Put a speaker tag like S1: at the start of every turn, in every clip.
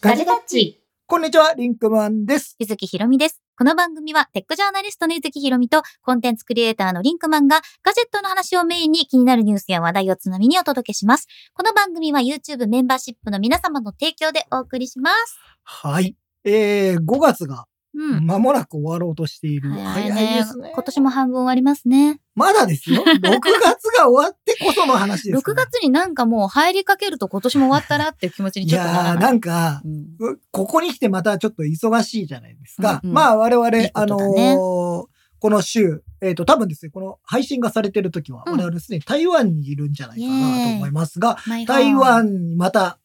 S1: ガジェタッチ。
S2: こんにちは、リンクマンです。
S3: ゆずきひろみです。この番組はテックジャーナリストのゆずきひろみとコンテンツクリエイターのリンクマンがガジェットの話をメインに気になるニュースや話題をつまみにお届けします。この番組は YouTube メンバーシップの皆様の提供でお送りします。
S2: はい。えー、5月が
S3: うん。
S2: 間もなく終わろうとしている。
S3: 早い
S2: 早い
S3: ね
S2: ですね。
S3: 今年も半分終わりますね。
S2: まだですよ。6月 が終わってこその話です
S3: 6
S2: から。
S3: 月になんかもう入りかけると今年も終わったらっていう気持ちに
S2: い
S3: ちょっと
S2: や
S3: なら
S2: ー、
S3: ない。
S2: なんか、
S3: うん
S2: うここに来てまたちょっと忙しいじゃないですか。
S3: うんうん
S2: まあ、我々、
S3: いいこ
S2: あの
S3: とだね
S2: ーこの週、えっ、と、多分ですね、この配信がされてる時は、
S3: うん
S2: 我々すでに台湾にいるんじゃないかなと思いますが、
S3: マイハー
S2: 台湾にまた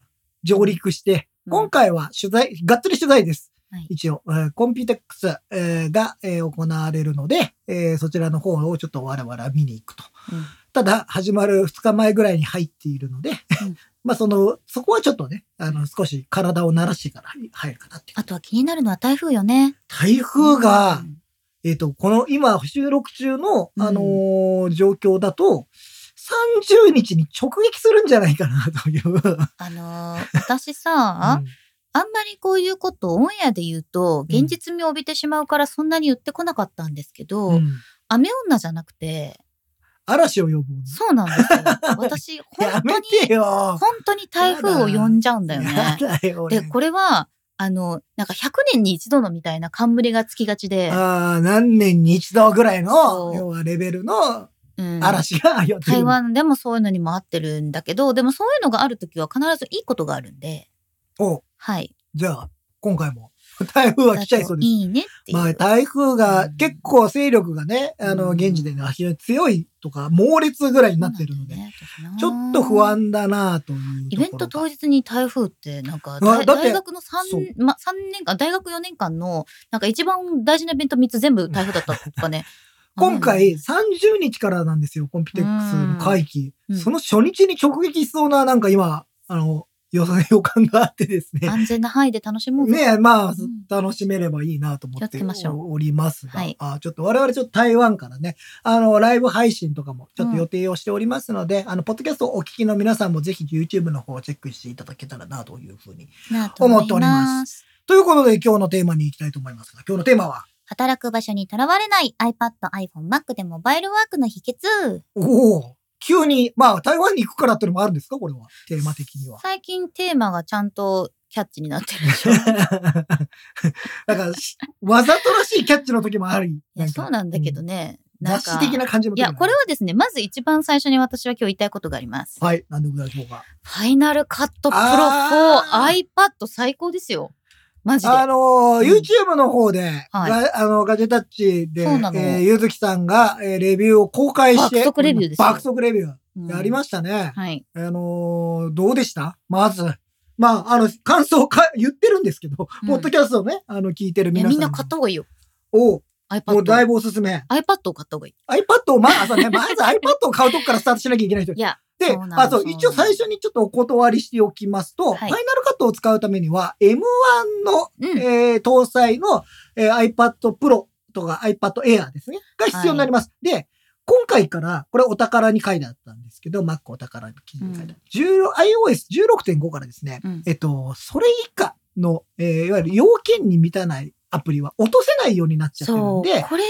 S2: 上陸して、
S3: うん
S2: 今回は取材、がっつり取材です。
S3: はい
S2: 一応、えーコンピテックス、えーが、えー行われるので、えーそちらの方をちょっと我々見に行くと。
S3: うん
S2: ただ、始まる2日前ぐらいに入っているので、
S3: ん
S2: まあその、そこはちょっとね、あの、少し体を慣らしてから入るかなっていう。
S3: あとは気になるのは台風よね。
S2: 台風が
S3: う、ん
S2: えっ、と、この今収録中の、
S3: うん
S2: あのー状況だと、30日に直撃するんじゃないかなという。
S3: あのー私さ、
S2: うん
S3: あんまりこういうことをオンエアで言うと現実味を帯びてしまうからそんなに言ってこなかったんですけど、
S2: うん
S3: 雨女じゃなくて
S2: 嵐を呼ぶ女。
S3: そうなんです よ私
S2: や
S3: 本当
S2: め
S3: に
S2: てよ。
S3: 本当に台風を呼んじゃうんだよね。
S2: やだよ俺
S3: でこれはあのなんか100年に一度のみたいな冠がつきがちで、
S2: ああ、何年に一度ぐらいの、
S3: そう
S2: 要はレベルの
S3: うん
S2: 嵐がやってる。
S3: 台湾でもそういうのにも合ってるんだけどでもそういうのがある時は必ずいいことがあるんで
S2: お
S3: はい
S2: じゃあ、今回も 台風は来ちゃいそうです。
S3: いいねっていう、
S2: まあ、台風が
S3: うん
S2: 結構勢力がね、あの、
S3: うん
S2: 現時点では非常に強いとか、猛烈ぐらいになってるので、
S3: そうなんだ
S2: ち
S3: よね
S2: ょっと不安だなという
S3: イ
S2: ところが。
S3: ベント当日に台風ってなんか
S2: うわ
S3: 大
S2: だって
S3: 大学の
S2: そう
S3: 3、ま、三年間大学4年間のなんか一番大事なイベント3つ全部台風だったとかね
S2: 今回30日からなんですよ、コンピテックスの会期。
S3: うん
S2: その初日に直撃しそうな、なんか今、あの、予想予感があってですね。
S3: 安全な範囲で楽しもう
S2: ねえ、まあ、
S3: うん
S2: 楽しめればいいなと思
S3: 気
S2: っ
S3: を
S2: て
S3: つけましょう
S2: おりますが、
S3: はい
S2: あちょっと我々ちょっと台湾からね、あの、ライブ配信とかもちょっと予定をしておりますので、あの、ポッドキャストをお聞きの皆さんもぜひ YouTube の方をチェックしていただけたらなというふうに。
S3: なと思
S2: 思って
S3: い
S2: おりま
S3: ます
S2: ということで今日のテーマに行きたいと思いますが、今日のテーマは、
S3: 働く場所にとらわれない iPad、iPhone、Mac でモバイルワークの秘訣
S2: おお急に、まあ、台湾に行くからっていうのもあるんですかこれは。テーマ的には。
S3: 最近テーマがちゃんとキャッチになってるでしょい
S2: なんか、しわざとらしいキャッチの時もあり。
S3: やそうなんだけど
S2: ね。
S3: ね、な
S2: な、
S3: ん
S2: し
S3: か
S2: 的な感じの
S3: い
S2: 時もあ
S3: や
S2: る
S3: これはですねまず一番最初に私は今日言いたいことがあります
S2: はい、なんでございましょうか。
S3: ファイナルカットプロ
S2: あー
S3: 4iPad 最高ですよ。マジで。
S2: あのー
S3: うん
S2: YouTube の方で、
S3: はい
S2: があの、ガジェタッチで、え
S3: そうなの
S2: ーゆずきさんが、えーレビューを公開して、
S3: 爆速レビューですよ
S2: 爆速レビュー。やりま
S3: し
S2: したね。
S3: はい。
S2: あのーどうでしたまず。まあ、あの、感想か、言ってるんですけど、
S3: うん
S2: ポッドキャストをね、あの、聞いてる
S3: い
S2: 皆
S3: や
S2: さん。
S3: みんな買った方がいいよ。
S2: を、
S3: iPad
S2: も
S3: を。
S2: うだいぶおすすめ。
S3: iPad を買った方がいい。
S2: iPad を、まあ、そうね、まず iPad を買うとこからスタートしなきゃいけない人
S3: いや、
S2: で、
S3: そうなの
S2: あ、そう、
S3: そうなの
S2: 一応最初にちょっとお断りしておきますと、
S3: はい
S2: ファイナルカットを使うためには、M1 の、
S3: うん
S2: えー搭載の、えー iPad Pro とか iPad Air ですね、が必要になります。で、今回から、これお宝に書いてあったんですけど、Mac お宝に記事に書いてあった。10 iOS16.5 からですね、
S3: うん
S2: えっと、それ以下の、えーいわゆる要件に満たないアプリは落とせないようになっちゃってる
S3: そ
S2: ん
S3: う。
S2: で、
S3: これ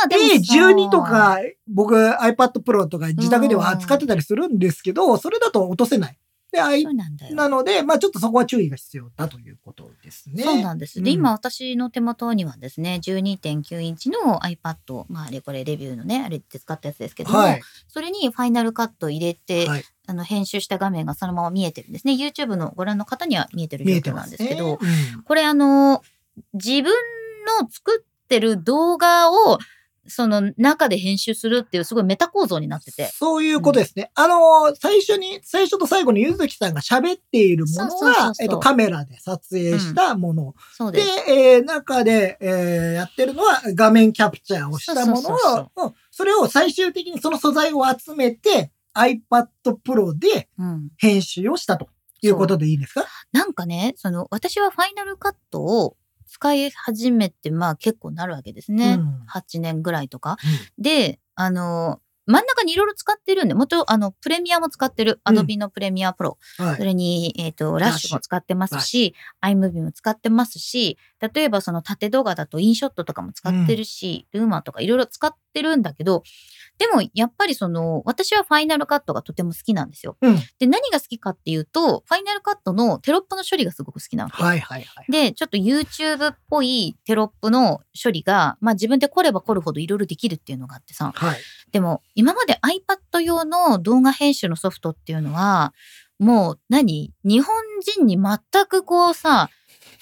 S3: さ、でもさ
S2: A12 と、か、僕 iPad Pro とか自宅では扱ってたりするんですけど、それだと落とせない。で、あい
S3: そうなんだよ。
S2: なので、まあちょっとそこは注意が必要だということですね。
S3: そうなんです。で、
S2: うん
S3: 今私の手元にはですね、12.9インチの iPad、まああれこれレビューのね、あれって使ったやつですけども、
S2: はい。
S3: それにファイナルカット入れて、
S2: はい
S3: あの編集した画面がそのまま見えてるんですね。YouTube のご覧の方には見えてる
S2: 見
S3: 状
S2: えて
S3: 況
S2: ま
S3: なん
S2: す
S3: で
S2: ね。
S3: すけ
S2: う
S3: ど、
S2: ん
S3: これあの自分の作ってる動画をその中で編集するっていうすごいメタ構造になってて。
S2: そういうことですね。あのー最初に、最初と最後にゆずきさんが喋っているもの
S3: そうそうそ
S2: が
S3: う、そう
S2: えっと、カメラで撮影したもの。
S3: そう
S2: で
S3: です。、
S2: えー中で、えーやってるのは画面キャプチャーをしたものを、
S3: そうそうそう
S2: うんそれを最終的にその素材を集めて、iPad Pro で、
S3: うん、
S2: 編集をしたということでいいですか
S3: なんかね、その私はファイナルカットを使い始めてまあ結構なるわけですね。
S2: うん
S3: 8年ぐらいとか。で、あの真ん中にいろいろ使ってるんで、もちろん、あの、プレミアも使ってる。
S2: うん
S3: Adobe のプレミアプロ。
S2: は
S3: そ
S2: い。
S3: れに、えっ、と、ラッシュも使ってますし、iMovie も使ってますし、例えばその縦動画だとインショットとかも使ってるし、ルーマーとかいろいろ使ってるんだけど、でもやっぱりその、私はファイナルカットがとても好きなんですよ。
S2: うん
S3: で、何が好きかっていうと、ファイナルカットのテロップの処理がすごく好きなの。
S2: はいはいはい。
S3: で、ちょっと YouTube っぽいテロップの処理が、まあ自分で凝れば凝るほどいろいろできるっていうのがあってさ、
S2: はい。
S3: でも今まで iPad 用の動画編集のソフトっていうのはもう何日本人に全くこうさ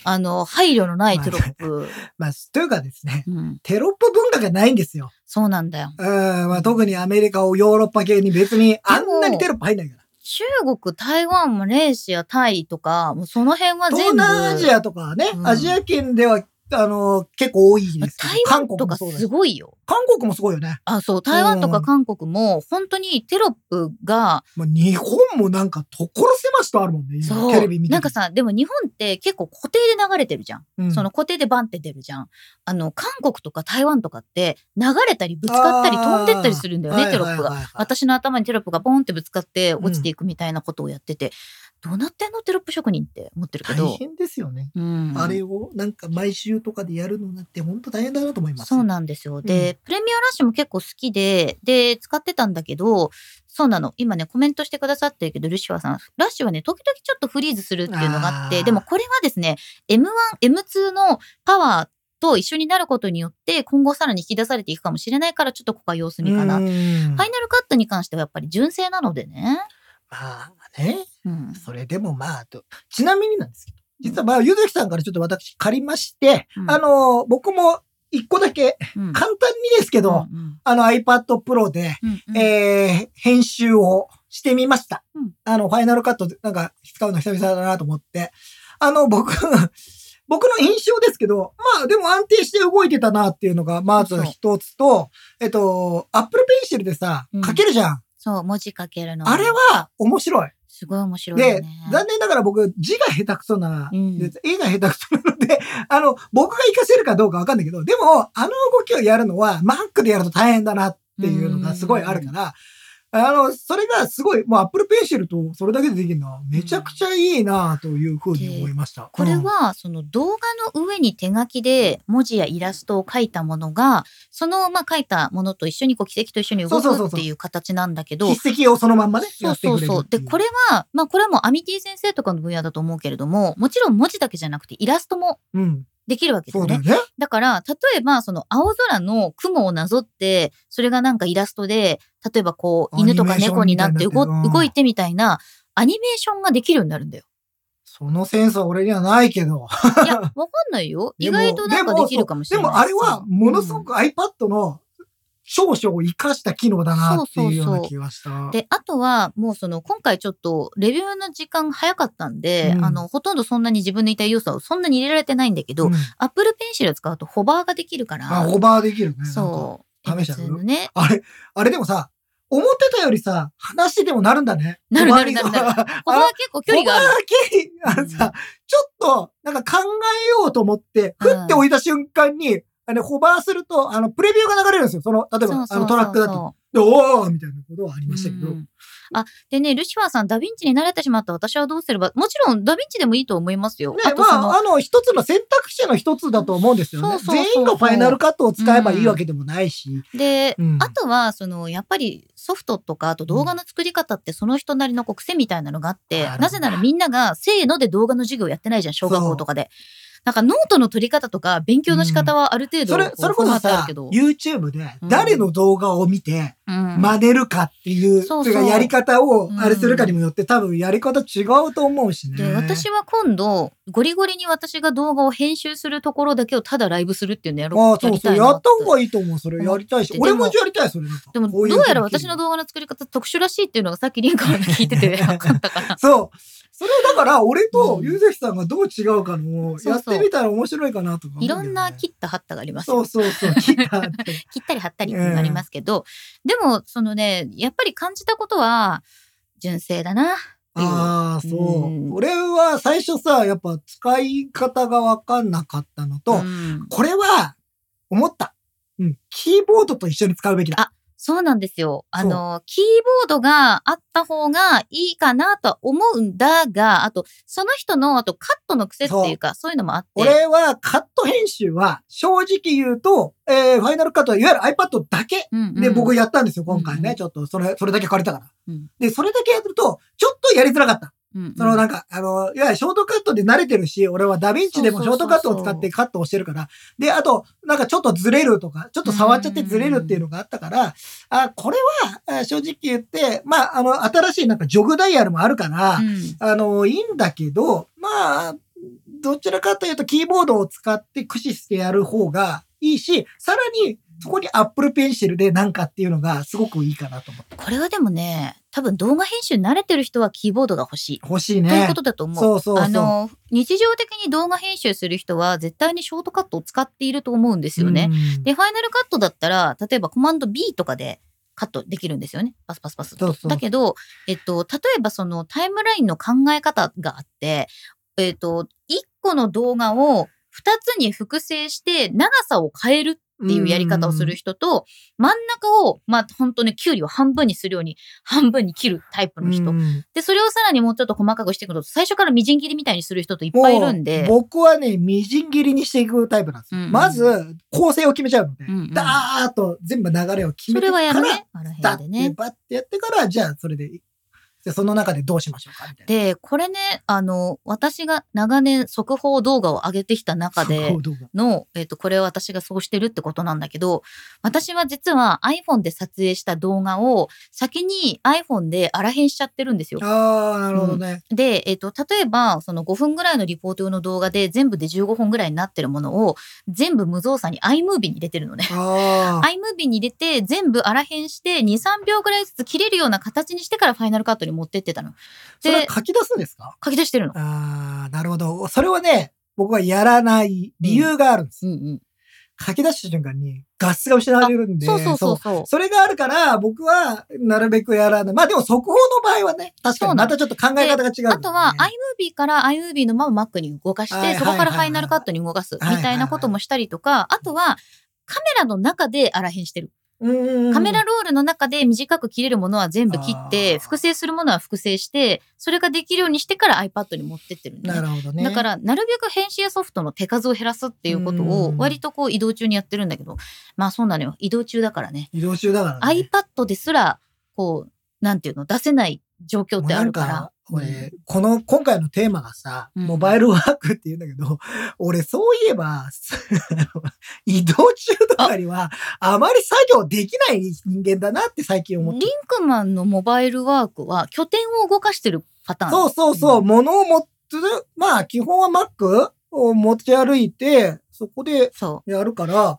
S3: あの配慮のないテロップ、
S2: まあ、というかですね、
S3: うん、
S2: テロップ文化がないんですよ。
S3: そうなんだよ
S2: うん、まあ、特にアメリカをヨーロッパ系に別にあんなにテロップ入んないから。
S3: 中国台湾マレーシアタイとかもうその辺は
S2: 東
S3: 全部
S2: 南アジアとかはね、
S3: うん
S2: アジア圏では、あの、結構多いですけど
S3: 台、
S2: 韓
S3: 湾
S2: 国
S3: と
S2: も
S3: か
S2: そうだし。
S3: すごいよ。
S2: 韓国もすごいよね。
S3: あ、そう、台湾と
S2: う
S3: か
S2: ん
S3: 韓国も本当にテロップが、
S2: まあ、日本もなんか所狭しとあるもんね、今
S3: そ
S2: テ
S3: う
S2: レビ見、てて
S3: なんか、さ、でも日本って結構固定で流れてるじゃん。
S2: うん
S3: その固定でバンって出るじゃん。あの、韓国とか台湾とかって流れたりぶつかったり
S2: あー
S3: 飛んでったりするんだよね、テロップ。
S2: はい
S3: が。
S2: はいはいはい
S3: 私の頭にテロップがボンってぶつかって落ちていくみたいなことをやってて、どうなってんのテロップ職人って思ってるけ
S2: 大
S3: ど。
S2: 変ですよね。
S3: うん、
S2: あれをなんか毎週とかでやるのなんて本当大変だなと思います。
S3: そうなんですよ。で、プレミアラッシュも結構好きで、で、使ってたんだけど、そうなの。今ね、コメントしてくださってるけど、ルシファーさん、ラッシュはね、時々ちょっとフリーズするっていうのがあっ
S2: あ
S3: て、
S2: ー
S3: でもこれはですね、M1、M2 のパワーと一緒になることによって、今後さらに引き出されていくかもしれないから、ちょっとここは様子見かな。
S2: う
S3: フ
S2: ん
S3: ァイナルカットに関してはやっぱり純正なのでね。
S2: まあね、
S3: うん。
S2: それでもまあと、ちなみになんですけど、実はまあ、ゆずきさんからちょっと私借りまして、
S3: うん
S2: あの、僕も一個だけ、
S3: うん
S2: 簡単にですけど、
S3: うんうん
S2: あの iPad Pro で、
S3: うんうん
S2: えー、編集をしてみました。
S3: うん
S2: あの、ファイナルカットでなんか使うの久々だなと思って。あの、僕、 僕の印象ですけど、まあでも安定して動いてたなっていうのが、まず一つと、えっと、Apple Pencil でさ
S3: うん、
S2: 書けるじゃん。
S3: そう、文字書けるの。
S2: あれは面白い。
S3: すごい面白いよ
S2: で
S3: ね。、
S2: 残念ながら僕、字が下手くそな、
S3: うん
S2: で絵が下手くそなので、 あの、僕が活かせるかどうかわかんないけど、でも、あの動きをやるのは、Mac でやると大変だなっていうのがすごいあるから、あの、それがすごい、もう Apple Pencil とそれだけでできるのは、めちゃくちゃいいなというふうに思いました。
S3: これはその動画の上に手書きで文字やイラストを書いたものがそのまあ書いたものと一緒にこう軌跡と一緒に動
S2: そうそうそ
S3: く
S2: う
S3: っ
S2: そう
S3: ていう形なんだけ
S2: うん、
S3: ど。
S2: 筆跡をそのまんまね、
S3: そうそうそう。で、こ
S2: れ、
S3: れは、まあこれはもうアミティ先生とかの分野だと思うけれども、もちろん文字だけじゃなくてイラストも
S2: うん、
S3: できるわけだ
S2: そ
S3: よ
S2: うだ
S3: ね
S2: よ。ね。
S3: だから、例えば、その青空の雲をなぞって、それがなんかイラストで、例えばこう、犬とか猫になって
S2: アニメーションみたいになってるう
S3: 動
S2: ん
S3: 動いてみたいな、アニメーションができるようになるんだよ。
S2: そのセンスは俺にはないけど。
S3: いや、わかんないよ。
S2: で
S3: 意
S2: も
S3: 外となんかできるかもしれない
S2: でもあれは、ものすご
S3: く、
S2: く iPad の長所を生かした機能だなっていうような気がした。
S3: うんで、あとは、もうその、今回ちょっと、レビューの時間が早かったんで、
S2: うん
S3: あの、ほとんどそんなに自分のいたい要素はそんなに入れられてないんだけど、
S2: うん
S3: Apple Pencil を使うとホバーができるか
S2: あ、
S3: ら、
S2: オーバーできるね。う。
S3: そう。
S2: 試したの
S3: 普通のね。
S2: あれ、あれでもさ、思ってたよりさ、話でもなるんだね。
S3: なるなるなるな
S2: る。
S3: る ホバーは結構距離がある。
S2: あのさ、ちょっと、なんか考えようと思って、
S3: うん
S2: ふって置いた瞬間に、あの、ホバーすると、あの、プレビューが流れるんですよ。その、例えば、あの、トラックだと。で、おーみたいなことはありましたけど。
S3: うんあ、でね、ルシファーさん、ダヴィンチに慣れてしまった私はどうすれば、もちろんダヴィンチでもいいと思いますよ。
S2: ね、
S3: あと
S2: ま
S3: その、
S2: あ、あの、一つの選択肢の一つだと思うんですよ
S3: そ
S2: ね
S3: う。そうそうそう
S2: 全員がファイナルカットを使えばいいわけでもないし。
S3: で、
S2: うん
S3: あとは、その、やっぱりソフトとか、あと動画の作り方って、その人なりのこう癖みたいなのがあって、
S2: ある
S3: なぜならみんなが、せーので動画の授業やってないじゃん、小学校とかで。なんかノートの取り方とか、勉強の仕方はある程度、
S2: それ、それこそ
S3: フォーマットあ
S2: さ
S3: る、けど、
S2: YouTube で
S3: うん
S2: 誰の動画を見て
S3: うん
S2: 真似るかっていう、
S3: そう
S2: と
S3: そ
S2: いううかやり方を
S3: うん
S2: あれするかにもよって多分やり方違うと思うしね。
S3: で、私は今度、ゴリゴリに私が動画を編集するところだけをただライブするっていうのやろ
S2: あ
S3: う
S2: あ、そう
S3: り
S2: そう。
S3: い
S2: や
S3: な
S2: った
S3: って
S2: 方がいいと思う。それやりたいし
S3: 思っ。て
S2: 俺もやりたい、それなんか。
S3: でも、
S2: こ
S3: ど
S2: いう
S3: やら私の
S2: 動
S3: 動画の作り方特殊らしいっていうのがさっきリンカから聞いてて 分かったから。
S2: そう。それだから、俺と
S3: うん
S2: ゆずきさんがどう違うかのを
S3: そう
S2: や
S3: そう
S2: ってみたら面白いかなとか思う
S3: い
S2: けど
S3: ろ
S2: ね。
S3: んな切った貼ったがあります。
S2: そうそうそう。 切ったって。
S3: 切ったり貼ったりっていうのがありますけど、でも、そのね、やっぱり感じたことは、純正だな。っていう
S2: ああ、そう、
S3: うん
S2: 俺は最初さ、やっぱ使い方がわかんなかったのと、
S3: ん
S2: これは思った。うん。キーボードと一緒に使うべきだ。
S3: あそうなんですよ。あの、キーボードがあった方がいいかなとは思うんだが、あと、その人の、あと、カットの癖っていうか、そういうのもあって。
S2: 俺はカット編集は正直言うと、えー、ファイナルカットはいわゆる iPad だけ
S3: うんうん
S2: で僕やったんですよ、今回
S3: うんう
S2: ね。
S3: ん
S2: ちょっとそれ、それだけ借りたから。
S3: うん
S2: で、それだけやると、ちょっとやりづらかった。
S3: うんうん
S2: そのなんか、あの、いわゆるショートカットで慣れてるし、俺はダヴィンチでもショートカットを使ってカットをしてるから。で、あと、なんかちょっとずれるとか、ちょっと触っちゃってずれるっていうのがあったから、あ、これは、あ正直言って、まあ、あの、新しいなんかジョグダイヤルもあるから、
S3: うん
S2: あの、いいんだけど、まあ、どちらかというとキーボードを使って駆使してやる方がいいし、さらにそこに Apple Pencil でなんかっていうのがすごくいいかなと思って。
S3: これはでもね、多分動画編集慣れてる人はキーボードが欲しい。
S2: 欲しいね。
S3: ということだと思う。
S2: そうそうそう。
S3: あの、日常的に動画編集する人は絶対にショートカットを使っていると思うんですよね。
S2: うん
S3: で、ファイナルカットだったら、例えばコマンド B とかでカットできるんですよね。パスパスパスと。
S2: そうそう
S3: だけど、えっと、例えばそのタイムラインの考え方があって、えっと、1個の動画を2つに複製して長さを変えるっていうやり方をする人と、真ん中を、まあ、本当にキュウリを半分にするように半分に切るタイプの人。
S2: うん
S3: で、それをさらにもうちょっと細かくしていくと、最初からみじん切りみたいにする人といっぱいいるんで。
S2: もう僕はね、みじん切りにしていくタイプなんですよ。
S3: うんうん
S2: まず、構成を決めちゃうので、
S3: うんうん
S2: ダーッと全部流れを決
S3: そ
S2: めて
S3: れ
S2: か
S3: はや
S2: ら、
S3: るね。あの
S2: だっ
S3: 辺
S2: て
S3: でね。
S2: バッてやってから、じゃあそれで、じゃあその中でどうしましょうかみたいな。
S3: で、これね、あの、私が長年速報動画を上げてきた中
S2: そ
S3: で
S2: こ、をどうか
S3: の、えっ、と、これは私がそうしてるってことなんだけど、私は実は iPhone で撮影した動画を先に iPhone で荒編しちゃってるんですよ。
S2: ああ、なるほどね。
S3: で、えっ、と、例えば、その5分ぐらいのリポート用の動画で全部で15本ぐらいになってるものを全部無造作に iMovie に入れてるのね。
S2: ああ。
S3: iMovie に入れて全部荒編して2、3秒ぐらいずつ切れるような形にしてからファイナルカットに持ってってたの。
S2: それは
S3: で、
S2: 書き出すんですか
S3: 書き出してるの。
S2: ああ、なるほど。それはね、僕はやらない理由があるんです。
S3: うんうん。
S2: 書き出した瞬間にガスが失われるんで。
S3: そうそうそうそう。
S2: それがあるから、僕は、なるべくやらない。まあでも、速報の場合はね、確か
S3: そう
S2: に
S3: な
S2: また
S3: の
S2: ちょっと考え方が違う、
S3: あとは iMovie から iMovie のまま Mac に動かして、
S2: はいはい
S3: そこからファイナルカットに動かすみ
S2: はい
S3: たいなこともしたりとか、あとはカメラの中であらへんしてる。
S2: うん
S3: カメラロールの中で短く切れるものは全部切って、
S2: あー
S3: 複製するものは複製して、それができるようにしてから iPad に持ってってるんだ
S2: な
S3: ね。
S2: るほどね。
S3: だから、なるべく編集ソフトの手数を減らすっていうことを
S2: う、ん
S3: 割とこう移動中にやってるんだけど、まあそうなのよ。移動中だからね。
S2: 移動中だから、ね。
S3: iPad ですら、こう、なんていうの、出せない状況ってあるから。
S2: もうなんか
S3: うん
S2: 俺、この、今回のテーマがさ、
S3: うん
S2: モバイルワークって言うんだけど、 俺、そういえば、 す移動中とかには、あまり作業できない人間だなって最近思っ
S3: リン
S2: て。
S3: クマンのモバイルワークは拠点を動かしてるパターン。
S2: そうそうそう、
S3: うん
S2: 物を持ってる、まあ、基本は Mac を持ち歩いて、そこで
S3: そ
S2: やるから、
S3: う。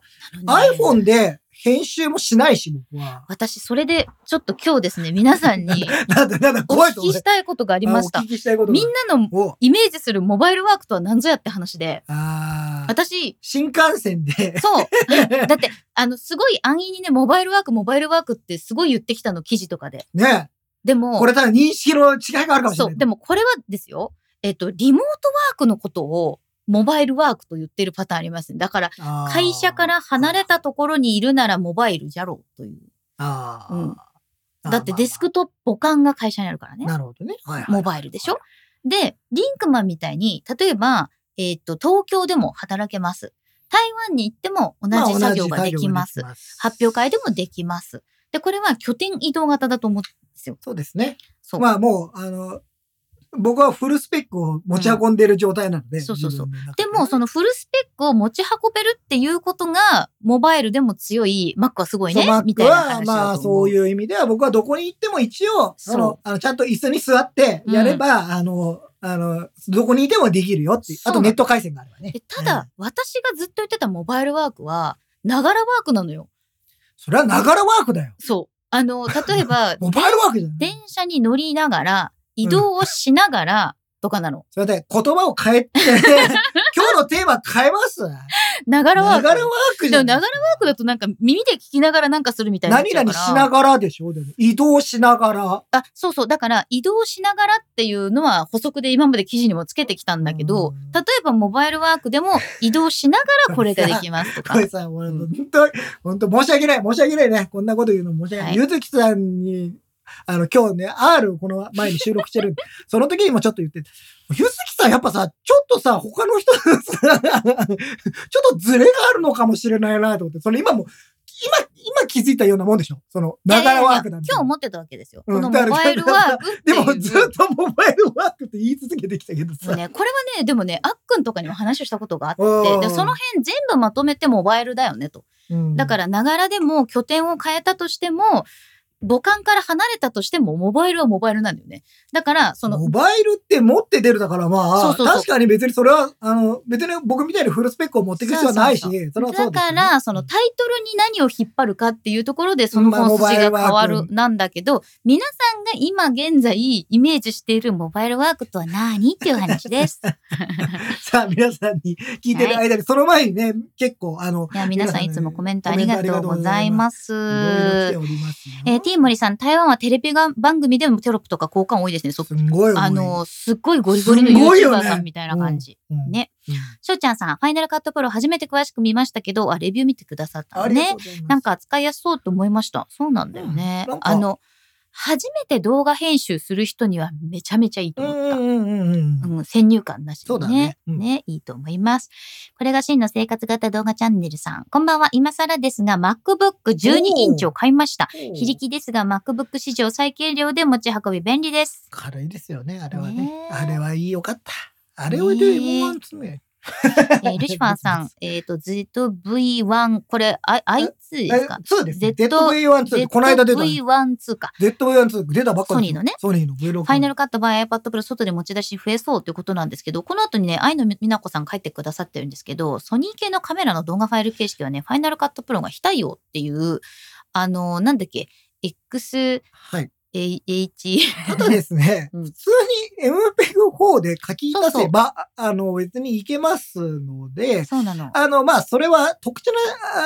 S2: iPhone で編集もしないし、僕は。
S3: 私、それで、ちょっと今日ですね、皆 さんに
S2: なんだ、なんだ、
S3: お
S2: 怖い
S3: 聞
S2: と
S3: き
S2: 思っ
S3: したいことがありました
S2: お聞。きしたいことが
S3: みんなの
S2: お
S3: イメージするモバイルワークとは何ぞやって話で、
S2: ああ。
S3: 私、
S2: 新幹線で、
S3: そう。だって、あの、すごい安易にね、モバイルワーク、モバイルワークってすごい言ってきたの、記事とかで。
S2: ね、
S3: でも、
S2: これ多分認識の違いがあるかもしれ
S3: そ
S2: な
S3: う。
S2: い。
S3: でも、これはですよ、えっと、リモートワークのことを、モバイルワークと言ってるパターンありますね。だから、
S2: あー
S3: 会社から離れたところにいるならモバイルじゃろうという。
S2: あー
S3: うん
S2: あー
S3: だってデスクトップ母艦が会社にあるからね。
S2: なるほどね。はいはい
S3: モバイルでしょで、リンクマンみたいに、例えば、えーっと、東京でも働けます。台湾に行っても同
S2: まあ
S3: じ作業ができます。
S2: 同じ作業ができます
S3: 発表会でもできます。で、これは拠点移動型だと思うんですよ。
S2: そうですね。
S3: そう。
S2: まあもう、あの、僕はフルスペックを持ち運んでる状態なので。
S3: そうそうそう
S2: 自分の中
S3: でも、そのフルスペックを持ち運べるっていうことが、モバイルでも強い、Mac はすごいね
S2: そう、
S3: みたいな
S2: Mac
S3: 話
S2: はま
S3: だ
S2: あ
S3: と思
S2: そう
S3: う。
S2: いう意味では僕はどこに行っても一応、
S3: そう
S2: その、あの、ちゃんと椅子に座ってやれば、あの、あの、どこにいてもできるよっていう。あ
S3: そうな
S2: と
S3: の
S2: ネット回線があればね
S3: で。ただ、
S2: うん、
S3: 私がずっと言ってたモバイルワークは、ながらワークなのよ。
S2: それはながらワークだよ。、
S3: そう。あの、例えば
S2: モバイルワークじゃない
S3: 電。車に乗りながら、移動をしながら、とかなの。
S2: それで言葉を変えて、強今日のテーマ変えます
S3: ながらワー
S2: な
S3: ク。
S2: がらワークじ
S3: で
S2: ゃ
S3: も
S2: ん
S3: ながらワークだとなんか耳で聞きながらなんかするみたいになっ
S2: 何
S3: ちゃうか
S2: 々
S3: ら。
S2: しながらでしょでも移動しながら。
S3: あ、そうそう。だから移動しながらっていうのは補足で今まで記事にもつけてきたんだけ
S2: う
S3: ど
S2: ん、
S3: 例えばモバイルワークでも 移動しながらこれができますとか
S2: こ。れさ、俺、
S3: うん
S2: 本当に、本当申し訳ない、申し訳ないね。こんなこと言うの申し訳ない。
S3: はい
S2: ゆずきさんに、あの、今日ね、R をこの前に収録してるんで、 その時にもちょっと言って、ゆずきさんやっぱさ、ちょっとさ、他の人のさ、 ちょっとズレがあるのかもしれないなと思って、それ今も、今、今気づいたようなもんでしょその、
S3: いや
S2: ない
S3: や
S2: が
S3: いや
S2: らワークなんて。
S3: 今日思ってたわけですよ。
S2: うん
S3: このモバイルワークって
S2: で
S3: いう。
S2: もずっとモバイルワークって言い続けてきたけど
S3: もう
S2: さ。
S3: ね、これはね、でもね、あっくんとかにも話をしたことがあって、
S2: うん、
S3: でその辺全部まとめてモバイルだよねと。だからら、ながらでも拠点を変えたとしても、母艦から離れたとしても、モバイルはモバイルなんだよね。だから、その、
S2: モバイルって持って出るだからまあ、
S3: そうそうそう
S2: 確かに別にそれは、あの、別に僕みたいにフルスペックを持っていく必要はないし、そ
S3: そう
S2: れはそう
S3: だ
S2: ですよ
S3: か
S2: ね、
S3: ら、そのタイトルに何を引っ張るかっていうところで、その
S2: まあ
S3: 本筋が変
S2: モバイルワ
S3: わ
S2: ーク
S3: る、なんだけど、皆さんが今現在イメージしているモバイルワークとは何っていう 話です。
S2: さあ、皆さんに聞いてる間に、その前にね、結構、あの、
S3: いや、皆さんいつもコメントありがとうございます。
S2: いろいろ来ておりますよ。
S3: えー、T 森さん、台湾はテレビが番組でもテロップとか交換多いですね。そ
S2: すんごいよ
S3: あの、すっごいゴリゴリの
S2: すごいよね
S3: YouTuber さんみたいな感じ。
S2: うん
S3: ね
S2: うん
S3: しょうちゃんさん、ファイナルカットプロ初めて詳しく見ましたけど、あ、レビュー見てくださった
S2: あり
S3: の
S2: がと
S3: ね
S2: う。ございます
S3: なん、か使いやすそうと思いました。そうなんだよね。
S2: うんなんか
S3: あの、初めて動画編集する人にはめちゃめちゃいいと
S2: うん
S3: 思った。
S2: うんうんうんうん。
S3: うん、先入観なし
S2: そう
S3: で
S2: だ
S3: ね
S2: ね。
S3: ね
S2: うん
S3: いいと思います。これが真の生活型動画チャンネルさん。こんばんは。今更ですが、MacBook 12インチを買いました。非力ですが、MacBook 史上最軽量で持ち運び便 利です。
S2: 軽いですよね、あれは
S3: ね
S2: ね。
S3: え
S2: あれはいいよかった。あれはで、
S3: ねえ
S2: もうつね。
S3: えールシファーさん、えっ、と、ZV1、これ、あ I2 です か
S2: えそうですね。
S3: Z-
S2: ZV-1 って、この間出た。
S3: ?ZV1 か。
S2: ZV-1 出たばっかり。
S3: ソニーのね。
S2: ソニーの V6。
S3: ファイナルカット by iPad Pro 外で持ち出し増えそうということなんですけど、この後にね、愛の美奈子さん書いてくださってるんですけど、ソニー系のカメラの動画ファイル形式はね、ファイナルカットプロが非対応っていう、あのーなんだっけ、X、
S2: はい。
S3: H、
S2: ただですね、
S3: うん
S2: 普通に MPEG4 で書き出せば、あの、別にいけますので、
S3: そうなの。
S2: あの、まあ、それは特殊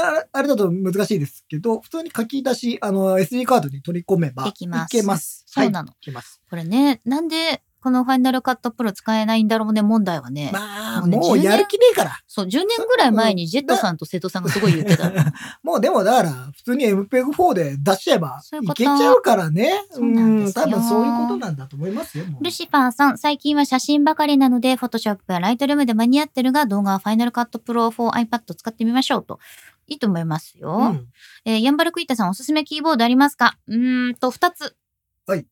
S2: な、ああれだと難しいですけど、普通に書き出し、あの、SD カードに取り込めば、
S3: できます
S2: いけます。
S3: そうなの
S2: はい、いけます。
S3: これね、なんで、このファイナルカットプロ使えないんだろうね、問題はね。
S2: まあ、
S3: もうね
S2: もう
S3: 10
S2: やる気ねえから。
S3: そう、10年ぐらい前にジェットさんと瀬戸さんがすごい言ってた。
S2: もうでもだから、普通に MPEG4 で出しちゃえば
S3: そうい
S2: いう
S3: こと
S2: けちゃうからね。
S3: そうなんですよ
S2: 多分そういうことなんだと思いますよ。もう
S3: ルシファーさん、最近は写真ばかりなので、フォトショップやライトルームで間に合ってるが、動画はファイナルカットプロ for iPad 使ってみましょうと。いいと思いますよ。
S2: うん
S3: えーヤンバルクイッタさん、おすすめキーボードありますかうーんと、二つ。
S2: はい。
S3: えー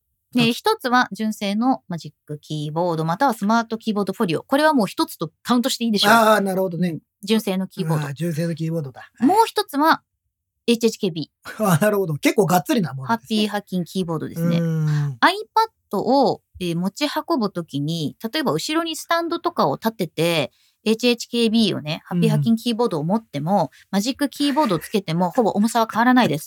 S2: 二
S3: 一つは純正のマジックキーボード、またはスマートキーボードフォリオ。これはもう一つとカウントしていいでしょう。
S2: ああ、なるほどね。
S3: 純正のキーボー
S2: あ純正のキーボードだ。
S3: ド。もう一つは HHKB、
S2: あなるほど。結構がっつりなもの
S3: ハッピー
S2: ー
S3: ハッキンキーボードで
S2: ですすね
S3: ね
S2: う。ーん
S3: iPad を、えー持ち運ぶときに、例えば後ろにスタンドとかを立てて、HHKB をね、ハッピーハッキンキーボードを持っても、マジックキーボードをつけ ても、ほぼ重さは変わらないです。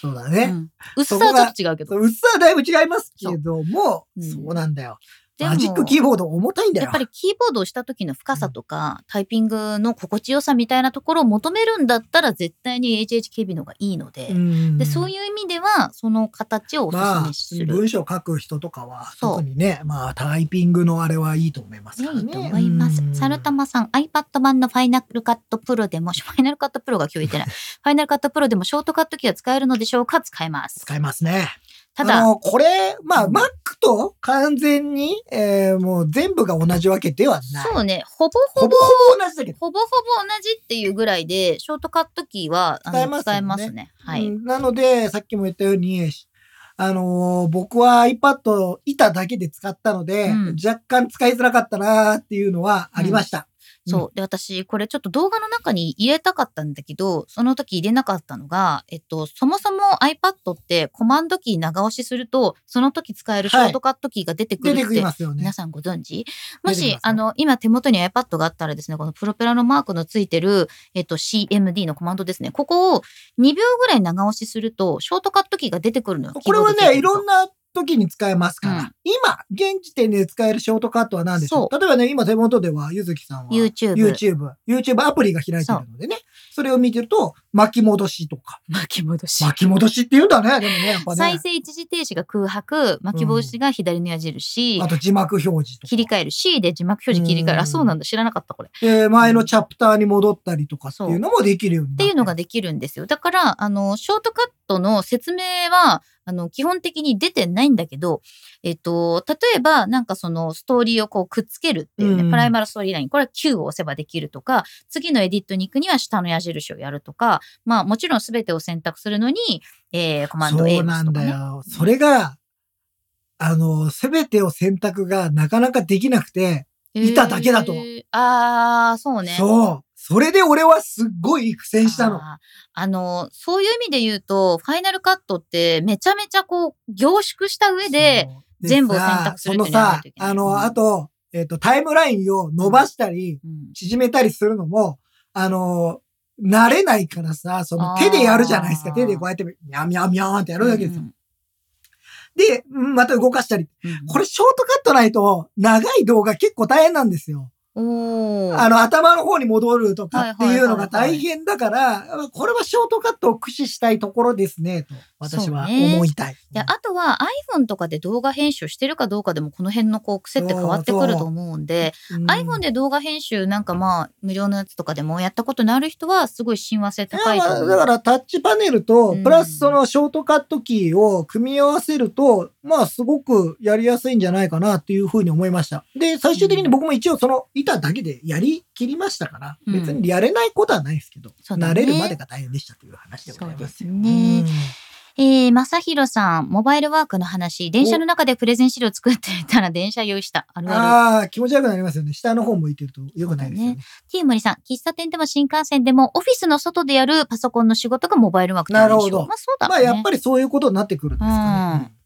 S2: そうだ
S3: う
S2: ね。
S3: ん、薄さはちょっと違うけど。
S2: 薄さはだいぶ違いますけども、
S3: そううん
S2: そうなんだよ。
S3: でも
S2: マジックキーボード重たいんだよ。
S3: やっぱりキーボードをした時の深さとか、タイピングの心地よさみたいなところを求めるんだったら、絶対に HHKB の方がいいので、で、そう
S2: い
S3: いう意味では、その形をおすすめする。
S2: まあ、文章書く人とかは、
S3: そう
S2: 特にね、まあ、タイピングのあれはいいと思います
S3: ね
S2: か、ら
S3: いい
S2: ね。
S3: と思います
S2: う。ん
S3: サルタマさん、iPad 版のファイナルカットプロでも、ファイナルカットプロが今日言ってない。ファイナルカットプロでもショートカットキーは使えるのでしょうか使えます。
S2: 使えますね。
S3: た
S2: あ
S3: だ、
S2: の、これ、まあ、
S3: うん
S2: Mac と完全に、えーもう全部が同じわけではない。
S3: そうね、ほぼ
S2: ほ
S3: ほ
S2: ぼ
S3: ぼ、
S2: ほぼ同じだけど。
S3: ほぼほぼ同じっていうぐらいで、ショートカットキーはあの
S2: 使えますよね
S3: 使えますね。は
S2: う
S3: い。
S2: んなので、さっきも言ったように、あのー僕は iPad 板だけで使ったので、
S3: うん
S2: 若干使いづらかったなーっていうのはありました。
S3: そう。で、私、これちょっと動画の中に入れたかったんだけど、その時入れなかったのが、えっと、そもそも iPad ってコマンドキー長押しすると、その時使えるショートカットキーが出てくる
S2: 出
S3: って
S2: てきますよね
S3: 皆。さんご存
S2: 出て
S3: 知も
S2: きます
S3: し
S2: よ、
S3: あの、今手元に iPad があったらですね、このプロペラのマークのついてる、えっと、CMD のコマンドですね。ここを2秒ぐらい長押しすると、ショートカットキーが出てくるのよ。
S2: これはね、いろん
S3: な。
S2: な時に使えますから。今、現時点で使えるショートカットは何でしょ
S3: そう
S2: 例えばね、今手元では、ゆずきさんは
S3: YouTube。
S2: YouTube、YouTube アプリが開いてるのでね、それを見てると、巻き戻しとか。
S3: 巻き戻し。
S2: 巻き戻しって言うんだね、でもね、やっぱ
S3: 再
S2: ね。
S3: 生一時停止が空白、巻き戻しが左の矢印、
S2: あと字幕表示とか
S3: 切。り替える C で字幕表示切り替え
S2: うん
S3: る。あ、そうなんだ。知らなかった、これ。っ
S2: えー前のチャプターに戻ったりとかっていうのもできるようにな
S3: ていうのが
S2: で
S3: できるんですよ。だから、あの、ショートカットの説明は、あの、基本的に出てないんだけど、えっと、例えば、なんかその、ストーリーをこう、くっつけるっていうね、
S2: うん
S3: プライマルストーリーライン、これは Q を押せばできるとか、次のエディットに行くには下の矢印をやるとか、まあ、もちろん全てを選択するのに、えー、コマンド
S2: そう
S3: A を押
S2: な
S3: す
S2: ん
S3: とか
S2: だ
S3: ね。
S2: よ。それが、あの、すべてを選択がなかなかできなくて、見ただけだと
S3: えーああ、そうね。
S2: そう。それで俺はすっごい苦戦したの。
S3: あー。あの、そういう意味で言うと、ファイナルカットってめちゃめちゃこう、凝縮した上で、
S2: そう
S3: 全部を選択する
S2: で
S3: っていうのやらな
S2: さ
S3: いといけ
S2: そ
S3: ない
S2: のさ、あ
S3: うん
S2: の、あと、えっ、と、タイムラインを伸ばしたり、
S3: うん
S2: 縮めたりするのも、あの、慣れないからさ、その手でやるじゃないですか。
S3: あー
S2: 手でこうやって、ミャンミャンミャンってやるだけですよ。
S3: うん
S2: で、うんまた動かしたり。
S3: うん
S2: これショートカットないと、長い動画結構大変なんですよ。
S3: おー
S2: あの、頭の方に戻るとかっていうのが
S3: はいはいはいはい
S2: 大変だから、これはショートカットを駆使したいところですね、と私は
S3: そうね
S2: 思いたい。
S3: であとは iPhone とかで動画編集してるかどうかでもこの辺のこう癖って変わってくると思うんで、
S2: うん
S3: iPhone で動画編集なんかまあ無料のやつとかでもやったことのある人はすごい親和性高い
S2: い
S3: と
S2: やま
S3: 思
S2: あ
S3: う。
S2: だからタッチパネルと
S3: うん、
S2: プラスそのショートカットキーを組み合わせると、まあすごくやりやすいんじゃないかなっていうふうに思いました。で、最終的に僕も一応その板だけでやりきりましたから、
S3: うん
S2: 別にやれないことはないですけど、
S3: そうだね
S2: 慣れるまでが大変でしたという話でございますよ。
S3: そうですねえー、まさひろさん、モバイルワークの話、電車の中でプレゼン資料作っていたら電車用意した。あ
S2: うん
S3: るある。
S2: ああ、気持ち悪くなりますよね。下の方向いてると良くないですよね。
S3: ティーモリさん、喫茶店でも新幹線でも、オフィスの外でやるパソコンの仕事がモバイルワークと
S2: なるほど
S3: まあそうだ、ね。
S2: まあやっぱりそういうことになってくるんですかね。
S3: えー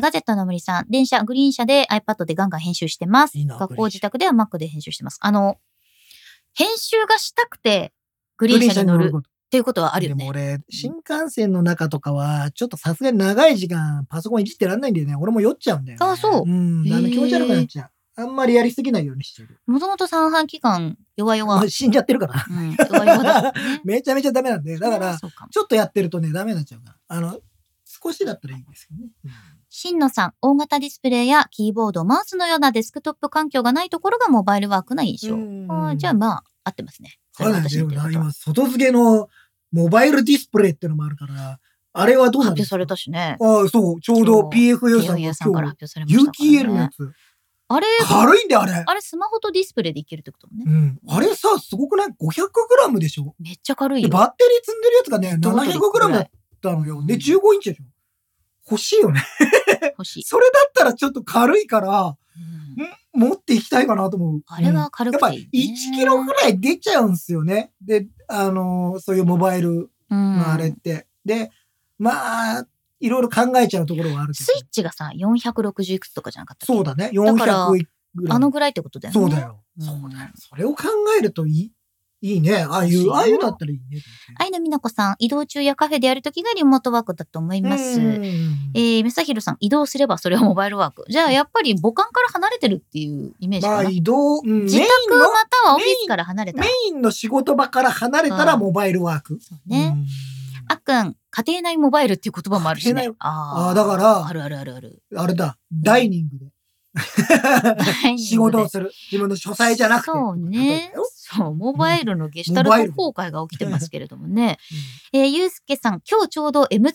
S3: ガジェットの森さん、電車、グリーン車で iPad でガンガン編集してます。
S2: いいな
S3: 学
S2: グリー
S3: 校、
S2: ン車
S3: 自宅では Mac で編集してます。あの、編集がしたくて、グリーン車に乗るっ
S2: こと。
S3: ていうことはあるよ
S2: でも俺、
S3: ね。
S2: 新幹線の中とかは、ちょっとさすがに長い時間パソコンいじってらんないんだよね。俺も酔っちゃうんだよ、ね。
S3: あそう
S2: うん。あ
S3: へ
S2: の
S3: ー
S2: 気持ち悪くなっちゃう。あんまりやりすぎないようにしてる。
S3: もともと三半期間、弱々。
S2: も
S3: う
S2: う死んじゃってるから。。
S3: ん、弱々だもんね
S2: めちゃめちゃダメなんで。 だから、
S3: そうかも
S2: ちょっとやってるとね、ダメになっちゃうから。あの、少しだったらいいんですけどね。うん
S3: しんのさん、大型ディスプレイやキーボード、マウスのようなデスクトップ環境がないところがモバイルワークな印象。
S2: うん
S3: あーじゃあまあ、合ってますね。それ
S2: そう
S3: は
S2: なん
S3: 私
S2: だよ
S3: の言ってること
S2: 今、外付けのモバイルディスプレイってのもあるから、あれはどうなんで
S3: 発表
S2: すか
S3: されたしね。
S2: ああ、そう。ちょうど
S3: そう
S2: PFU さんが
S3: KOU さんから
S2: 今
S3: 発表されま
S2: 日、
S3: した
S2: 有
S3: か
S2: 機 EL
S3: ら
S2: のや
S3: ね。
S2: つ。
S3: あれ、
S2: 軽いんだよ、あれ。
S3: あれスマホとディスプレイでいけるってこともね。
S2: うん。あれさ、すごくない ?500g でしょ
S3: めっちゃ軽い
S2: で
S3: よ。
S2: バッテリー積んでるやつがね、
S3: どのどれくら
S2: 700g
S3: い
S2: だったのよ。で、
S3: うん
S2: 15インチでしょ欲しいよね。
S3: 欲しい。
S2: それだったらちょっと軽いから、
S3: うん
S2: ん持っていきたいかなと思う。
S3: あれ
S2: うん
S3: は軽
S2: やっ
S3: く
S2: ぱ
S3: てい
S2: 1
S3: い、
S2: キロぐらい出ちゃうんすよね。で、あのーそういうモバイルのあ
S3: あ
S2: れって。で、まあ、いろいろ考えちゃうところはあるけ
S3: ス
S2: ど
S3: イッ。チがさ、460いくつとかじゃなかったっけ
S2: そうだね。
S3: から
S2: 400ぐらい。
S3: あのぐらいってことだよね。
S2: そうだよ。
S3: うん
S2: そうだよ。それを考えるといい、いいね。ああい
S3: そう
S2: う、ああいうだったらいいね。
S3: 愛の美奈子さん、移動中やカフェでやるときがリモートワークだと思います。
S2: うん
S3: えー、めさひろさん、移動すればそれはモバイルワーク。じゃあ、やっぱり母艦から離れてるっていうイメージ
S2: ま
S3: か
S2: あ
S3: な。
S2: 移動、うん
S3: 自
S2: メイ
S3: 宅
S2: ンの、
S3: またはオフィスから離れた
S2: メ。インの仕事場から離れたら
S3: うん
S2: モバイルワーク。
S3: そうね。あっくん、家庭内モバイルっていう言葉もあるし
S2: 家
S3: ね
S2: 庭内。
S3: あー
S2: あーだから
S3: あるあるあるある。
S2: うんあれだ、ダイニングで。 仕事をする。自分の書斎じゃなくて。
S3: そうね。そう、モバイルのゲシュタルト崩壊が起きてますけれどもね。 えー、ゆうすけさん、今日ちょうど M2iPad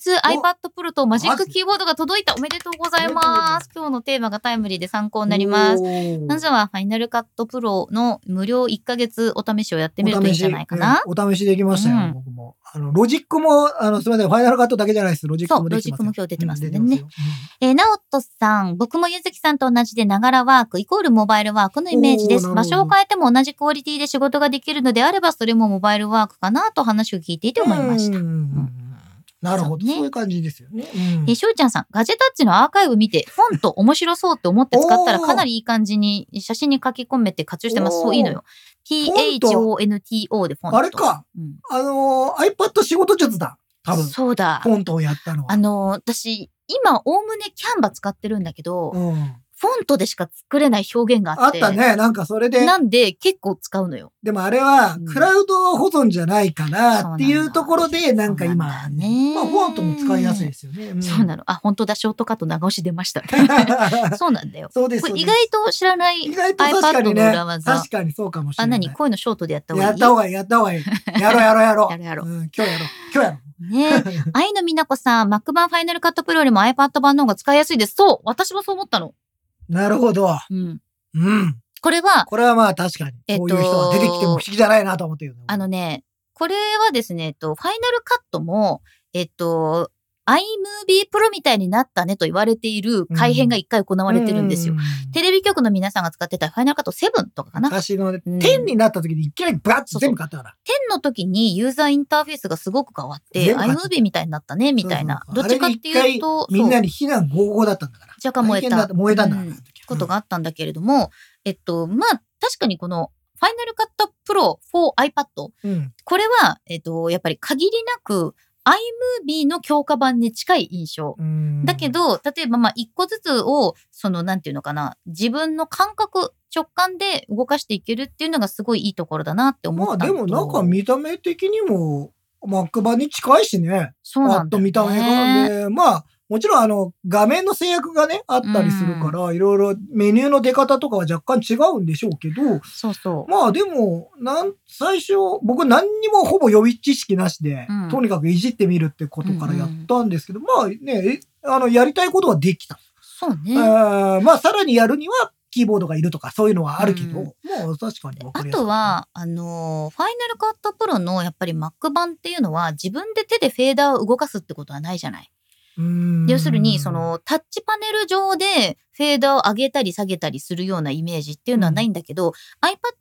S3: Pro とマジックキーボードが届いた。おめでとうございます。今日のテーマがタイムリーで参考
S2: う
S3: になります。
S2: す
S3: まずはファイナルカットプロの無料1ヶ月お試しをやってみるといいんじゃないかな。
S2: お試しお試しできましたよ、
S3: うん
S2: 僕も。あの、ロジックも、あの、すみません、ファイナルカットだけじゃないです。ロジック
S3: そう、
S2: も
S3: ロ
S2: でき
S3: ジ
S2: て
S3: ッ
S2: ますよ
S3: クも今日出てます
S2: うんん出
S3: でね
S2: て。ます
S3: えー、なおとさん、僕もゆずきさんと同じでながらワークイコールモバイルワークのイメージです。
S2: おー
S3: 場
S2: なるほど
S3: 所を変えても同じクオリティで仕事ができるのであれば、それもモバイルワークかなと話を聞いていて
S2: よ
S3: 思いました。
S2: うんうんうんうんなるほど。
S3: そうね
S2: そういう感じですよね。うん
S3: えー、しょうちゃんさん、ガジェタッチのアーカイブ見て、フォント面白そうって思って使ったらかなりいい感じに写真に書き込めて活用してます。
S2: おー
S3: そう、いいのよ。
S2: ォント
S3: PHONTO でフォント。
S2: あれか。
S3: うん。
S2: あのー、iPad 仕事術だ。多分。
S3: そうだ
S2: コ。ントをやったのは。
S3: あのー、私、今、おおむねキャンバ使ってるんだけど、
S2: うん
S3: フォントでしか作れない表現があ
S2: あ
S3: っ。
S2: ってたね。なんかそれで、
S3: なんで結構使うのよ。
S2: でもあれは
S3: うん
S2: クラウド保存じゃないか
S3: そうなんだ
S2: なっていうところで、なんか今、
S3: そうなんだね
S2: まあフォントも使いやすいですよね。ん
S3: そうなの。あ、本当だ、ショートカット長押し出ました。そうなんだよ。
S2: そうです。
S3: こ
S2: そう
S3: れ
S2: です
S3: 意外と知らない
S2: 意外と確かに
S3: iPad の
S2: ね
S3: 裏。技
S2: 確かにそうかもし
S3: あ、
S2: れない。
S3: 何こういうのショートでやった方がいい
S2: やった方がいい、やった方がいい。 やろうやろうやろう。
S3: やろうやろう
S2: うん今日やろう。今日やろ
S3: ねえ。愛の美奈子さん、Mac 版ファイナルカットプロよりも iPad 版の方が使いやすいです。そう私もそう思ったの。
S2: う。なるほど。
S3: うん。
S2: うん。
S3: これは、
S2: これはまあ確かに。
S3: えっ
S2: ことういう人が出てきても不思議じゃないなと思ってるよね。
S3: あのね、これはですね、えっと、ファイナルカットも、えっと、iMovie Pro みたいになったねと言われている改編が一回行われてるんですよ。
S2: う。
S3: テレビ局の皆さんが使ってたファイナルカット7とかかな。10
S2: 昔のね
S3: うん
S2: 10になった時にいきなりバッと全部買ったから。
S3: の時にユーザーインターフェースがすごく変わって、
S2: 全部変わっちゃった
S3: iMovie みたいになったね、みたいな。
S2: そう
S3: ど
S2: そう
S3: っちかっていうと、
S2: みん
S3: そう
S2: なに非難合々だったんだから。
S3: 若干燃え
S2: 大変だ
S3: た
S2: った燃えたんだから。
S3: うん
S2: あの時
S3: ことがあったんだけれども、えっと、まあ、確かにこの、ファイナルカットプロ for iPad。
S2: うん。
S3: これは、えっと、やっぱり限りなく iMovie の強化版に近い印象。
S2: うん
S3: だけ、ど、例えばまあ、一個ずつを、その、なんていうのかな、自分の感覚、直感で動かしていけるっていうのがすごいいいところだなって思っ
S2: まあ
S3: た
S2: で
S3: の
S2: も
S3: と
S2: なんか見た目的にも、Mac 版に近いしね。
S3: そう
S2: パ
S3: な
S2: ッ
S3: ん
S2: と
S3: だよね
S2: 見た目がね。まあ、もちろんあの、画面の制約がね、あったりするから、いろいろメニューの出方とかは若干違うんでしょうけど、
S3: そうそう。
S2: まあでも、なん、最初、僕何にもほぼ予備知識なしで、
S3: うん
S2: とにかくいじってみるってことからやったんですけど、まあね、えあの、やりたいことはできた。
S3: そうね。
S2: あーまあさらにやるには、キーボードがいるとか、そういうのはあるけど、
S3: うん
S2: もう確かに分か
S3: あ
S2: りやすい
S3: と、は、あのーファイナルカットプロのやっぱり Mac 版っていうのは自分で手でフェーダーを動かすってことはないじゃない。
S2: うん
S3: 要するに、そ、のタッチパネル上でフェーダーを上げたり下げたりするようなイメージっていうのはないんだけど、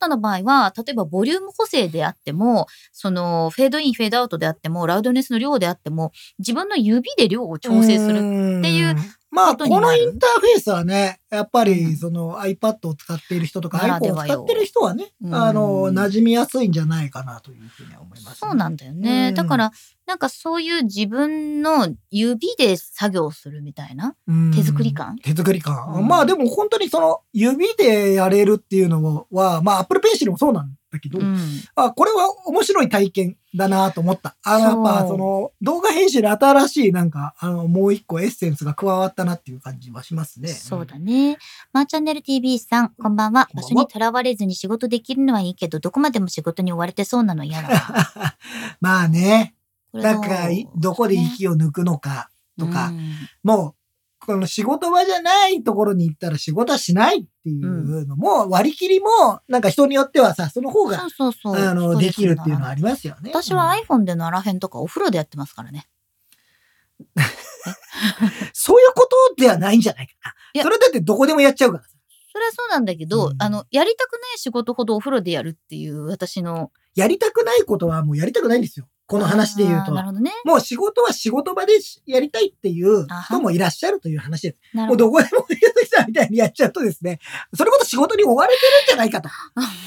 S3: iPad の場合は、例えばボリューム補正であっても、そのフェードイン、フェードアウトであっても、ラウドネスの量であっても、自分の指で量を調整する。
S2: る
S3: っていう。
S2: まあ、
S3: こと
S2: こ
S3: になる
S2: のインターフェースはね、やっぱ
S3: うん
S2: りその iPad を使っている人とか
S3: ならで
S2: iPhone を
S3: はよ
S2: 使ってる人はね、
S3: うん
S2: あの、馴染みやすいんじゃないかなというふうには思いますね、
S3: そうなんだよね。
S2: うん
S3: だから、なんかそういう自分の指で作業するみたいな。
S2: うん
S3: 手作り感
S2: 手作り感、
S3: うん
S2: まあでも本当にその指でやれるっていうのは、まあ Apple Pencil もそうなんだけど、
S3: うん
S2: あこれは面白い体験だなと思った。あのや
S3: そう
S2: っぱその動画編集で新しいなんか、あのもう一個エッセンスが加わったなっていう感じはしますね。
S3: そうだね。マーチャンネル TV さん、こんばんは。
S2: こんば
S3: 場
S2: んは
S3: 所にとらわれずに仕事できるのはいいけど、どこまでも仕事に追われてそうなの嫌だな。
S2: まあね、
S3: こ れ
S2: なんかいどこで息を抜くのか。とか
S3: うん
S2: もう、この仕事場じゃないところに行ったら仕事はしないっていうのも、割り切りも、なんか人によってはさ、その方
S3: そ
S2: が、
S3: うそうそう。
S2: あの、できるっていうのは
S3: は
S2: ありますよね。
S3: 私は iPhone で奈良編とかお風呂でやってますからね。
S2: うんそういうことではないんじゃないか
S3: いや
S2: な。それだってどこでもやっちゃうから。
S3: それはそうなんだけど、
S2: うん
S3: あの、やりたくない仕事ほどお風呂でやるっていう私の。
S2: やりたくないことはもうやりたくないんですよ。この話で言う
S3: あー
S2: と
S3: な。るほどね。
S2: もう仕事は仕事場でしやりたいっていう
S3: あは
S2: 人もいらっしゃるという話です。
S3: なる
S2: も
S3: ほ
S2: う
S3: ど。
S2: どこでも言うときさんみたいにやっちゃうとですね、それこそ仕事に追われてるんじゃないかと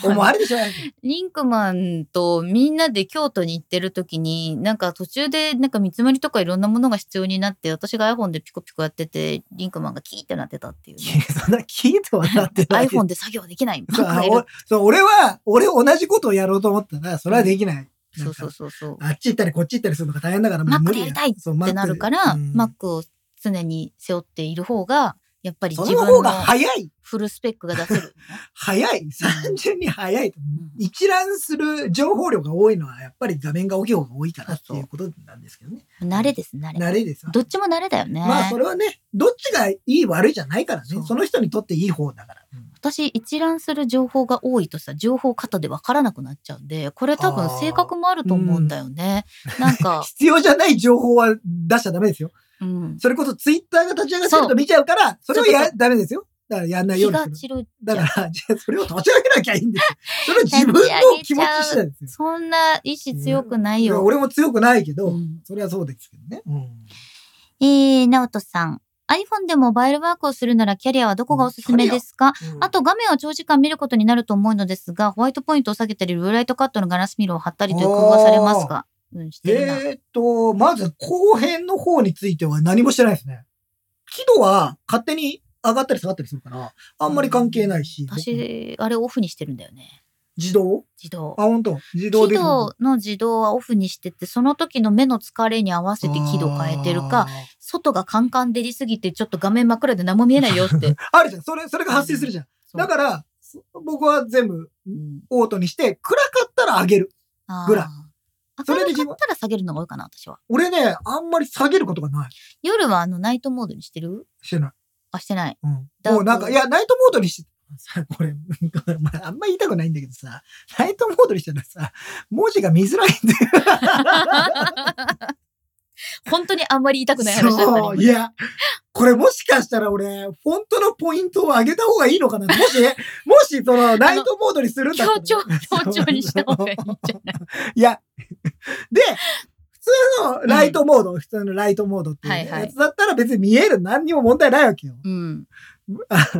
S2: 思われてしまう。
S3: リンクマンとみんなで京都に行ってる時に、なんか途中でなんか見積もりとかいろんなものが必要になって、私が iPhone でピコピコやってて、リンクマンがキーってなってたっていう、ね。
S2: そんな聞いてはなってない。
S3: iPhone で作業できない。
S2: そう
S3: なんか
S2: あ
S3: い
S2: お
S3: る
S2: そう俺は、俺同じことをやろうと思ったら、それはできない。なん
S3: そう
S2: か
S3: そうそうそう。
S2: あっち行ったりこっち行ったりするのが大変だから、もう
S3: Mac
S2: 無
S3: で
S2: 理
S3: やりたい
S2: そう
S3: っ
S2: Mac
S3: て
S2: で
S3: なるから、
S2: うん
S3: マックを常に背負っている方が、やっぱり
S2: そ
S3: 自
S2: の方
S3: 分の
S2: が早い。
S3: フルスペックが出せ る。
S2: 早い。単純に早い。
S3: ん
S2: 一覧する情報量が多いのは、やっぱり画面が大きい方が多いからっていうことなんですけどね。
S3: 慣れです、慣れ。
S2: 慣れですわ
S3: どっちも慣れだよね。
S2: まあ、それはね、どっちがいい悪いじゃないからね。
S3: そう
S2: その人にとっていい方だから。
S3: 私、一覧する情報が多いとさ、情報型でわからなくなっちゃうんで、これ多分
S2: あー
S3: 性格もあると思うんだよね。な んか、
S2: 必要じゃない情報は出しちゃダメですよ。
S3: うん。
S2: それこそツイッターが立ち上がってる
S3: そう
S2: と見ちゃうから、それは
S3: そういう
S2: や、ダメですよ。だからやんないよ
S3: 気
S2: うに
S3: が
S2: する。
S3: 散る。
S2: だから、じゃあそれを立ち上げなきゃいいんですよ。それは自分の気持ち次第ですよ。
S3: そんな意志強くない
S2: いや
S3: よ。
S2: 俺も強くないけど、
S3: うん
S2: それはそうですけどね。うん
S3: えー、ナオトさん。iPhone でモバイルワークをするならキャリアはどこがおすすめですかあと画面を長時間見ることになると思うのですが、ホワイトポイントを下げたり、ルーライトカットのガラスミラーを貼ったりという工夫はされますかうん、してるな。
S2: えーっと、まず後編の方については何もしてないですね。喜怒は勝手に上がったり下がったりするから、あんまり関係ないし。
S3: 私、あれオフにしてるんだよね。
S2: 自動
S3: 自動
S2: あ、。本当自動
S3: 輝
S2: で。
S3: 度の自動はオフにしてて、その時の目の疲れに合わせて輝度変えてるか、
S2: あー。
S3: 外がカンカン出りすぎて、ちょっと画面真っ暗で何も見えないよって。
S2: あるじゃん。それ、それが発生するじゃん。
S3: そう
S2: だから、そ僕は全部
S3: うん
S2: オートにして、暗かったら上げる。
S3: あー
S2: ぐらい
S3: 明
S2: それで
S3: る
S2: 自
S3: か
S2: 分
S3: ったら下げるのが多いかな、私は。
S2: 俺ね、あんまり下げることがない。
S3: 夜はあの、ナイトモードにしてる
S2: してない。
S3: あ、し てない。
S2: うん。
S3: だ
S2: もうなんか、いや、ナイトモードにして、 さ、これ、まあ、あんま言いたくないんだけどさ、ナイトモードにしてたらさ、文字が見づらいんだよ。
S3: 本当にあんまり言いたくない話だった
S2: そう、
S3: ね。
S2: いや、これもしかしたら俺、フォントのポイントを上げた方がいいのかなも し、もし、その、ナイトモードにするんだったら
S3: 強調、強調にした方がいいんじゃない
S2: いや、 で、普通のライトモード、普通のライトモードっていう
S3: はいはい
S2: やつだったら別に見える何にも問題ないわけよ。
S3: うん。
S2: あライ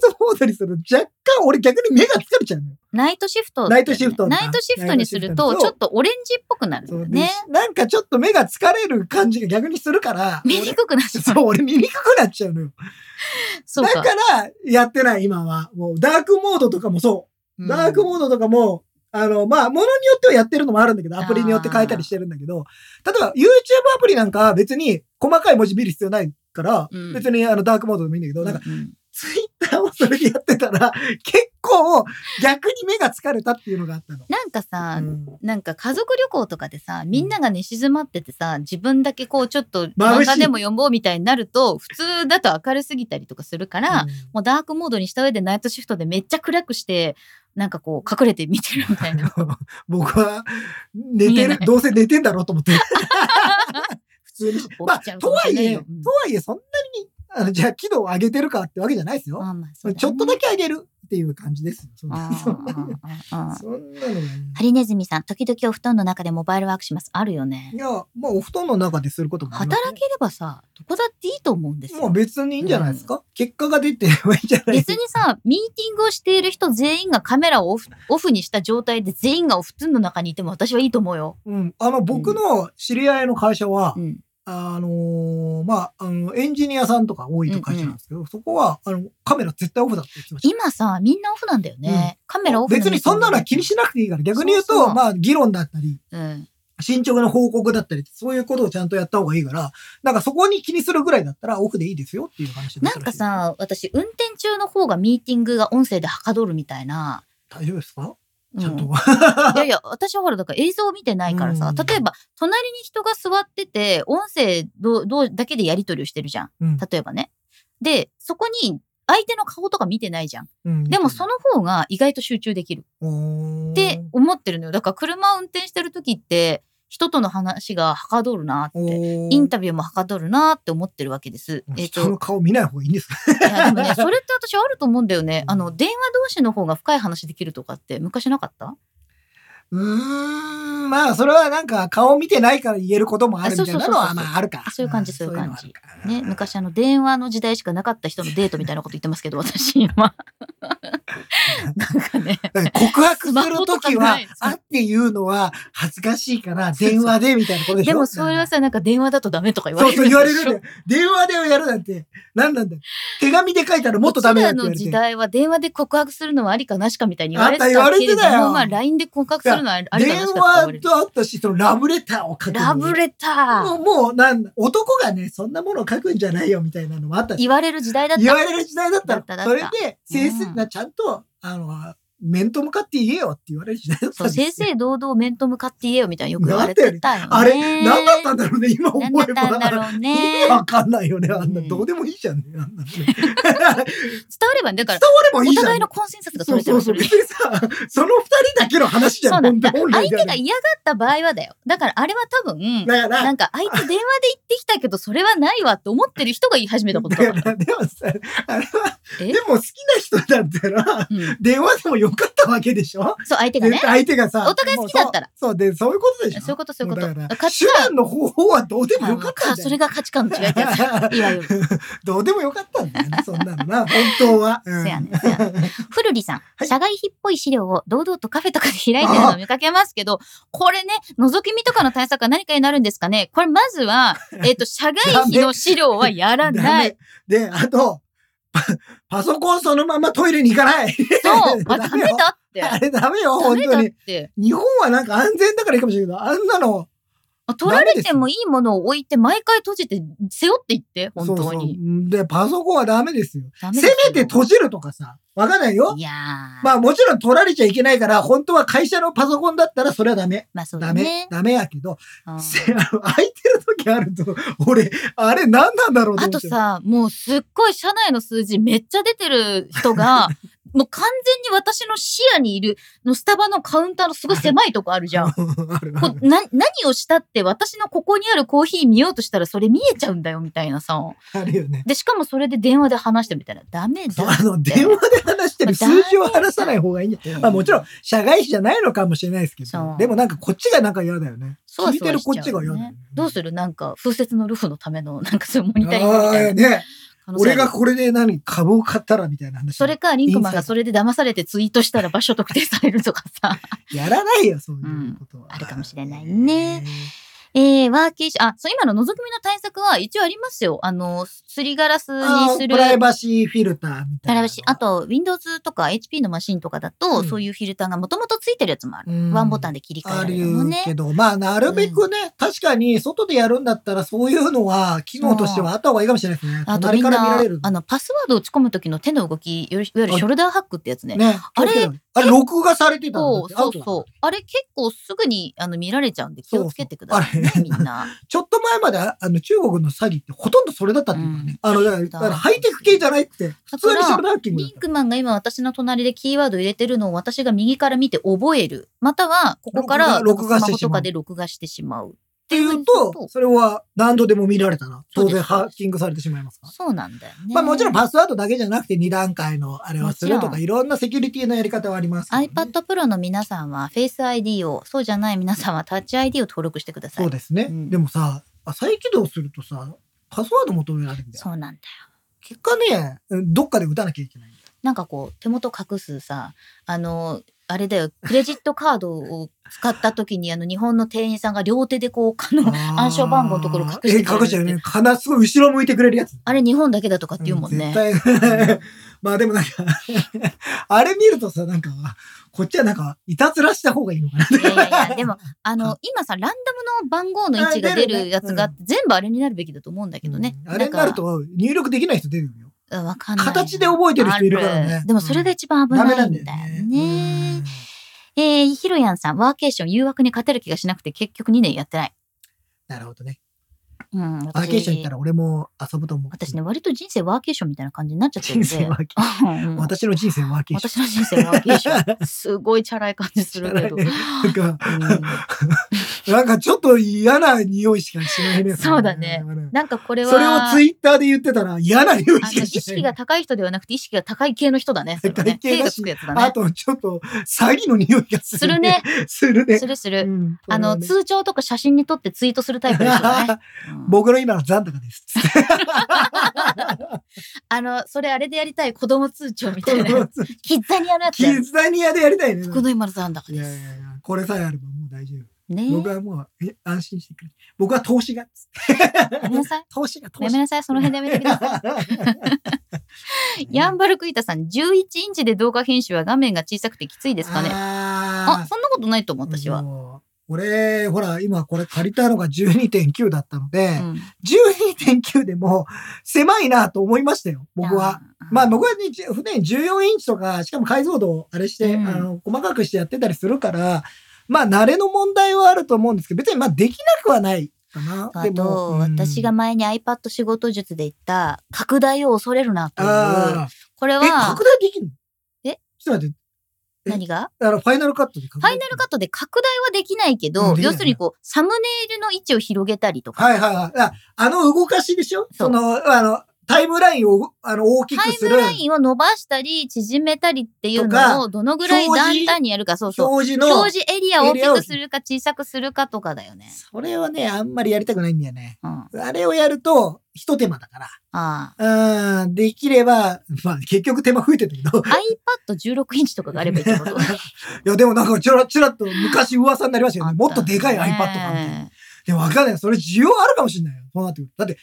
S2: トモードにすると若干俺逆に目が疲れちゃうのよ。
S3: ナイトシフト、
S2: ナイトシフト
S3: ナイトシフトにすると、
S2: ナイトシ
S3: ちょ
S2: フト
S3: っとオレンジっぽくなるんだ
S2: そう
S3: よ
S2: で
S3: ね。
S2: なんかちょっと目が疲れる感じが逆にする から。
S3: 見にくくなっち
S2: 俺
S3: ゃ。
S2: そうう、俺見にくくなっちゃうのよ。
S3: そう
S2: だ
S3: か
S2: か。ら、やってない、今は。もう、ダークモードとかもそうう。ダークモードとかも、あの、まあ、ものによってはやってるのもあるんだけど、アプリによって変えたりしてるんだけど、例えば、YouTube アプリなんかは別に細かい文字見る必要ないから、
S3: うん
S2: 別にあの、ダークモードでもいいんだけど、
S3: ド
S2: なんか、Twitter をそれでやってたら、結構、逆に目が疲れたっていうのがあったの。
S3: なんかさ、
S2: うん
S3: なんか家族旅行とかでさみんなが寝静まっててさ自分だけこうちょっ
S2: 眩
S3: と
S2: しい
S3: 漫画でも読もうみたいになると普通だと明るすぎたりとかするから、
S2: うん
S3: もうダークモードにした上でナイトシフトでめっちゃ暗くしてなんかこう隠れて見てるみ たいな
S2: 僕は寝
S3: 見
S2: て
S3: えな
S2: る
S3: い、
S2: どうせ寝てんだろうと 思って。普通に。まあ、
S3: ちゃうか
S2: と
S3: も
S2: は
S3: しれ
S2: い
S3: ない
S2: え、
S3: よ
S2: とはいえ、そんなに、あの、じゃあ、軌道を上げてるかってわけじゃないですよ。
S3: まあまあそうだね
S2: ちょっとだけ上げるっていう感じですよ。そんな
S3: あ
S2: そんな
S3: ーあーあー
S2: そんなのがね
S3: ハリネズミさん時々お布団の中でモバイルワークしますあるよね
S2: いや、まあ、お布団の中ですることもありますね
S3: 働ければさどこだっていいと思うんです
S2: も
S3: よ
S2: う別にいいんじゃないですか、結果が出てればいいんじゃないです
S3: 別
S2: か
S3: にさ、ミーティングをしている人全員がカメラをオフオフにした状態で全員がお布団の中にいても私はいいと思うよ。
S2: うん。あの、僕の知り合いの会社は、
S3: うん。
S2: あのーまあ、あの、エンジニアさんとか多いと会社なんですけど、そこは、あの、カメラ絶対オフだって言ってました。
S3: 今さ、みんなオフなんだよね。カメラオフ
S2: 別にそんなのは気に
S3: し、
S2: しなくていいから、逆に言うと、
S3: そうそう
S2: まあ、議論だったり、
S3: うん、
S2: 進捗の報告だったり、そういうことをちゃんとやった方がいいから、なんかそこに気にするぐらいだったらオフでいいですよっていう話だ
S3: な
S2: った
S3: ん
S2: ら
S3: か
S2: しい、
S3: さ、私、運転中の方がミーティングが音声ではかどるみたいな。
S2: 大丈夫ですか
S3: うん
S2: ちゃんと。
S3: いやいや、私はほら、だから映像を見てないからさ、
S2: うん
S3: 例えば、隣に人が座ってて、音声どうどうだけでやり取りをしてるじゃん。
S2: うん
S3: 例えばね。で、そこに相手の顔とか見てないじゃん。
S2: うん
S3: でも、その方が意外と集中できる。
S2: の
S3: って思ってるのよ。だから車を運転してる時って人との話がはかどるなって。インタビューもはかどるなって思ってるわけです。えっ、
S2: 人の
S3: と、
S2: 顔見ない方がいいんですか
S3: いやでもね、それって私あると思うんだよね。
S2: うん
S3: あの、電話同士の方が深い話できるとかって昔なかった
S2: うーん、まあ、それはなんか顔見てないから言えることもあるみたいなの
S3: あそ
S2: は、
S3: うそうそうそう
S2: まあ、あるか。
S3: そういう感じ
S2: ん
S3: そういう感じ
S2: のはあるか
S3: ね、昔あの、電話の時代しかなかった人のデートみたいなこと言ってます けど、私今。なんかね、
S2: だから告白するとき
S3: スマホとか
S2: は
S3: ない、
S2: あっていうのは恥ずかしいから、 電話でみたいなことでしょ
S3: でもそれはさ、なんか電話だとダメとか言わ
S2: そ
S3: れ
S2: うそう
S3: る
S2: 言われるん
S3: でし
S2: だ
S3: ょ
S2: よ。電話でやるなんて、何なんだよ。手紙で書いたらもっとダメだって言わ
S3: う
S2: れ
S3: ち
S2: て
S3: らの時。代は電話で告白するのはありかなしかみたいに言われてた
S2: あんた言われてた
S3: けれ
S2: よ
S3: ども、まあ LINE で告白するのはありかなしか
S2: 電
S3: って言われ
S2: 話
S3: る。
S2: とあったし、そのラブレターを書くの。
S3: ラブレタ
S2: も
S3: ー
S2: うもうなん、男がね、そんなものを書くんじゃないよみたいなのもあったし
S3: 言われる時代だった。
S2: 言われる時代だった
S3: だっただ
S2: ら、
S3: った
S2: それで、先
S3: う
S2: 生
S3: ん
S2: な、ちゃんと、あの、面と向かって言えよって言われる時代だった
S3: そ
S2: ん
S3: う、
S2: ですよ
S3: 先生堂々面と向かって言えよみたいによく言われてたよね。
S2: あれ、何だったんだろうね、今思
S3: 何だっ
S2: えば。
S3: たんだろうね。
S2: 意味
S3: 伝
S2: わかんないよね、あんな。
S3: うん
S2: どうでもいいじゃんね、あんなのね
S3: わればね、だか
S2: 伝われば
S3: ら、
S2: いい
S3: お
S2: じゃん。
S3: 互いのコンセンサスが
S2: そ
S3: 取
S2: う
S3: れて
S2: そ
S3: る
S2: うそう。別にさ、その二人だけの話じ
S3: そ
S2: ゃ、
S3: うんなんだ。
S2: 本当
S3: 相
S2: 本来で
S3: 手
S2: あれ
S3: が嫌がった場合はだよ。だからあれは多分、
S2: だから、
S3: なんかあいつ電話で言ってきたけど、それはないわって思ってる人が言い始めたこと
S2: だ
S3: だか。
S2: かららでもさ、あれは、
S3: え
S2: でも好きな人だったら、
S3: うん。
S2: 電話でもよかったわけでしょ
S3: そう、相手が
S2: 絶
S3: ね
S2: 対。相手がさ、
S3: お互い好きだったら
S2: もうそう。そうで、そういうことでしょ
S3: そういうこと、そういう
S2: も
S3: こと。
S2: だから
S3: 価
S2: 手
S3: 値観
S2: 段の方法はどうでも
S3: あ
S2: よ
S3: の
S2: かった
S3: か
S2: んだ
S3: そ
S2: よ
S3: れが価値観の違いっ てやついわゆる。
S2: どうでもよかったんだよね、そんなのな、本当は。う
S3: そ
S2: ん
S3: やねんそやねん。ふるりさん、
S2: はい
S3: 社外費っぽい資料を堂々とカフェとかで開いてるのを見かけますけど、これね、覗き見とかの対策は何かになるんですかねこれまずは、えっ、と、社外費の資料はやら
S2: ダ
S3: ない。
S2: メで、あと、パソコンそのままトイレに行かない。
S3: そうあ、
S2: ダ
S3: ダ
S2: メ
S3: メ
S2: よ
S3: だって。
S2: あ
S3: ダ
S2: れダメよ、本
S3: メ
S2: 当
S3: だっ
S2: に。
S3: て。
S2: 日本はなんか安全だからいいかもしれないけど、あんなの、
S3: あ取られてもいいものを置いて、毎回閉じて、背負っていって、本当
S2: そう
S3: に。
S2: そうで、パソコンはダメですよ。
S3: ダメ
S2: せめて閉じるとかさ、わかんないよ
S3: い。やー。
S2: まあもちろん取られちゃいけないから、本当は会社のパソコンだったらそれはダメ。
S3: まあ、そう
S2: ダ
S3: だ
S2: メ、
S3: ね。
S2: ダメやけど、
S3: うん
S2: せあの空いてる時あると、俺、あれ何なんだろうと
S3: あ
S2: 思
S3: と
S2: って。
S3: さ、もうすっごい社内の数字めっちゃ出てる 人が、もう完全に私の視野にいる、のスタバのカウンターのすごい狭いとこあ るじゃん。
S2: あるあ
S3: こ
S2: る
S3: うな何をしたって私のここにあるコーヒー見ようとしたらそれ見えちゃうんだよみたいなさ。
S2: あるよね。
S3: で、しかもそれで電話で話してみたいな。ダメ
S2: そう
S3: だ。
S2: あの、電話で話してる
S3: ダメ
S2: 数字を話さない方がいいんじゃないまあもちろん、社外費じゃないのかもしれないですけ
S3: そ
S2: ど
S3: う、
S2: でもなんかこっちがなんか嫌だよね。
S3: そわ
S2: 聞い
S3: そ
S2: て
S3: わ
S2: る
S3: し
S2: こ
S3: ちゃ
S2: っちが
S3: う
S2: 嫌
S3: よ
S2: だよね
S3: ね。。どうするなんか、風雪のルフのための、なんかそういうモニタリングみ
S2: あ
S3: た
S2: あ
S3: いな
S2: ね。
S3: 可能性
S2: 俺
S3: ある
S2: がこれで何株を買ったらみたいな話。
S3: それか、リンクマンがそれで騙されてツイートしたら場所特定されるとかさ。
S2: やらないよ、そういうことは。
S3: んあるかもしれないね。えー、ワーケーション、あ、そう、今の覗き見の対策は一応ありますよ。あの、すりガラス
S2: あ
S3: に
S2: の
S3: する。
S2: プライバシーフィルターみたいなの。
S3: 並べし、あと、Windows とか HP のマシンとかだと、
S2: うん
S3: そういうフィルターがもともとついてるやつもある。
S2: うん
S3: ワンボタンで切り替え
S2: あ
S3: られ
S2: る
S3: るの
S2: け
S3: ね。
S2: ど、まあ、なるべくね、確かに、外でやるんだったら、そういうのは、機能としてはあった方がいいかもしれないですね。
S3: あと
S2: 隣
S3: みん
S2: から見
S3: な
S2: られる、。
S3: あの、パスワードを打ち込む時の手の動き、よりいわゆるショルダーハックってやつね。
S2: ね、
S3: あれ
S2: 気をつけてあれ、録画されてたんだ
S3: そ
S2: っ
S3: う
S2: て
S3: そ
S2: アウ
S3: う
S2: トだ
S3: そう。あれ結構すぐにあの見られちゃうんで気をつけてください
S2: そう
S3: ね
S2: そ、う
S3: みんな。
S2: ちょっと前まで、ああの、中国の詐欺ってほとんどそれだったっていうからね。
S3: うん
S2: あの、だから、だからハイテク系じゃないって、普通にショルダーキングだっ
S3: リン
S2: た。
S3: クマンが今私の隣でキーワードを入れてるのを私が右から見て覚える。または、ここから
S2: 録画録画
S3: ス
S2: してし
S3: マ
S2: まう
S3: ホとかで録画してしまう。
S2: っていうと、それは何度でも見られたら、当
S3: そうで
S2: 然
S3: すそうです
S2: ハッキングされてしまいますから。
S3: そうなんだよね。
S2: まあもちろんパスワードだけじゃなくて2段階のあれをすると
S3: もち
S2: かいろんなセキュリティのやり方はありますからね
S3: iPad Pro の皆さんは Face ID を、そうじゃない皆さんは Touch ID を登録してください。
S2: そうですね、
S3: うん
S2: でもさ再起動するとさパスワード求められるんだよ
S3: そうなんだよ。
S2: 結果ねうんどっかで打たなきゃいけない
S3: なんかこう、手元隠すさ、あの、あれだよ、クレジットカードを使った時に、あの、日本の店員さんが両手でこう、あの、 暗証番号のところ隠して
S2: え隠して
S3: くれ
S2: る
S3: る
S2: ね鼻すごい後ろ向いてくれるやつ
S3: あれ日本だけだとかって言うもん
S2: 絶
S3: ね。
S2: 対 まあでもなんかあれ見るとさなんかこっちはなんかいたずらした方がいいのかない
S3: やいやいや、でも、あの、今さ、ランダムの番号の位置が出るやつがあって、全部あれになるべきだと思うんだけどね。
S2: うんあれになる
S3: んか
S2: と入力できない人出るよ
S3: うんわかんない。
S2: 形で覚えてる人いるからね
S3: あでもそれが一番危
S2: ダ
S3: な
S2: メないん
S3: ん
S2: だよ
S3: だよ
S2: ね
S3: ね。
S2: うん
S3: えー、ひろやんさん、ワーケーション誘惑に勝てる気がしなくて結局2年やってない。
S2: なるほどね
S3: うん、
S2: ワーケーション行った
S3: ら。
S2: ら俺も遊ぶと思う
S3: 私ね、割と人生ワーケーションみたいな感じになっちゃってるん
S2: 人
S3: で。
S2: 生ワーケーション
S3: うん
S2: 私の人生ワーケーション
S3: 私の人生ワーケーション。すごいチャラい感じするけど。
S2: チ なんか、
S3: う
S2: なんかちょっと嫌な匂いしかしないね。
S3: そうだね
S2: なん
S3: んなんかこれ
S2: か。
S3: は。
S2: それをツイッターで言ってたら嫌な匂い
S3: あ
S2: し
S3: の
S2: か
S3: 意
S2: しない。
S3: 識が高い人ではなくて意識が高い系の人だね。それはね
S2: 高い系
S3: 手
S2: だ
S3: が
S2: し
S3: つくやつだ
S2: あ
S3: ね。
S2: とちょっと詐欺の匂いがす
S3: す
S2: る
S3: るね。。
S2: するね。
S3: するす
S2: う
S3: る。
S2: ん
S3: あの、
S2: こ
S3: 通帳とか写真に撮ってツイートするタイプ
S2: れ
S3: の人
S2: は
S3: だ
S2: ね
S3: ね。うん
S2: 僕の今の残高 です。つって
S3: あの、それあれでやりたい子供通帳みたいなやつ。キッザニアのやつ
S2: キ
S3: だよ。
S2: ッザニアでやりたいね。
S3: 僕の今の残高
S2: い
S3: で
S2: やいやい
S3: す。
S2: や、これさえあればもう大丈夫。
S3: ね
S2: 僕はもう、え、安心してくれ。僕は投資が、
S3: え。やめなさい。
S2: 投資が、投
S3: や
S2: 資
S3: め
S2: が。
S3: なさい。その辺でやめてく ださい。ヤンバルクイタさん、11インチで動画編集は画面が小さくてきついですかね。
S2: あ
S3: あ
S2: ー、
S3: そんなことないと思う、私は。
S2: もう俺、ほら、今これ借りたのが12.9だったので、
S3: うん
S2: 12.9でも狭いなと思いましたよ、僕は。。まあ僕はね、じ普段14インチとか、しかも解像度をあれして、
S3: うん
S2: あの、細かくしてやってたりするから、まあ慣れの問題はあると思うんですけど、別にまあできなくはないかな。
S3: あ
S2: でも
S3: と、
S2: うん
S3: 私が前に iPad 仕事術で言った、拡大を恐れるなという。
S2: あ
S3: これ
S2: あ。え、
S3: は
S2: 拡、大できるの
S3: え
S2: ちょっと待って、え
S3: 何が
S2: あの、ファイナルカットで
S3: フ
S2: 拡大
S3: ァイナルカットで拡大はできないけ
S2: う
S3: ど、
S2: んできない
S3: 要するにこう、サムネイルの位置を広げたりとか、
S2: はいはいはい。ああの動かしでしょ
S3: そ
S2: そ
S3: う
S2: の、あの、タイムラインをあの大き
S3: タ
S2: く
S3: イ
S2: す
S3: ム
S2: る。
S3: ラインを伸ばしたり、縮めたりっていう
S2: とか
S3: のを、どのぐらい
S2: 表
S3: 段
S2: 示
S3: 々にやるか、そうそう。
S2: 表示の。
S3: 表示エリアを大きくするか小さくするかとかだよね。
S2: それはね、あんまりやりたくないんだよね。
S3: うん。あ
S2: あれをやると、一手間だから。
S3: あ。
S2: うーん、できれば、まあ結局手間増えてるけど。
S3: iPad16 インチとかがあればいいってこと
S2: いや、でもなんかちらちらっと昔噂になりましたよね。もっとでかい iPad がみたいな。
S3: ね
S2: でもわかんない。それ需要あるかもしれないよ。そうなってくると。だって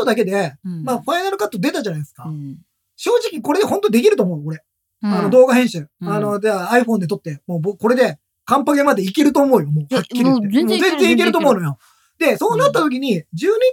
S2: iPad だけで、
S3: うん
S2: まあファイナルカット出たじゃないですか。
S3: うん
S2: 正直これで本当できると思う、俺。
S3: うん
S2: あの動画編集。
S3: うん
S2: あの、では iPhone で撮って、もう僕これでカンパゲまでいけると思うよ、もう。
S3: や
S2: はっきり言って。
S3: もう全然いける
S2: もういけると思うのよ。で、そうなった時に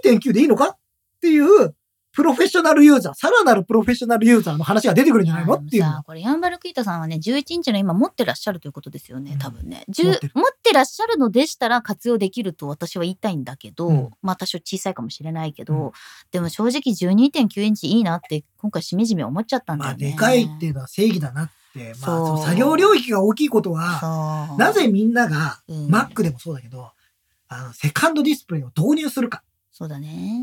S2: 12.9でいいのかっていう、プロフェッショナルユーザー、さらなるプロフェッショナルユーザーの話が出てくるんじゃないの
S3: あの
S2: っていうの
S3: さこれヤンバルクイータさんはね11インチの今持ってらっしゃるということですよね
S2: うん
S3: 多分ね、
S2: 持
S3: 持っ
S2: ってる
S3: 持ってらっしゃるのでしたら活用できると私は言いたいんだけど、
S2: うん
S3: まあ多少小さいかもしれないけど、
S2: うん
S3: でも正直12.9インチいいなって今回しみじみ思っちゃったんだ
S2: まあ、
S3: よね。
S2: でかいっていうのは正義だなって。まあ、
S3: そう
S2: その作業領域が大きいことは、
S3: そう
S2: なぜみんなが、
S3: うん
S2: Mac でもそうだけど、あの、セカンドディスプレイを導入するか。
S3: そうだね。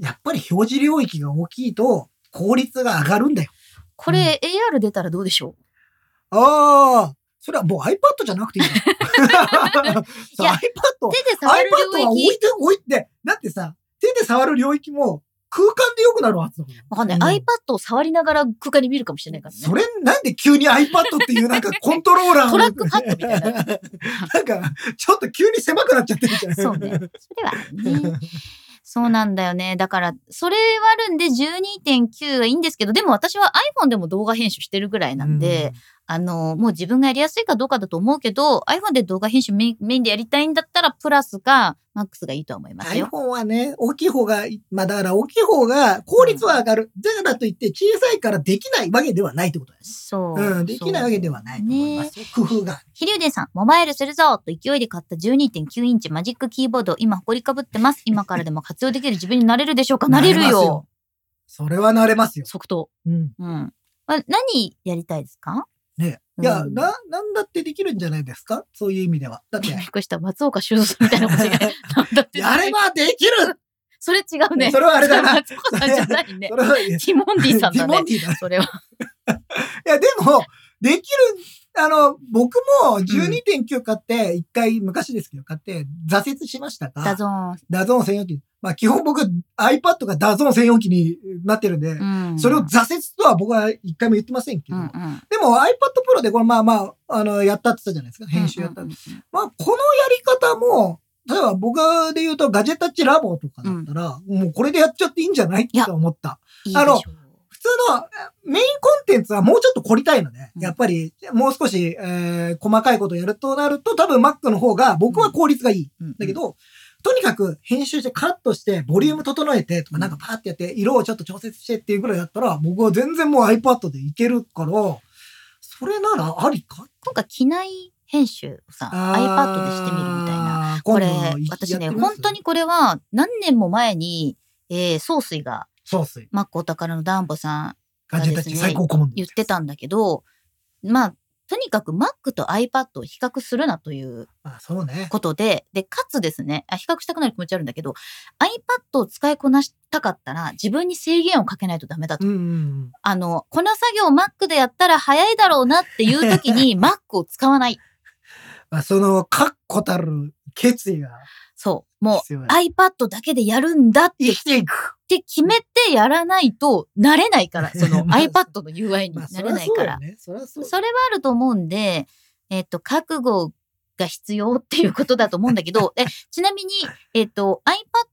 S2: やっぱり表示領域が大きいと、効率が上がるんだよ。
S3: これ、AR 出たらどうでしょ
S2: ああ、それはもう iPad じゃなくていい じゃん
S3: いや
S2: さ iPad
S3: う。手で触る
S2: iPad は
S3: 領
S2: 置
S3: 域
S2: いて、置いて、だってさ、手で触る領域も空間で良くなるはずだもん。
S3: わかんない、
S2: うん
S3: iPad を触りながら空間に見るかもしれないからね。
S2: それ、なんで急に iPad っていうなんかコントローラーの
S3: トラックパッドみたいな。
S2: なんか、ちょっと急に狭くなっちゃってるじゃん。
S3: そうね。それは ね。そうなんだよね。だから、それはあるんで12.9はいいんですけど、でも私は iPhone でも動画編集してるぐらいなんで、あの、もう自分がやりやすいかどうかだと思うけど、iPhone で動画編集メインメインでやりたいんだったら、プラスか、マックスがいいとは思いますよ。
S2: iPhone はね、大きい方が、まあだから大きい方が効率は上がる。だからといって小さいからできないわけではないってことです。
S3: そう。
S2: うん、できないわけではないと思いますよ。工夫が。
S3: ひりゅうでんさん、モバイルするぞと勢いで買った12.9インチマジックキーボード、今、埃かぶってます。今からでも活用できる自分になれるでしょうかなれる
S2: ます
S3: よ。。
S2: それはなれますよ。
S3: 即答。
S2: うん。
S3: うん。あ何やりたいですか
S2: ねいや、
S3: うん
S2: な、なんだってできるんじゃないですかそういう意味では。だって
S3: び、っくりした。松岡修造みたいなことじゃない。なんだって。
S2: やればできる
S3: それ違うね。
S2: それはあれだな。
S3: 松岡さんじゃないね
S2: そ。れは、いや
S3: ティモンディさんだ
S2: ティモ
S3: ね
S2: ン。ディだね
S3: それは。
S2: いや、でも、できる、あの、僕も12.9買って、一回昔ですけど買って、挫折しましたが、
S3: ダゾーン。
S2: ダゾーン専用機。まあ基本僕 iPad がダゾーン専用機になってるんで、
S3: うん。
S2: それを挫折とは僕は一回も言ってませんけ
S3: う
S2: ど、
S3: んうん。
S2: でも iPad Pro でこれまあまあ、あの、やったって言ったじゃないですか。編集やった。
S3: うんうん
S2: まあこのやり方も、例えば僕で言うとガジェタッチラボとかだったら、もうこれでやっちゃっていいんじゃないって思った。
S3: いいでしょう
S2: あの普通のメインコンテンツはもうちょっと凝りたいので、
S3: うん
S2: やっぱりもう少し、えー細かいことやるとなると、多分 Mac の方が僕は効率がいい。ん
S3: うん
S2: だけど、とにかく編集してカットして、ボリューム整えてとか、なんかパーってやって、色をちょっと調節してっていうぐらいやったら、僕は全然もう iPad でいけるから、それならありか
S3: 今回、機内編集をさ、iPad でしてみるみたいな。
S2: な。
S3: こ
S2: 今
S3: れ
S2: 度やってみま、す
S3: 私ね、本当に。これは何年も前に、えー、総帥が、
S2: そうっす
S3: マックお宝のダンボさん
S2: ガジェタッチ最高顧問
S3: 言ってたんだけど、まあ、とにかく Mac と iPad を比較するなという
S2: あ、そうね。
S3: ことで、で、かつですね、あ比較したくなる気持ちあるんだけど、iPad を使いこなしたかったら、自分に制限をかけないとダメだと。
S2: うんうんうん。
S3: あの、この作業を Mac でやったら早いだろうなっていう時 に Mac を使わない。
S2: まあ、その、確固たる決意が
S3: そう。も
S2: 必要
S3: う
S2: だ。
S3: iPad だけでやるんだって
S2: 生きていく。
S3: って決めてやらないと慣れない から、その
S2: まあ
S3: iPad の UI に
S2: まあ、
S3: なれないから。
S2: そりゃそうよね。そりゃそう。
S3: それはあると思うんで、えっと、覚悟が必要っていうことだと思うんだ けど、えちなみに、えっと、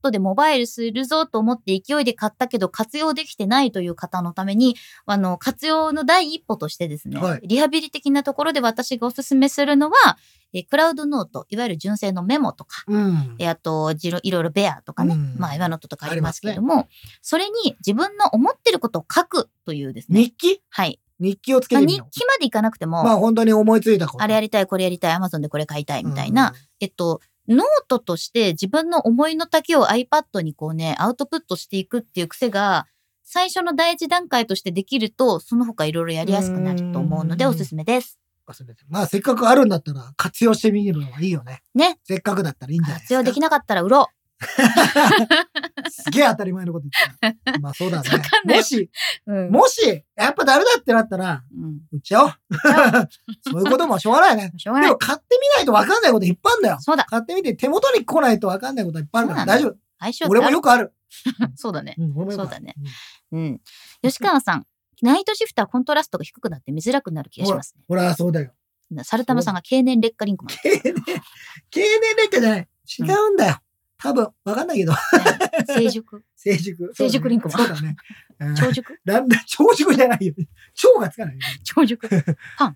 S3: iPad でモバイルするぞと思って勢いで買ったけど活用できてないという方のために、あの、活用の第一歩としてですね、
S2: はい
S3: リハビリ的なところで私がおすすめするのは、えクラウドノート、いわゆる純正のメモとか、
S2: うん。
S3: えあと、じろいろいろベアとかね、
S2: うん
S3: まあ、今のととかありますけども、それに自分の思ってることを書くというですね、
S2: 日記
S3: はい。
S2: 日記をつけ
S3: まあ
S2: てみ
S3: 日記
S2: る
S3: までいかなくても、
S2: まあ本当に思いついたこと。
S3: あれやりたい、これやりたい、Amazon でこれ買いたいみたいな、
S2: うん。
S3: えっと、ノートとして自分の思いの丈を iPad にこうね、アウトプットしていくっていう癖が、最初の第一段階としてできると、その他いろいろやりやすくなると思うので、
S2: うん
S3: おすすめです。
S2: 忘れてまあせっかくあるんだったら活用してみるのがいいよね。
S3: ね。
S2: せっかくだったらいいんじゃないですか。
S3: 活用できなかったら売ろ
S2: すげえ当たり前のこと言ってた。まあそう だね
S3: わか。んない
S2: もし、
S3: う。うん
S2: もし、やっぱダメだってなったら、
S3: うん。
S2: 売っちゃ おう。そういうこともしょうがないね。
S3: しょうが
S2: で
S3: ない
S2: も。買ってみないとわかんないこといっぱいあるんだよ。
S3: そうだ。
S2: 買ってみて手元に来ないとわかんないこといっぱいあるから大丈夫。
S3: 相性ってある
S2: 俺もよくある。
S3: そうだね。
S2: うん、俺もよくある。
S3: そうだねうん。吉川さん、ナイトシフトはコントラストが低くなって見づらくなる気がします
S2: うん。俺はそうだよ。
S3: ね。サルタマさんが経年劣化リンクマン。
S2: 経年、経年劣化じゃない。違うんだよ。多分、わかんないけど、
S3: 成熟。
S2: 成熟。
S3: 成熟リンクも
S2: そうだね。うん
S3: 長熟
S2: だ んだん、長熟じゃないよ。長がつかないよ。
S3: 長熟。
S2: え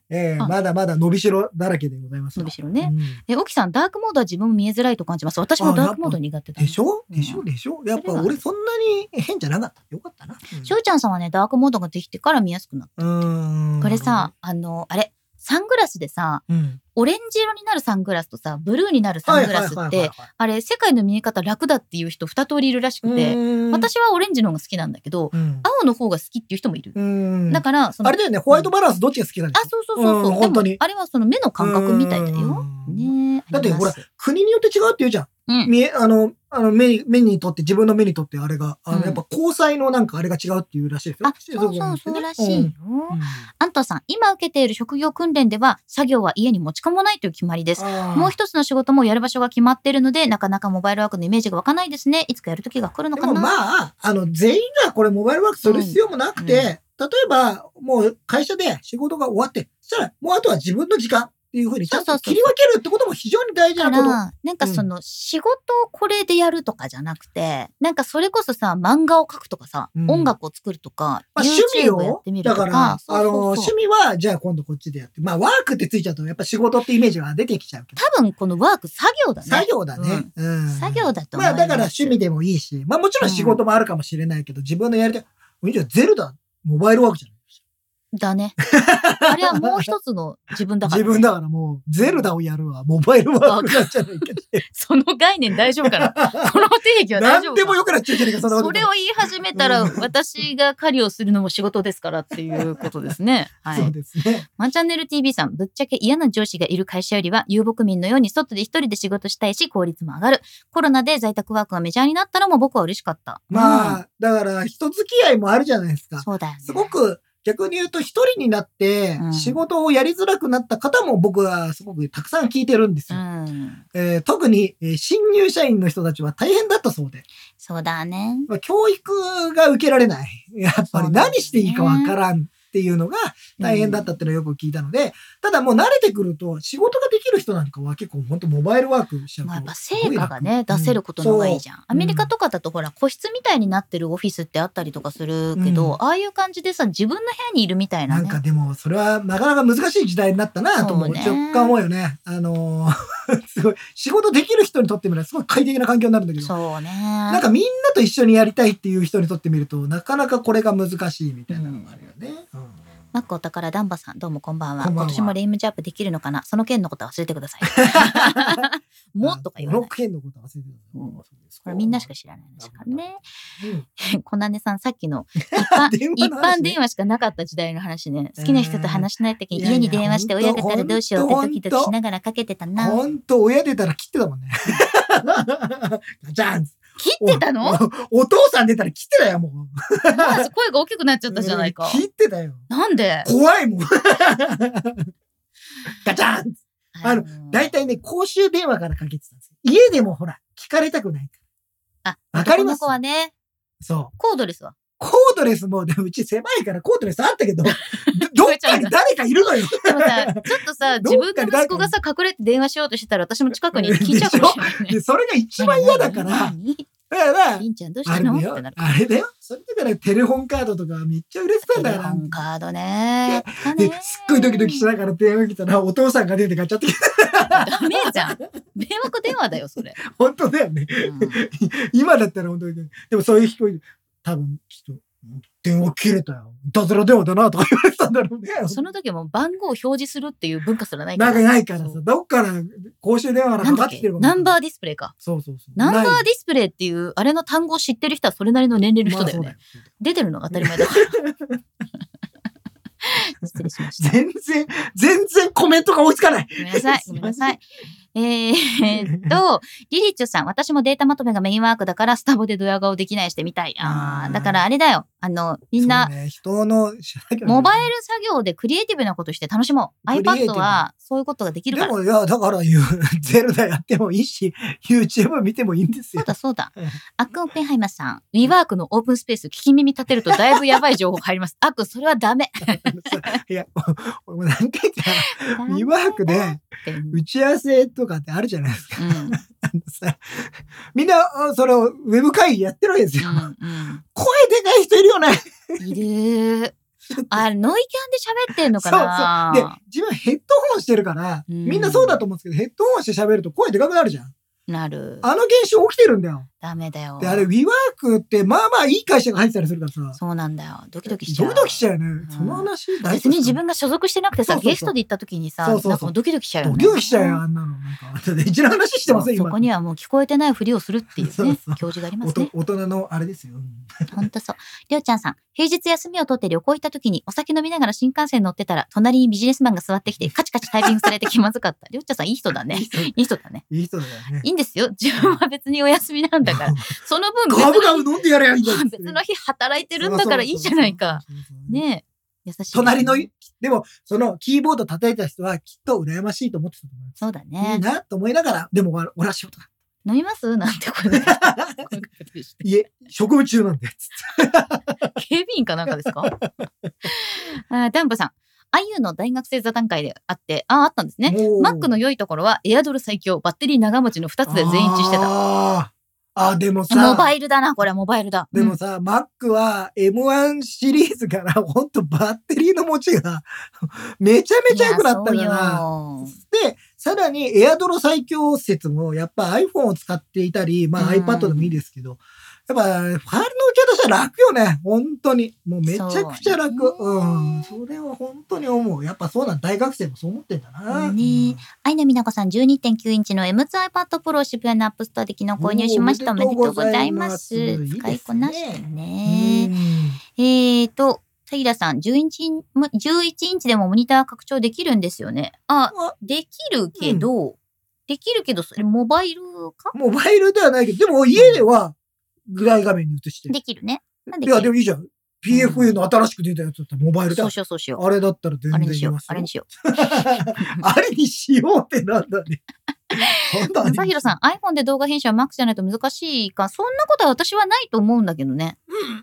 S2: え
S3: あ
S2: まだまだ伸びしろだらけでございます
S3: 伸
S2: わ。
S3: びしろね。
S2: うん
S3: え、沖さん、ダークモードは自分も見えづらいと感じます。私もダークモード苦手だ。
S2: でしょ
S3: うん
S2: でしょでしょやっぱ
S3: それは
S2: 俺そんなに変じゃなかった。よかったな。うん
S3: しょうちゃんさんはね、ダークモードができてから見やすくなっ
S2: うーん。
S3: た。これさ、あの、あれ、サングラスでさ、
S2: うん、
S3: オレンジ色になるサングラスとさ、ブルーになるサングラス
S2: はいはいは
S3: っ
S2: い
S3: て、
S2: はい
S3: あれ、世界の見え方楽だっていう人二通りいるらしくて、
S2: うん、
S3: 私はオレンジの方が好きなんだけど、
S2: うん、
S3: 青の方が好きっていう人もいる。
S2: うん
S3: だから、その
S2: あれだよね、ホワイトバランスどっちが好きなんで
S3: あ
S2: すか、
S3: そうそうそうそう。
S2: うん本当に
S3: でもあれはその目の感覚みたいだよ。
S2: うん
S3: ねえ
S2: だってほら、国によって違うって言うじゃん。
S3: うん。
S2: 見え、あの、あの目に、目にとって、自分の目にとってあれが、あの、
S3: うん
S2: やっぱ交際のなんかあれが違うっていうらしいですよ。
S3: あ、そうそうそうらしいよ。
S2: うん。うん
S3: アンタさん、今受けている職業訓練では、作業は家に持ち込まないという決まりです。
S2: あー
S3: もう一つの仕事もやる場所が決まっているので、なかなかモバイルワークのイメージが湧かないですね。いつかやる時が来るの
S2: で
S3: か
S2: も
S3: な。
S2: まあ、あの、全員がこれモバイルワークする必要もなくて、
S3: うんうん
S2: 例えば、もう会社で仕事が終わって、そしたら、もうあとは自分の時間っていうふうに、ちゃん
S3: そう
S2: と
S3: そうそ
S2: 切
S3: う
S2: り分けるってことも非常に大事
S3: だか
S2: なこと。
S3: ら、なんかその、仕事をこれでやるとかじゃなくて、なんかそれこそさ、漫画を描くとかさ、
S2: うん
S3: 音楽を作るとか、
S2: まあ、趣味
S3: YouTube をやっ
S2: を
S3: てみ、る
S2: だ
S3: とか、
S2: から、
S3: そうそうそう
S2: あの、趣味は、じゃあ今度こっちでやって、まあ、ワークってついちゃうと、やっぱ仕事ってイメージが出てきちゃうけど、
S3: 多分このワーク作業だね。
S2: 作業だね。うん
S3: 作業だと思
S2: ま
S3: い
S2: あ、
S3: ます。
S2: だから趣味でもいいし、まあ、もちろん仕事もあるかもしれないけど、自分のやりたい、うんじゃあゼルダ、モバイルワークじゃん。
S3: だね。あれはもう一つの自分だから、
S2: 自分だからもう、ゼルダをやるわ、モバイルワークなんじゃないかって。
S3: その概念大丈夫かなこの定義は大丈
S2: 何
S3: 夫か
S2: でもよくなっちゃうじゃねえか、そんなこと
S3: それを言い始めたら、
S2: うん
S3: 私が狩りをするのも仕事ですからっていうことで すね。は
S2: そう
S3: い。
S2: ですね。
S3: ワンチャンネル TV さん、ぶっちゃけ嫌な上司がいる会社よりは、遊牧民のように外で一人で仕事したいし、効率も上がる。コロナで在宅ワークがメジャーになったのも僕は嬉しかった。
S2: ま
S3: あ、
S2: あ、だから人付き合いもあるじゃないですか。
S3: そうだよね。
S2: すごく逆に言うと一人になって
S3: うん
S2: 仕事をやりづらくなった方も僕はすごくたくさん聞いてるんです
S3: う
S2: よ。
S3: ん。
S2: えー特にえー新入社員の人たちは大変だったそうで、
S3: そうだね。
S2: まあ教育が受けられない。やっぱり何していいかわからん。っていうのが大変だったっていうのをよく聞いたので、ただもう慣れてくると仕事ができる人なんかは結構本当モバイルワークしちゃうと
S3: まあ、やっぱ成果がね、出せることの方がいいじゃん。アメリカとかだとほら、個室みたいになってるオフィスってあったりとかするけど、
S2: うん
S3: ああいう感じでさ、自分の部屋にいるみたいな
S2: な
S3: ね。
S2: んかでも、それはなかなか難しい時代になったなと思う。
S3: そうね
S2: 若干思うよね。あのー すごい、仕事できる人にとってみればすごい快適な環境になるんだけど、
S3: そうね。
S2: なんかみんなと一緒にやりたいっていう人にとってみると、なかなかこれが難しいみたいなのがあるよね。うん
S3: マックお宝ダンバさん、どうもこんばんは。
S2: こんばん
S3: 今
S2: は
S3: 年もレイムジャンプできるのかなその件のことは忘れてください。 もっとか言わ
S2: あの
S3: な
S2: ロ
S3: い。
S2: ックンのこと忘れてる。
S3: うんこれみんなしか知らない話だからね。 コナネさん、さっきの一
S2: ら電話の
S3: 般一
S2: 話
S3: 般
S2: ね
S3: 電話しかなかった時代の話ね。好きな人と話しない時に
S2: うん
S3: 家に電話して
S2: いやい
S3: 親
S2: や
S3: がたらどうしようってドキドキしながらかけてたな。
S2: ほんと、親出たら切ってたもんね。ガ チャン
S3: 切ってたの
S2: おお父さん出たら切ってたよ、もう。
S3: 思わず声が大きくなっちゃったじゃないか。
S2: 切ってたよ。
S3: なんで
S2: 怖い もん。ガチャンあの
S3: の
S2: 大体ね、公衆電話からかけてたんですよ。家でもほら、聞かれたくないか
S3: あ、
S2: ら。わかりま
S3: 男の
S2: す
S3: 子はね、
S2: そう。
S3: コードレスは。
S2: コードレスも、でもうち狭いからコードレスあったけ ど、どどっかに誰かいるのよ。
S3: でもさ、ちょっとさ、自
S2: ど
S3: 分
S2: っか
S3: の
S2: に
S3: 息子がさ、隠れて電話しようとしてたら、私も近くに聞いちゃうかもしれないね。
S2: で、それが一番嫌だから、だか
S3: 何何
S2: ら、
S3: りんちゃんどうし
S2: あ
S3: た
S2: れ
S3: の
S2: だ
S3: っ
S2: よ
S3: てなる。。
S2: あれだよ。それだからテレホンカードとかめっちゃ売れてた
S3: テ
S2: んだ
S3: レ
S2: よ
S3: ホ
S2: な。
S3: ンカードね。
S2: で、すっごいドキドキしながら電話来たら、お父さんが出てガチャって、
S3: ダメじゃん。迷惑電話だよ、それ。
S2: 本当だよね。
S3: うん
S2: 今だったら本当に、でもそういう人いる、多分、ちょっと、電話切れたよ。いたずら電話だなとか言われてたんだろうね。
S3: その時はもう番号を表示するっていう文化すらないか
S2: な
S3: ら。
S2: んかないから
S3: そ
S2: さ、
S3: う
S2: どっから公衆電話から
S3: な
S2: か
S3: ん
S2: かっ
S3: だって
S2: きて
S3: け
S2: る
S3: ナンバ
S2: ー
S3: ーディスプレイか。
S2: そうそうそう。
S3: ナンバ
S2: ない
S3: ーディスプレイっていう、あれの単語を知ってる人はそれなりの年齢の人だよね。
S2: まあそうだよ
S3: 出てるのが当たり前だから。 失礼しました。
S2: 全然、全然コメントが追いつかない。
S3: ごめんなさ い。ごめんなさい。えー、っと、リリチュさん、私もデータまとめがメインワークだから、スタボでドヤ顔できないしてみたい。あ
S2: あ
S3: ー
S2: ー
S3: だからあれだよ。あの、みんな、
S2: そうね、人の、知らなきゃね
S3: モバイル作業でクリエイティブなことして楽しもう。
S2: クリエイティブ
S3: iPad はそういうことができる
S2: で
S3: から。
S2: も、いや、だから、ゆ ゼルダやってもいいし、YouTube 見てもいいんです
S3: そう
S2: よ。
S3: だそうだ
S2: うん。
S3: アックンオペンハイマーさん、WeWork のオープンスペース、聞き耳立てるとだいぶやば い情報入ります。アックン、それはダメ。
S2: いや、俺も何回か、2ワークで、打ち合わせとかってあるじゃないですか。
S3: うん
S2: あのさ、みんな、あそれをウェブ会議やってるわけですよ。
S3: うん
S2: 声でかい人いるよね。
S3: うんい る。あ、ノイキャンで喋ってんのかな
S2: で、自分ヘッドホンしてるから、
S3: うん
S2: みんなそうだと思うんですけど、ヘッドホンして喋ると声でかくなるじゃん。
S3: なる。
S2: あの現象起きてるんだよ。
S3: ダメだよ。
S2: で、あれ、WeWork って、まあまあいい会社が入ってたりするからさ、
S3: そうなんだよ。ドキドキしちゃ
S2: ド
S3: う。
S2: キドキしちゃうよね。
S3: ん
S2: その話、大
S3: 別に自
S2: 分
S3: 分が所属してなくてさ、
S2: そうそうそう
S3: ゲストで行った時にさ、
S2: そうそうそう
S3: なんかもうドキドキしちゃうよ、
S2: ド
S3: ね。
S2: キドキしちゃうよ、あんなの。なんか、だって一の話してません、
S3: そ
S2: 今。
S3: こにはもう聞こえてないふりをするっていう ね、
S2: そうそう
S3: 教授がありま
S2: お
S3: す
S2: と
S3: ね。
S2: 大人のあれですよ。
S3: ほんとそう。りょうちゃんさん、平日休みを取って旅行行った時にお酒飲みながら新幹線乗ってたら、隣にビジネスマンが座ってきて、カチカチタイピングされて気まずかった。りょうちゃんさん、いい人だね。
S2: いい人
S3: いい人だね。
S2: いい人だよね
S3: い。いんですよ。自分は別にお休みなん だから。その分別
S2: ガブガ
S3: の
S2: ブ飲んでやればいいんだ
S3: 日、別の日働いてるんだからいいじゃないか。。
S2: そうそうそうそう
S3: ねえ。優しい。
S2: 隣の、でも、そのキーボード叩いた人はきっと羨ましいと思ってたと思います。
S3: そうだ
S2: いい
S3: ね。
S2: なと思いながら、でも俺俺は仕事だ。
S3: 飲みます なんてこれ。こういうことでして
S2: いえ、職務中なんで。つって
S3: 警備員かなんかですかあーダンボさん。IU の大学生座談会であって、ああ、あったんですね。
S2: もう
S3: マックの良いところは、エアドル最強、バッテリー長持ちの2つで全員一致してた。
S2: あーあ、でもさ、
S3: モバイルだな、これはモバイルだ。
S2: でもさ、マックは M1 シリーズから ほんとバッテリーの持ちが めちゃ
S3: うん
S2: めちゃ良くなったか
S3: いや
S2: ら。
S3: そうよ
S2: で、さらにエアドロ最強説もやっぱ iPhone を使っていたり、まあ
S3: うん
S2: iPad でもいいですけど、やっぱファイルの受け渡しは楽よね。本当に。もうめちゃくちゃ楽。
S3: そう
S2: う
S3: ね
S2: ん。それは本当に思う。やっぱそうなん大学生もそう思ってんだな。
S3: ね愛の美奈子さん12.9インチの M2iPad Pro を渋谷のアップストアで昨日購入しました。
S2: お
S3: お
S2: めで
S3: めで
S2: と
S3: と
S2: うご
S3: うご
S2: ざ
S3: ざ
S2: い
S3: い
S2: ま
S3: ますす。
S2: いいですね
S3: 使いこなして
S2: う
S3: ね。
S2: ん
S3: えーと、タイラさん、11インチ、11インチでもモニター拡張できるんですよね。あ、
S2: あ
S3: できるけど、できるけど、それモバイルか
S2: モバイルではないけど、でも家ではぐらい画面に映してる。
S3: できるね。なん
S2: い
S3: で
S2: や、でもいいじゃん。PFU の新しく出たやつだったらモバイルだ
S3: そう。しよう、そうしよう。
S2: あれだったら全
S3: あれ
S2: 然
S3: に
S2: い
S3: し
S2: け
S3: よう
S2: ま、す
S3: あ
S2: よ
S3: れに。しよ
S2: あれにしようってなんだね。
S3: う。正弘さ
S2: ん。
S3: ん、iPhone で動画編集は Mac じゃないと難しいか。そんなことは私はないと思うんだけどね。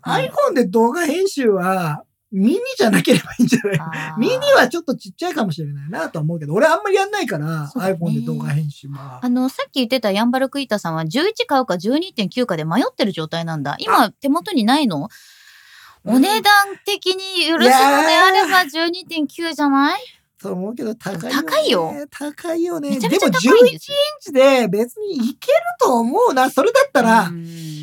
S2: iPhone で動画編集は、ミニじゃなければいいんじゃない
S3: あー
S2: ミニはちょっとちっちゃいかもしれないなとは思うけど、俺あんまりやんないから、
S3: そうだね
S2: iPhone で動画編集は。
S3: あの、さっき言ってたヤンバルクイータさんは11買うか12.9かで迷ってる状態なんだ。今、手元にないのお値段的に許すのであれば12.9じゃない
S2: と思うけど、高いよ、ね。
S3: 高
S2: 高
S3: いよ。
S2: いよね。
S3: めちゃめちゃ
S2: でも
S3: 高いん
S2: 11イン
S3: です
S2: チで別にいけると思うな。それだったら、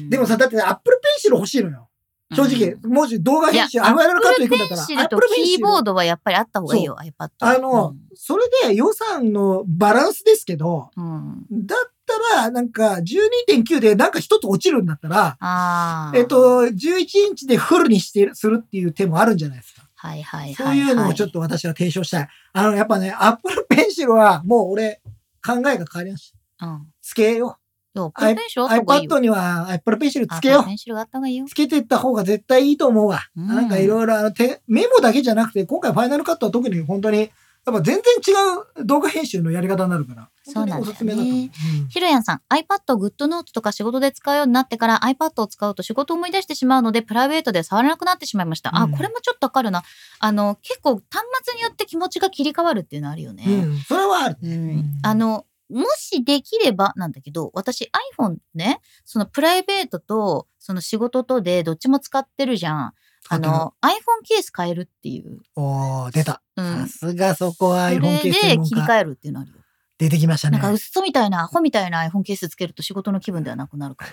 S2: でもさ、だって Apple Pencil 欲しいのよ。正直、もし動画編集、
S3: いや
S2: あのやるかっていくんだった
S3: ペン
S2: ら、
S3: シルとキーボードはやっぱりあった方がいいよ、iPad。
S2: あの、それで予算のバランスですけど、
S3: うん、うん
S2: だったら、なんか、12.9でなんか一つ落ちるんだったら、
S3: ああ。
S2: えっ、と、11インチでフルにしてる、するっていう手もあるんじゃないですか。
S3: はいはいはい、はい。
S2: そういうのをちょっと私は提唱したい。あの、やっぱね、Apple Pencil はもう俺、考えが変わりました。
S3: うん。
S2: つけよ
S3: そう、ペンシル
S2: う。
S3: あった方がいいよ。
S2: iPad には Apple Pencil つけ
S3: あ
S2: よ
S3: ペ
S2: う。
S3: ンシルがあった方がいいよ。
S2: つけてった方が絶対いいと思うわ。
S3: うん
S2: なんかいろいろ、あの、手メモだけじゃなくて、今回ファイナルカットは特に本当に、やっぱ全然違う動画編集のやり方になるから、
S3: そうなん
S2: 本当
S3: だよね
S2: におすすめだと思う。うん
S3: ひろやんさん、iPad、GoodNote とか仕事で使うようになってから iPad を使うと仕事を思い出してしまうので、プライベートで触らなくなってしまいました。
S2: う
S3: あ、
S2: ん
S3: これもちょっとわかるな。あの、結構端末によって気持ちが切り替わるっていうのあるよ
S2: う
S3: ね。
S2: ん、それはある
S3: うん。
S2: ね。
S3: あの、もしできればなんだけど、私 iPhone ね、そのプライベートとその仕事とでどっちも使ってるじゃん。あの、iPhone ケース変えるっていう。
S2: おー、出た。
S3: う
S2: さ
S3: ん。
S2: すがそこは
S3: それ
S2: iPhone ケー
S3: で
S2: ス専門
S3: 切り
S2: 家
S3: 替えるっていうのあるよ。
S2: 出てきましたね
S3: なん。か、うっそみたいな、アホみたいな iPhone ケースつけると仕事の気分ではなくなるから。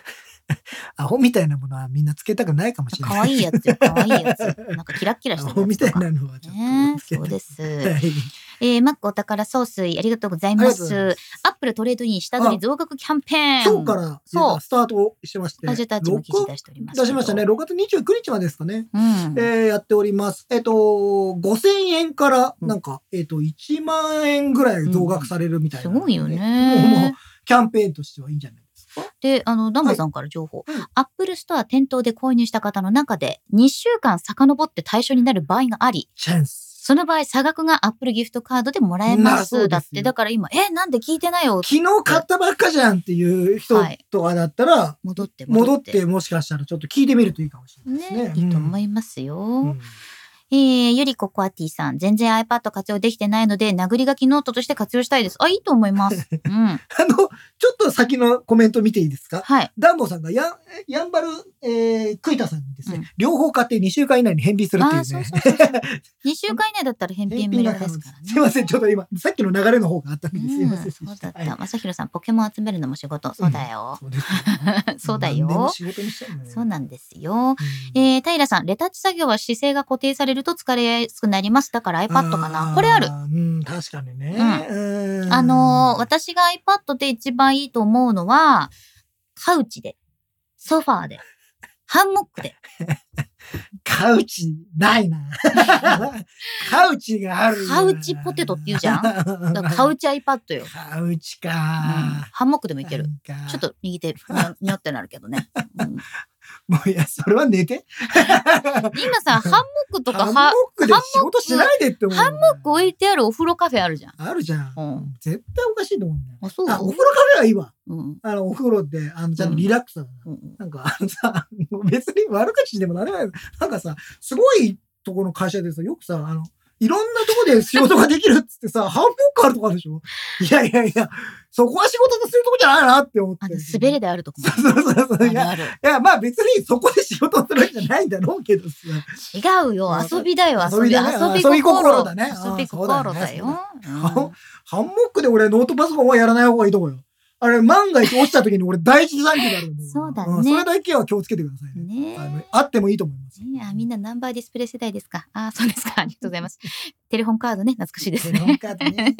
S2: アホみたいなものはみんなつけたくないかもしれない。
S3: 可愛いやつよ、可愛い やつ。なんかキラッキラ
S2: ア
S3: してる
S2: ホみたい
S3: やつとか。
S2: なのはちょっと。。
S3: ねえ、そうですす。
S2: はい。あ
S3: え
S2: り
S3: ー、マックお宝総帥、ありがとうござい
S2: が
S3: ま
S2: とうござい
S3: す
S2: ま。す。
S3: アップルトレードイン下取り増額キャンペーン。
S2: 今日から
S3: そう
S2: スタートしてまして。
S3: ガジェタッチも記事
S2: 録
S3: 出しております。
S2: 出しましたね。。6月29日までですかね。
S3: うん。
S2: えーやっております。えっと、5000円から、なんか、えっと、1万円ぐらい増額されるみたい
S3: す
S2: な、
S3: ごいよ
S2: もう。もう
S3: ね。
S2: キャンペーンとしてはいいんじゃないですか。
S3: で、あの、ダンボさんから情報
S2: はいうん。
S3: アップルストア店頭で購入した方の中で、2週間遡って対象になる場合があり、
S2: チャンス。
S3: その場合、差額がアップルギフトカードでもらえ
S2: ま
S3: ま
S2: あそうですよ
S3: す。だって、だから今、え、なんで聞いてないよ。
S2: 昨日買ったばっかじゃんっていう人
S3: はい
S2: とかだったら、
S3: 戻って、
S2: 戻っ。てもしかしたらちょっと聞いてみるといいかもしれないですね。
S3: ね、いいと思いますよ。
S2: うんうん
S3: えー、ゆりここあティさん、全然 iPad 活用できてないので、殴り書きノートとして活用したいです。あ、いいと思い ます。うん。
S2: あの、ちょっと先のコメント見ていいですか
S3: はい。
S2: ダンボさんがやん、やんばる、えー、クイタさんにですね、
S3: うん
S2: 両方買って2週間以内に返品するってい
S3: あ
S2: う
S3: ー、そう
S2: ね。
S3: そうそうそう。2週間以内だったら返品無料
S2: が
S3: で
S2: 可能
S3: す
S2: で
S3: から
S2: す。すいません、
S3: ね。
S2: ちょっと今、さっきの流れの方があったん
S3: う
S2: で、すいません。
S3: ん、そうだった。まさひろさん、ポケモン集めるのも仕事。そうだ よ。
S2: そうです
S3: そうだ
S2: 何でも
S3: よ。
S2: 仕事にしちゃうのよ
S3: そうなんですよ。
S2: うん
S3: えー、平さん、レタッチ作業は姿勢が固定されると疲れやすくなります。だから iPad か
S2: あ
S3: な。
S2: ー
S3: これある。
S2: うん、確かにね。
S3: う
S2: うん
S3: あのー私が iPad で一番いいと思うのは、カウチで、ソファーで、ハンモッ クで、
S2: カウチ、ない な。カウチがあるよな。
S3: カウチポテトって言う じゃん
S2: ん
S3: だからカウチ iPad よ。うん
S2: カウチか。
S3: ハンモックでもいける。
S2: なんか
S3: ちょっ。と 右手、にょにょってなるけどね。うん
S2: もういや、それは寝て。
S3: 今さ、ハンモックとか
S2: ハンモ
S3: ハ、ハン
S2: ックで仕事しないでって思う。
S3: ハンモック置いてあるお風呂カフェあるじゃん。
S2: あるじゃん。
S3: うん
S2: 絶対おかしいと思うんだよ。
S3: あ、そう
S2: あ、お風呂カフェはいいわ。
S3: うん。
S2: あの、お風呂で、あの、ちゃんとリラックスだな。
S3: うん
S2: なんか、あのさ、 別に悪口でもなれない。なんかさ、すごいとこの会社でさ、よくさ、あの、いろんなとこで仕事ができるっつって さ、ハンモックあるとこあるでしょいやいやいや、そこは仕事とするとこじゃないなって思って。
S3: あの、滑れであるとこも。
S2: そうそうそうそう。
S3: あ
S2: い
S3: る
S2: や、
S3: ある。
S2: いや、まあ別にそこで仕事するんじゃないんだろうけどさ。
S3: 違うよ。遊びだよ。遊
S2: 遊
S3: び、
S2: びだね
S3: 遊び
S2: 遊び
S3: 心
S2: 心だね
S3: 遊び心だよ。うん
S2: ハンモックで俺ノートパソコンはやらない方がいいと思うよ。あれ、万が一落ちた時に俺大事残機になるん
S3: そうだね
S2: んそれだけは気をつけてくださいね。
S3: ね
S2: あの
S3: え。
S2: あってもいいと思います。
S3: ねえあみんなナンバーディスプレイ世代ですか。ああ、そうです か。ありがとうございます。テレホンカードね、懐かしいです
S2: なん
S3: ね。
S2: か ね。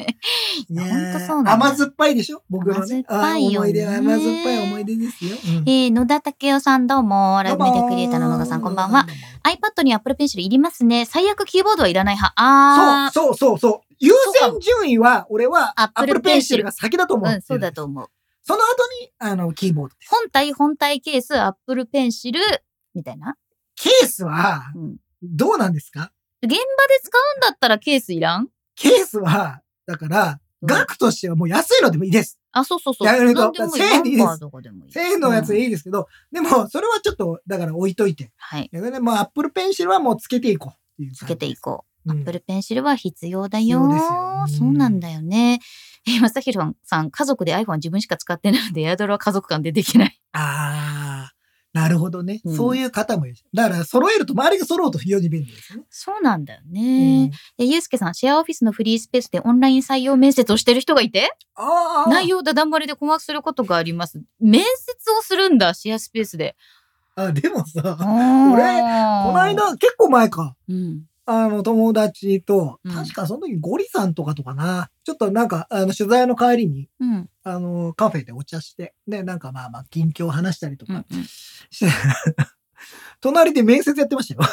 S2: いやー
S3: ほんとそうなんだ
S2: 甘酸っぱいでしょ僕のね。
S3: 甘酸っぱい
S2: あー
S3: よね
S2: 思い出は甘酸っぱい思い出ですよ。うん
S3: えー、野田武雄さんどうも、ライブメディアクリエイターの野田さんこんばんは。。iPad に Apple Pencil いりますね。最悪キーボードはいらない派。ああ、
S2: そうそうそうそう。優先順位は、俺は
S3: アップ
S2: Apple
S3: ルペンシ
S2: Pencil
S3: ル
S2: が先だと思う。
S3: うん、そうだ。と思う。
S2: その後に、あの、キーボードです。
S3: 本体、本体ケース、Apple Pencil みたいな。
S2: ケースは
S3: う、ん。
S2: どうなんですか
S3: 現場で使うんだったらケースいらん
S2: ケースは、だから、
S3: うん
S2: 額としてはもう安いのでもいいです。
S3: あ、そうそうそう。
S2: やると
S3: 何でもいい。
S2: 1000円でいいです
S3: ナンバーとかでもいい。
S2: 1000円のやつで
S3: うん
S2: いいですけど、でも、それはちょっと、だから置いといて。
S3: はい。
S2: でもう Apple Pencil はもうつけていこうっていう
S3: つ
S2: 感
S3: け
S2: じ
S3: ていこう。
S2: うん。
S3: アップルペンシルは必要だ
S2: 必
S3: よ。
S2: 要ですようん
S3: そうなんだよね。え、まさひろさん、家族で iPhone 自分しか使ってないので、エアドロは家族間でできない。
S2: ああ、なるほどね、
S3: うん
S2: そういう方もいる。だから、揃えると、周りが揃うと非常に便利ですね。
S3: そうなんだよ
S2: う
S3: ね。
S2: ん
S3: え、ゆうすけさん、シェアオフィスのフリースペースでオンライン採用面接をしてる人がいて、
S2: ああ。
S3: 内容だだ漏れで困惑することがあります。面接をするんだ、シェアスペースで。
S2: あ、でもさ、こ
S3: こ
S2: の、間、結構前か。
S3: うん。
S2: あの、友達と、
S3: うん
S2: 確かその時ゴリさんとかとかな、ちょっとなんか、あの、取材の帰りに、
S3: うん。
S2: あの、カフェでお茶して、で、なんかまあまあ、近況話したりと
S3: う
S2: か
S3: ん。うん
S2: して、隣で面接やってましたよ。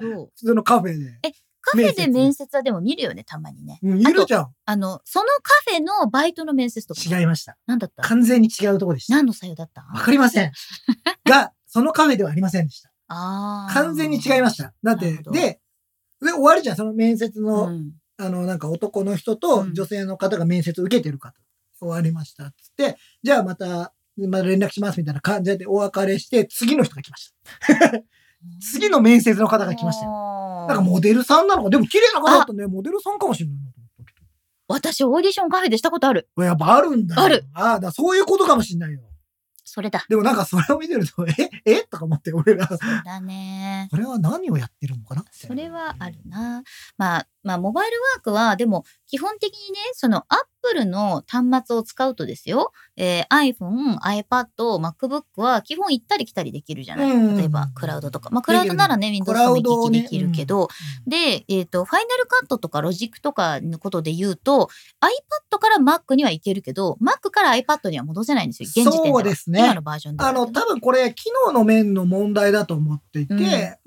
S3: そう
S2: 普通のカフェで。
S3: カフェで
S2: 面接
S3: 面接はでも見るよね、たまにね。
S2: うんいるじゃん。
S3: あの、そのカフェのバイトの面接とか。
S2: 違いました。
S3: 何だった
S2: 完全に違うとこでした。
S3: 何の採用だった
S2: わかりません。 が、そのカフェではありませんでした。
S3: ああ。
S2: 完全に違いました。だっ
S3: な
S2: て
S3: るほ、ど
S2: で、で、終わるじゃん。その面接の、
S3: うん
S2: あの、なんか男の人
S3: う
S2: と
S3: ん
S2: 女性の方が面接受けてる方、終わりました。つって、じゃあまた、また連絡しますみたいな感じでお別れして、次の人が来ました。次の面接の方が来ましたよ。
S3: よ
S2: なんかモデルさんなのか、でも綺麗な方だったね。モデルさんかもしれないなと思ったけど
S3: 私、オーディションカフェでしたことある。
S2: うわやっぱあるんだよ。
S3: ある。
S2: ああ、だからそういうことかもしれないよ。
S3: それだ。
S2: でもなんかそれを見てると、え えとか思って、俺ら。こ
S3: そうだね。
S2: れは何をやってるのかな
S3: それはある。な。まあ、まあ、モバイルワークは、でも、基本的にね、その、アップルの端末を使うとですよ、えー iPhone、iPad、MacBook は、基本行ったり来たりできるじゃない。
S2: うん
S3: 例えば、クラウドとか。まあ、クラウドならね、
S2: でき
S3: Windows
S2: る
S3: とも行き来できるけど、、
S2: で、
S3: で、えっ、と、ファイナルカットとかロジックとかのことで言うと、iPad から Mac には行けるけど、Mac から iPad には戻せないんですよ、現時点では。
S2: そうですね
S3: 今のバージョンでは
S2: あ
S3: だけど
S2: の、多分これ、機能の面の問題だと思っていて、
S3: うん
S2: Mac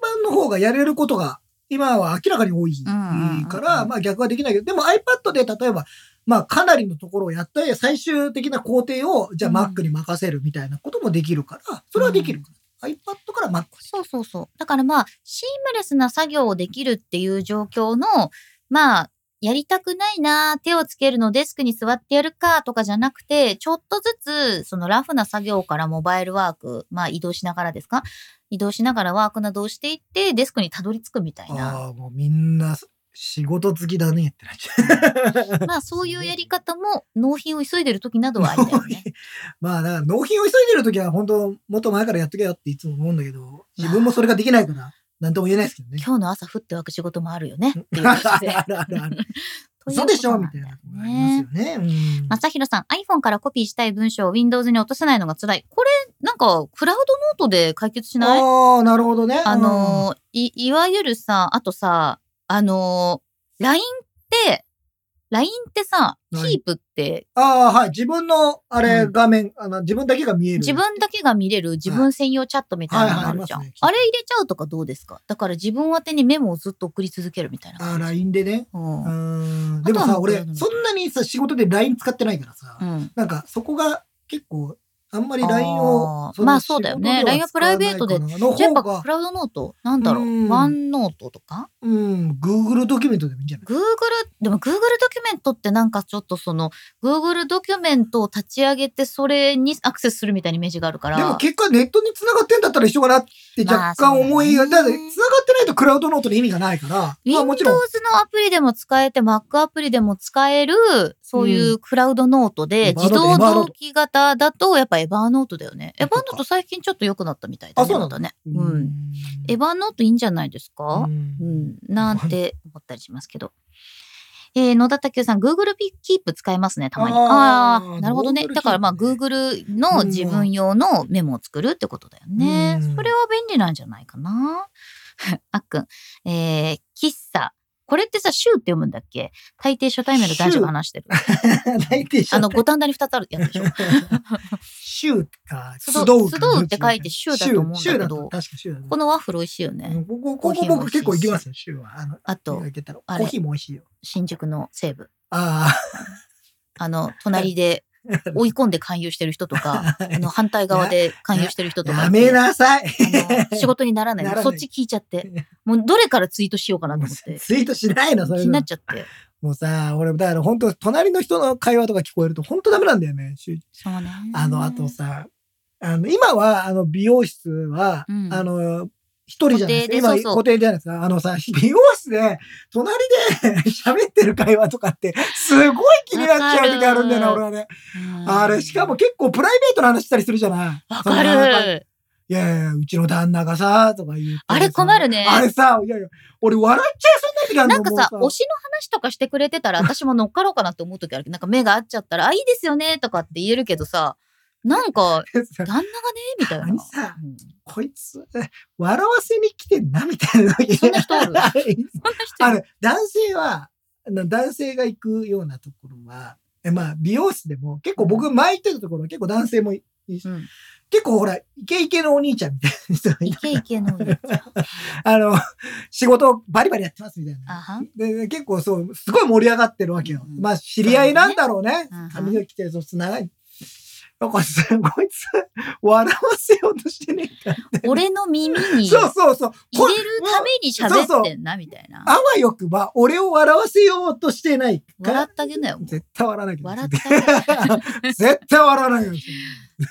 S2: 版の方がやれることが、今は明らかに多い
S3: うんうんうんうん
S2: から、まあ逆はできないけど、でも iPad で例えば、まあかなりのところをやったり、最終的な工程を、じゃあ
S3: うん
S2: Mac に任せるみたいなこともできるから、それはできるから。iPad から Mac
S3: そうそうそう。だからまあ、シームレスな作業をできるっていう状況の、まあ、やりたくないな、手をつけるのデスクに座ってやるかとかじゃなくて、ちょっとずつ、そのラフな作業からモバイルワーク、まあ移動しながらですか移動しながらワークなどをしていって、デスクにたどり着くみたいな。
S2: ああ、もうみんな仕事好きだねってなっちゃう。
S3: まあ、そういうやり方も、納品を急いでる時などはありだ よね。
S2: まあ、だから納品を急いでるときは本当、もっと前からやっとけよっていつも思うんだけど、自分もそれができないから、なんとも言えないですけどね。
S3: 今日の朝降って湧く仕事もあるよね。っていうこと
S2: ある
S3: で
S2: あるある ある。
S3: とい
S2: そう
S3: こ
S2: でし
S3: と
S2: ょ
S3: な
S2: み
S3: ん
S2: た
S3: だ
S2: い
S3: よ
S2: なところあり
S3: ね。
S2: ますよね。うん
S3: まさひろさん、iPhone からコピーしたい文章を Windows に落とせないのが辛い。これ、なんか、クラウドノートで解決しない
S2: ああ、なるほどね。
S3: あのー、い、いわゆるさ、あとさ、あのー、LINE って、LINE ってさ、キ
S2: はい
S3: ープって
S2: うん、ああ、はい。自分の、あれ、
S3: うん
S2: 画面、あの、自分だけが見える。
S3: 自分だけが見れる自分専用チャットみたいなのあるじゃん。
S2: はいはい
S3: あ
S2: はいありますね
S3: れ入れちゃうとかどうですかだから自分宛てにメモをずっと送り続けるみたいな
S2: あ
S3: 感
S2: あ、
S3: じ。
S2: LINE でね。
S3: う
S2: う。
S3: んうんん
S2: でも
S3: あと
S2: さ、
S3: は
S2: 俺、そんなにさ、仕事で LINE 使ってないからさ、
S3: ん
S2: なんか、そこが結構、あんまり LINE
S3: あ
S2: を
S3: ー、まあそうだよね LINE はプライベートで
S2: の方
S3: じゃあやっぱ
S2: が
S3: ク、ラウドノートなんだろ
S2: うん
S3: うワンノートとか
S2: うん、Google ドキュメントでもいいんじゃない
S3: ?Google、でも Google ドキュメントってなんかちょっとその Google ドキュメントを立ち上げてそれにアクセスするみたいなイメージがあるから。
S2: でも結果ネットに繋がってんだったら一緒かなって若
S3: まあ
S2: 干
S3: そうだね
S2: 思いが、だって繋がってないとクラウドノートの意味がないから、まあ
S3: Windows
S2: もちろん、
S3: のアプリでも使えて、Mac アプリでも使える、そういううクラウドノートで、
S2: Evernote
S3: 自動同期型だと、やっぱエバーノートだよね。エ
S2: そっか
S3: バーノート最近ちょっと良くなったみたいだ
S2: あ
S3: ね。
S2: そうなん
S3: ま
S2: だ
S3: たね。うん。エバーノートいいんじゃないです
S2: う
S3: かうんん。なんて思ったりしますけど。えー、野田武雄さん、Google キープ使えますね、たまに。
S2: あ
S3: あ
S2: ー
S3: あー、なるほど
S2: Google
S3: ね。
S2: Keep
S3: だからまあ、
S2: ね
S3: Google の自分用のメモを作るってことだよね。
S2: うん
S3: それは便利なんじゃないかな。 あっくん、えー、喫茶。これってさ、シューって読むんだっけ大抵初対面の男女が話してる。
S2: 大抵
S3: あの、五反田に二つある やつでしょ。
S2: シューか、
S3: 集う集うって書いてシューだと思うんだけど
S2: シューシューだと確かシューだと
S3: こ
S2: 思う
S3: のワッフル美味しいよね。
S2: ここ、
S3: コ
S2: こ
S3: ーヒ
S2: こ
S3: ーも
S2: 僕
S3: 美味しいし
S2: 結構行きますよ、シューは。あの、
S3: あと
S2: 行、けたらコ
S3: あれ
S2: ーヒーも美味しいよ。
S3: 新宿の西部。
S2: あ
S3: あの、隣で追い込んで勧誘してる人とか。
S2: あ、
S3: あの、反対側で勧誘してる人と か。
S2: やめ。なさい。
S3: あの仕事にならない
S2: ならない
S3: そっち聞いちゃって。もうどれからツイートしようかなと思って。
S2: ツイートしないの、 そ
S3: 気
S2: れ
S3: になっちゃって。
S2: もうさ、俺、だから本当、隣の人の会話とか聞こえると本当ダメなんだよね。シュー
S3: そうね。
S2: あの、あとさ、あの、今は、あの、美容室は、
S3: うん
S2: あの、一人じゃないですか。
S3: 固定で
S2: 今
S3: そうそう
S2: 固定じゃないですか。あのさ、美容室で、隣で 喋ってる会話とかって、すごい気になっちゃう時あるんだよな、
S3: わ
S2: 俺
S3: か
S2: はね。
S3: うん
S2: あれ、しかも。結構プライベートの話したりするじゃない。
S3: わか
S2: そのなん
S3: る。
S2: いやいや、うちの旦那がさ、とか言って。
S3: あれ困るね
S2: あれさ、いやいや、俺笑っちゃいそうになる時あ
S3: な
S2: る
S3: ん
S2: の
S3: かさ、推しの話とかしてくれて たら、私も乗っかろうかなって思う時あるけど、なんか目が合っちゃったら、あ、いいですよね、とかって言えるけどさ、なんか、
S2: もうさ
S3: 旦那がね、みたいな。
S2: 何さ
S3: うん
S2: こいつ、笑わせに来てんな、みたいな時。
S3: そん な人おるそんな人い
S2: あ
S3: る
S2: の、男性は、あの男性が行くようなところは、えまあ、美容室でも、結構僕前行ってたところ、結構男性もい、
S3: うん
S2: 結構ほら、イケイケのお兄ちゃんみたいな人がい
S3: イ
S2: て
S3: ケイケ のお兄ちゃん。
S2: あの、仕事をバリバリやってますみたい
S3: あ
S2: な。
S3: はん。
S2: で、結構そう、すごい盛り上がってるわけよ。
S3: うん
S2: まあ、知り合いなんだろうね。
S3: うんうん
S2: 髪の毛来てる、そう、長い。なんかすごいつ、 笑わせようとしてねえかって。
S3: 俺の耳に。
S2: そうそうそう。
S3: 入
S2: こ
S3: れるために喋ってんな、みたいな。
S2: あわよくば、俺を笑わせようとしてないか
S3: 笑
S2: ら
S3: っ、てあげなよ。
S2: 絶対笑わないけど。
S3: 笑ってあげ
S2: 絶対笑わないよ。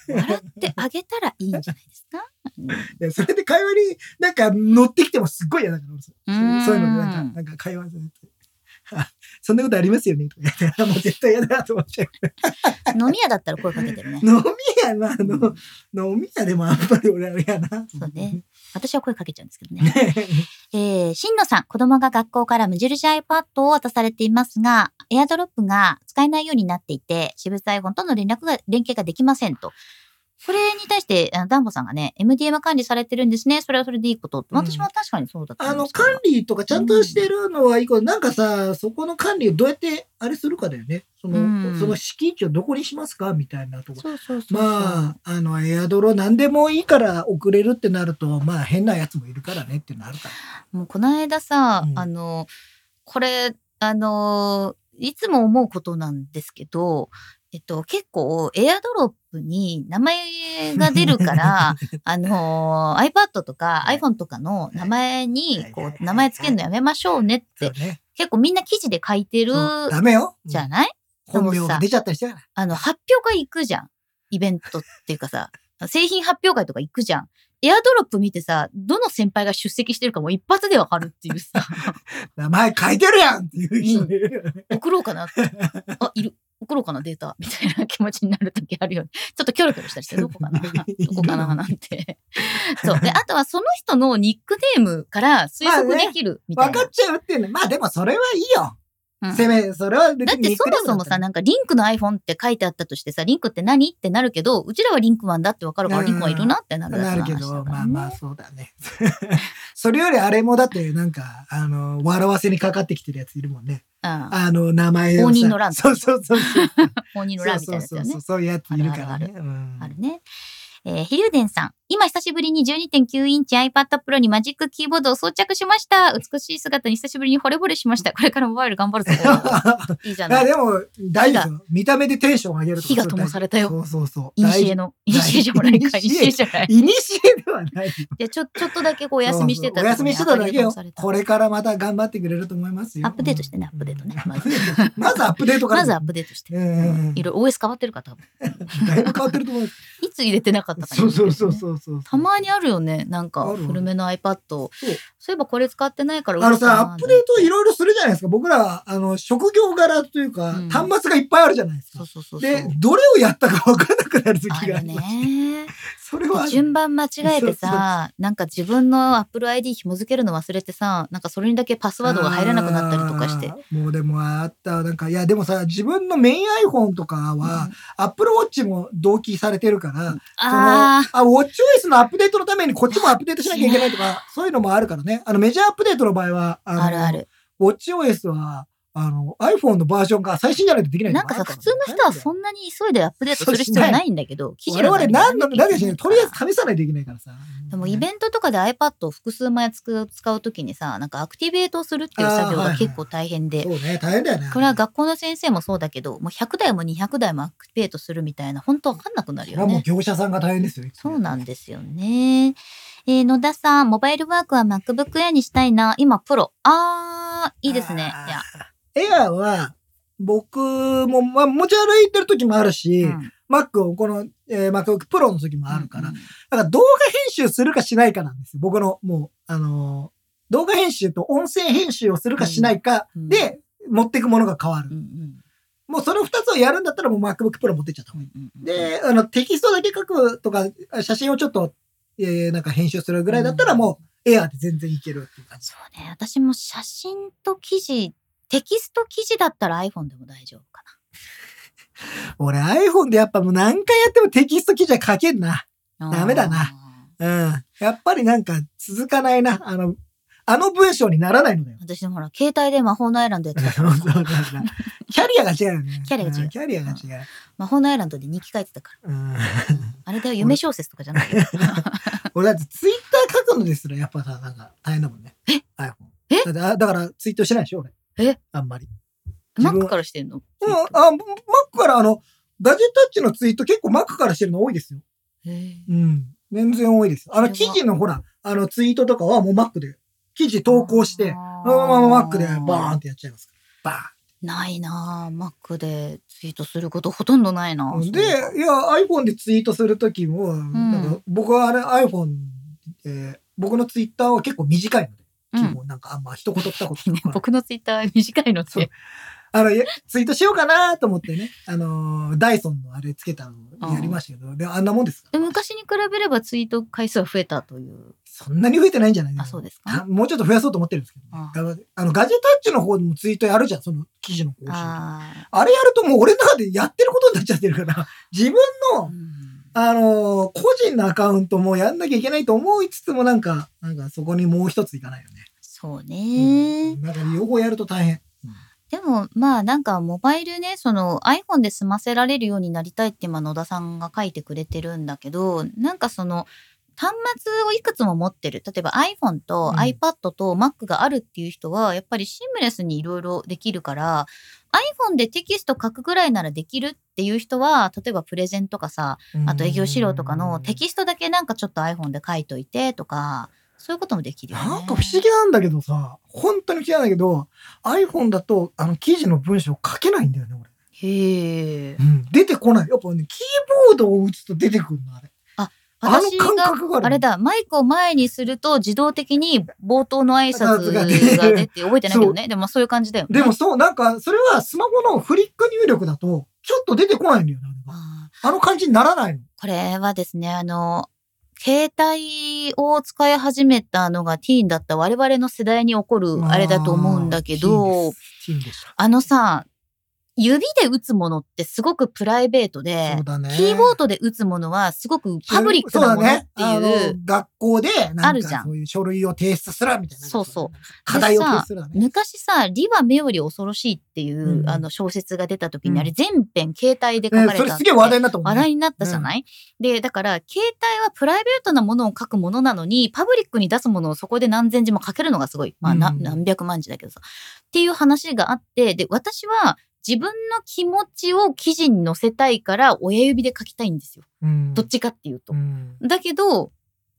S3: 笑ってあげたらいいんじゃないですか。
S2: いやそれで会話になんか乗ってきてもすっごい嫌だから、そう
S3: う
S2: そう
S3: ーん
S2: いうのでなんか、なんか会話で。 あそんなことありますよねとか言って、もう 絶対嫌だなと思っちゃう。
S3: 飲み屋だったら声かけてるね。
S2: 飲み屋なの、飲み屋でもあんまり俺は嫌だなと
S3: そ
S2: 思
S3: う
S2: って。
S3: ね。私は声かけちゃうんですけどね。えー、しんのさん、子供が学校から無印 iPad を渡されていますが、AirDrop が使えないようになっていて、私物 iPhone との連絡が、連携ができませんと。これに対して、あのダンボさんがね、MDM 管理されてるんですね。それはそれでいいこと。私も確かにそうだっ た
S2: あ
S3: んで
S2: の
S3: すけど。
S2: 管理とかちゃんとしてるのはいいこと、なんかさ、そこの管理をどうやってあれするかだよね。その、
S3: うん
S2: その敷地をどこにしますかみたいなとこ。
S3: そうそうそうそう。
S2: まあ、あの、エアドロ何でもいいから送れるってなると、まあ変なやつもいるからねっていうのあるから。
S3: もうこの間さ、
S2: うん
S3: あのこれあのいつも思うことなんですけど、えっと、結構エアドロップに名前が出るから あの iPad とか
S2: はい
S3: iPhone とかの名前に
S2: はいは
S3: こ
S2: いはいう
S3: 名前つけるのやめましょうねって
S2: ね。
S3: 結構みんな記事で書いてる
S2: そうダメよ。
S3: じゃない
S2: 本名が出ちゃったりしてから。
S3: あの発表会行くじゃんイベントっていうかさ製品発表会とか行くじゃんエアドロップ見てさ、どの先輩が出席してるかも一発でわかるっていうさ、
S2: 名前書いてるやんっていう人もいるよね。
S3: 送ろうかなって。あ、いる。送ろうかな、データ。みたいな気持ちになる時あるよね。ちょっとキョロキョロしたりして、ど こかなどこかななんて。そう。で、あとはその人のニックネームから推測できるみた い
S2: 分
S3: な。
S2: かっちゃうっていうね。まあでもそれはいいよ。
S3: うん
S2: せめ、それは別
S3: だってそもそもさ、なんかリンクの iPhone って書いてあったとしてさ、リンクって何ってなるけど、うちらはリンクマンだってわかるから、
S2: うん
S3: リンクマンいるなってなるだ
S2: な
S3: け
S2: る
S3: の
S2: け
S3: 話だ
S2: ど、
S3: から
S2: まあ
S3: ね
S2: まあそうだね。 それよりあれもだってなんか、あの、笑わせにかかってきてるやついるもんね。
S3: うん
S2: あの、名前をさ。
S3: 応仁の乱
S2: そうそうそうそう。
S3: 法人の
S2: そ
S3: 欄
S2: う
S3: みた
S2: そ
S3: いな
S2: う
S3: やつ
S2: そ
S3: よ
S2: う
S3: ね
S2: そう。。そういうやついるからね。うん
S3: あるね。えー、飛龍伝さん。今久しぶりに12.9インチ iPad Pro にマジックキーボードを装着しました。美しい姿に久しぶりに惚れ惚れしました。これからモバイル 頑張るぞ。いいじゃな
S2: あ
S3: い。
S2: でも、大事ですよ。見た目でテンション上げるとか
S3: 火が灯されたよ
S2: そうそうそう。
S3: イニシエ
S2: の。
S3: の。イニシエじゃないか。
S2: 大事
S3: イニシエじゃない。
S2: イニシエではないよ。
S3: で、ちょ、ちょっとだけこうお休みしてた
S2: そうそうお休みしてただけよ
S3: 明かりが灯され。た
S2: これからまた頑張ってくれると思いますよ。
S3: アップデートしてね、ア
S2: う
S3: ッ
S2: ん
S3: プデートね。
S2: うん
S3: まず、
S2: まずアップデートから。
S3: まずアップデートして。
S2: うんうんうん
S3: いろいろ OS 変わってるから多分。
S2: だいぶ変わってると思います。
S3: いつ入れてなかったかに
S2: そ
S3: よ
S2: う
S3: るけど
S2: そ
S3: ね
S2: うそうそうそう。
S3: たまにあるよね。なんか、
S2: あるある
S3: 古めの iPad。そう
S2: そう
S3: いえばこれ使ってないから
S2: あのさ、
S3: 嬉しいな
S2: アップデートいろいろするじゃないですか。僕ら、あの、職業柄というか、
S3: うん
S2: 端末がいっぱいあるじゃないです
S3: そ
S2: か
S3: う。そうそうそう。
S2: で、どれをやったか分からなくなる時
S3: あ
S2: があ
S3: る
S2: る。
S3: ね。
S2: それはある
S3: 順番間違えてさ、なんか自分の Apple ID 紐付けるの忘れてさ、なんかそれにだけパスワードが入らなくなったりとかして。
S2: あー。もうでもあった、なんか、いやでもさ、自分のメイン iPhone とかは、Apple Watch も同期されてるから、その
S3: あ
S2: あ、ウォッチ OS のアップデートのためにこっちもアップデートしなきゃいけないとか、そういうのもあるからね。あの、メジャーアップデートの場合は、あ
S3: あ、
S2: の
S3: あるある。
S2: ウォッチ OS は、あの、iPhone のバージョンが最新じゃないとできない
S3: なんかさ、普通の人はそ
S2: ん
S3: んなに急いでアップデートする必要ないんだけど、記事
S2: 我
S3: の
S2: 々
S3: 中に
S2: 何の、何でしょうね。とりあえ
S3: から
S2: ず試さないといけないからさ。
S3: でもイベ
S2: ン
S3: ントとかで iPad を複数枚使う使うときにさ、なんかアクティベートをするっていう作業が結構大変で、
S2: そうね、大変だよね。
S3: これは学校の先生もそうだけど、もう100台も200台もアクティベートするみたいな、本当わかんなくなる
S2: それ
S3: よ
S2: はもう
S3: ね。
S2: 業者さんが大変ですよ。
S3: そうなんですよね。えー野田さん、モバイルワークは MacBook Air にしたいな。今、プロ。あー、いいですね。いや
S2: あー。エアーは、僕も、まあ、持ち歩いてる時もあるし、
S3: うん、
S2: Mac を、この、えー、MacBook Pro の時もあるから、
S3: うん
S2: だから動画編集するかしないかなんですよ。僕の、もう、あのー動画編集と音声編集をするかしないか
S3: うん
S2: で、持っていくものが変わる。
S3: うんうん
S2: もうその二つをやるんだったらもう MacBook Pro 持ってっちゃった方
S3: う
S2: がい
S3: んうんうん
S2: い。で、あの、テキストだけ書くとか、あ写真をちょっと、えー、なんか編集するぐらいだったらもう、エアーで全然いけるっていう感じ。
S3: そうね。私も写真と記事、テキスト記事だったら iPhone でも大丈夫か
S2: 俺 iPhone でやっぱもう何回やってもテキスト記事は書けんな。
S3: な。
S2: ダメだな
S3: あ
S2: うん。やっぱりなんか続かないな。あの、あの文章にならないのだよ
S3: ー。。私でもほら、携帯で魔法のアイランドやってたか
S2: そ
S3: ら
S2: うそうそうキャリアが違うよね。
S3: キャリアが違うん
S2: キャリアが違う。
S3: 魔法のアイランドで日記書いてたから。
S2: うん、
S3: あれだよ、夢小説とかじゃない よ。
S2: 俺だってツイッター書くのですらやっぱさ、なんか大変だもんね。え ?iPhone。
S3: え
S2: だってあだからツイートしてないでしょ俺。
S3: え
S2: あんまり。自分
S3: Mac からしてんの
S2: うん、あ、Mac からあの、ガジェタッチのツイート結構 Mac からしてるの多いですよ。
S3: へー
S2: うん。全然多いです。あの記事のほら、あのツイートとかはもう Mac で、記事投稿して、
S3: あ
S2: そ
S3: ー
S2: のまま Mac でバーンってやっちゃいますから。バーン。
S3: ないなぁ。Mac でツイートすることほとんどないなぁ
S2: で、いや、iPhone でツイートするときも、なんか僕はあれ iPhone、えー僕のツイッターは結構短いので、
S3: うん
S2: もうなんかあんま一言二言
S3: ね
S2: とか、
S3: 僕のツイッター短いのっ
S2: そう
S3: て。
S2: あの、いやツイートしようかなと思ってね、あのーダイソンのあれつけたのをやりましたけど、であんなもんですか
S3: で昔に比べればツイート回数は増えたという。
S2: そんなに増えてないんじゃない
S3: あ、そうです
S2: あ
S3: か。
S2: もうちょっと増やそうと思ってるんですけど、
S3: あ
S2: あのあのガジェタッチの方にもツイートやるじゃん、その記事の更新。あ
S3: あ
S2: れやるともう俺の中でやってることになっちゃってるから、 自分の
S3: ー、うん
S2: あのー個人のアカウントもやんなきゃいけないと思いつつもなんか、なんかそこにもう一ついかないよね。
S3: そう
S2: え
S3: ね、
S2: なんか両方やると大変。
S3: でもまあなんかモバイルねその iPhone で済ませられるようになりたいって今野田さんが書いてくれてるんだけどなんかその端末をいくつも持ってる例えば iPhone と
S2: うん
S3: iPad と Mac があるっていう人はやっぱりシームレスにいろいろできるから iPhone でテキスト書くぐらいならできるっていう人は例えばプレゼンとかさあと営業資料とかのテキストだけなんかちょっと iPhone で書いといてとかそういうこともできるよね。
S2: なんか不思議なんだけどさ、本当に嫌なんだけど、iPhone だとあの記事の文章書けないんだよね、俺。
S3: へえ
S2: う。ん、出てこない。やっぱね、キーボードを打つと出てくるの、あれ。あの
S3: 私
S2: 感
S3: が、
S2: 覚がある。
S3: あれだ、マイクを前にすると自動的に冒頭の挨拶が出て、覚えてないけどね。でもそういう感じだよね。
S2: でもそう、なんか、それはスマホのフリック入力だと、ちょっと出てこないんだよね、あれが
S3: あ
S2: あの感じにならないの。
S3: ー、これはですね、あの、携帯を使い始めたのがティーンだった我々の世代に起こるあれだと思うんだけど、
S2: ティーンです、ティーンでした。
S3: あのさ、指で打つものってすごくプライベートで
S2: そう、だね。
S3: キーボードで打つものはすごくパブリックなものって
S2: そだ
S3: い
S2: ね
S3: う、
S2: あの学校で、な
S3: あ
S2: ん
S3: るじゃ
S2: か
S3: ん
S2: そういう書類を提出するみたいな。
S3: そうそう
S2: 課題を提出するだね。
S3: 昔さ、リは目より恐ろしいっていう、
S2: うん
S3: あの小説が出た時
S2: う
S3: に、
S2: ん
S3: あれ全編携帯で書かれた
S2: ね、それすげえ話題になったもんね。
S3: 話題になったじゃない、で、だから、携帯はプライベートなものを書くものなのに、パブリックに出すものをそこで何千字も書けるのがすごい。まあ、な
S2: うん
S3: 何百万字だけどさ。っていう話があって、で、私は自分の気持ちを記事に載せたいから、親指で書きたいんですよ。
S2: うん
S3: どっちかっていうと
S2: う。ん
S3: だけど、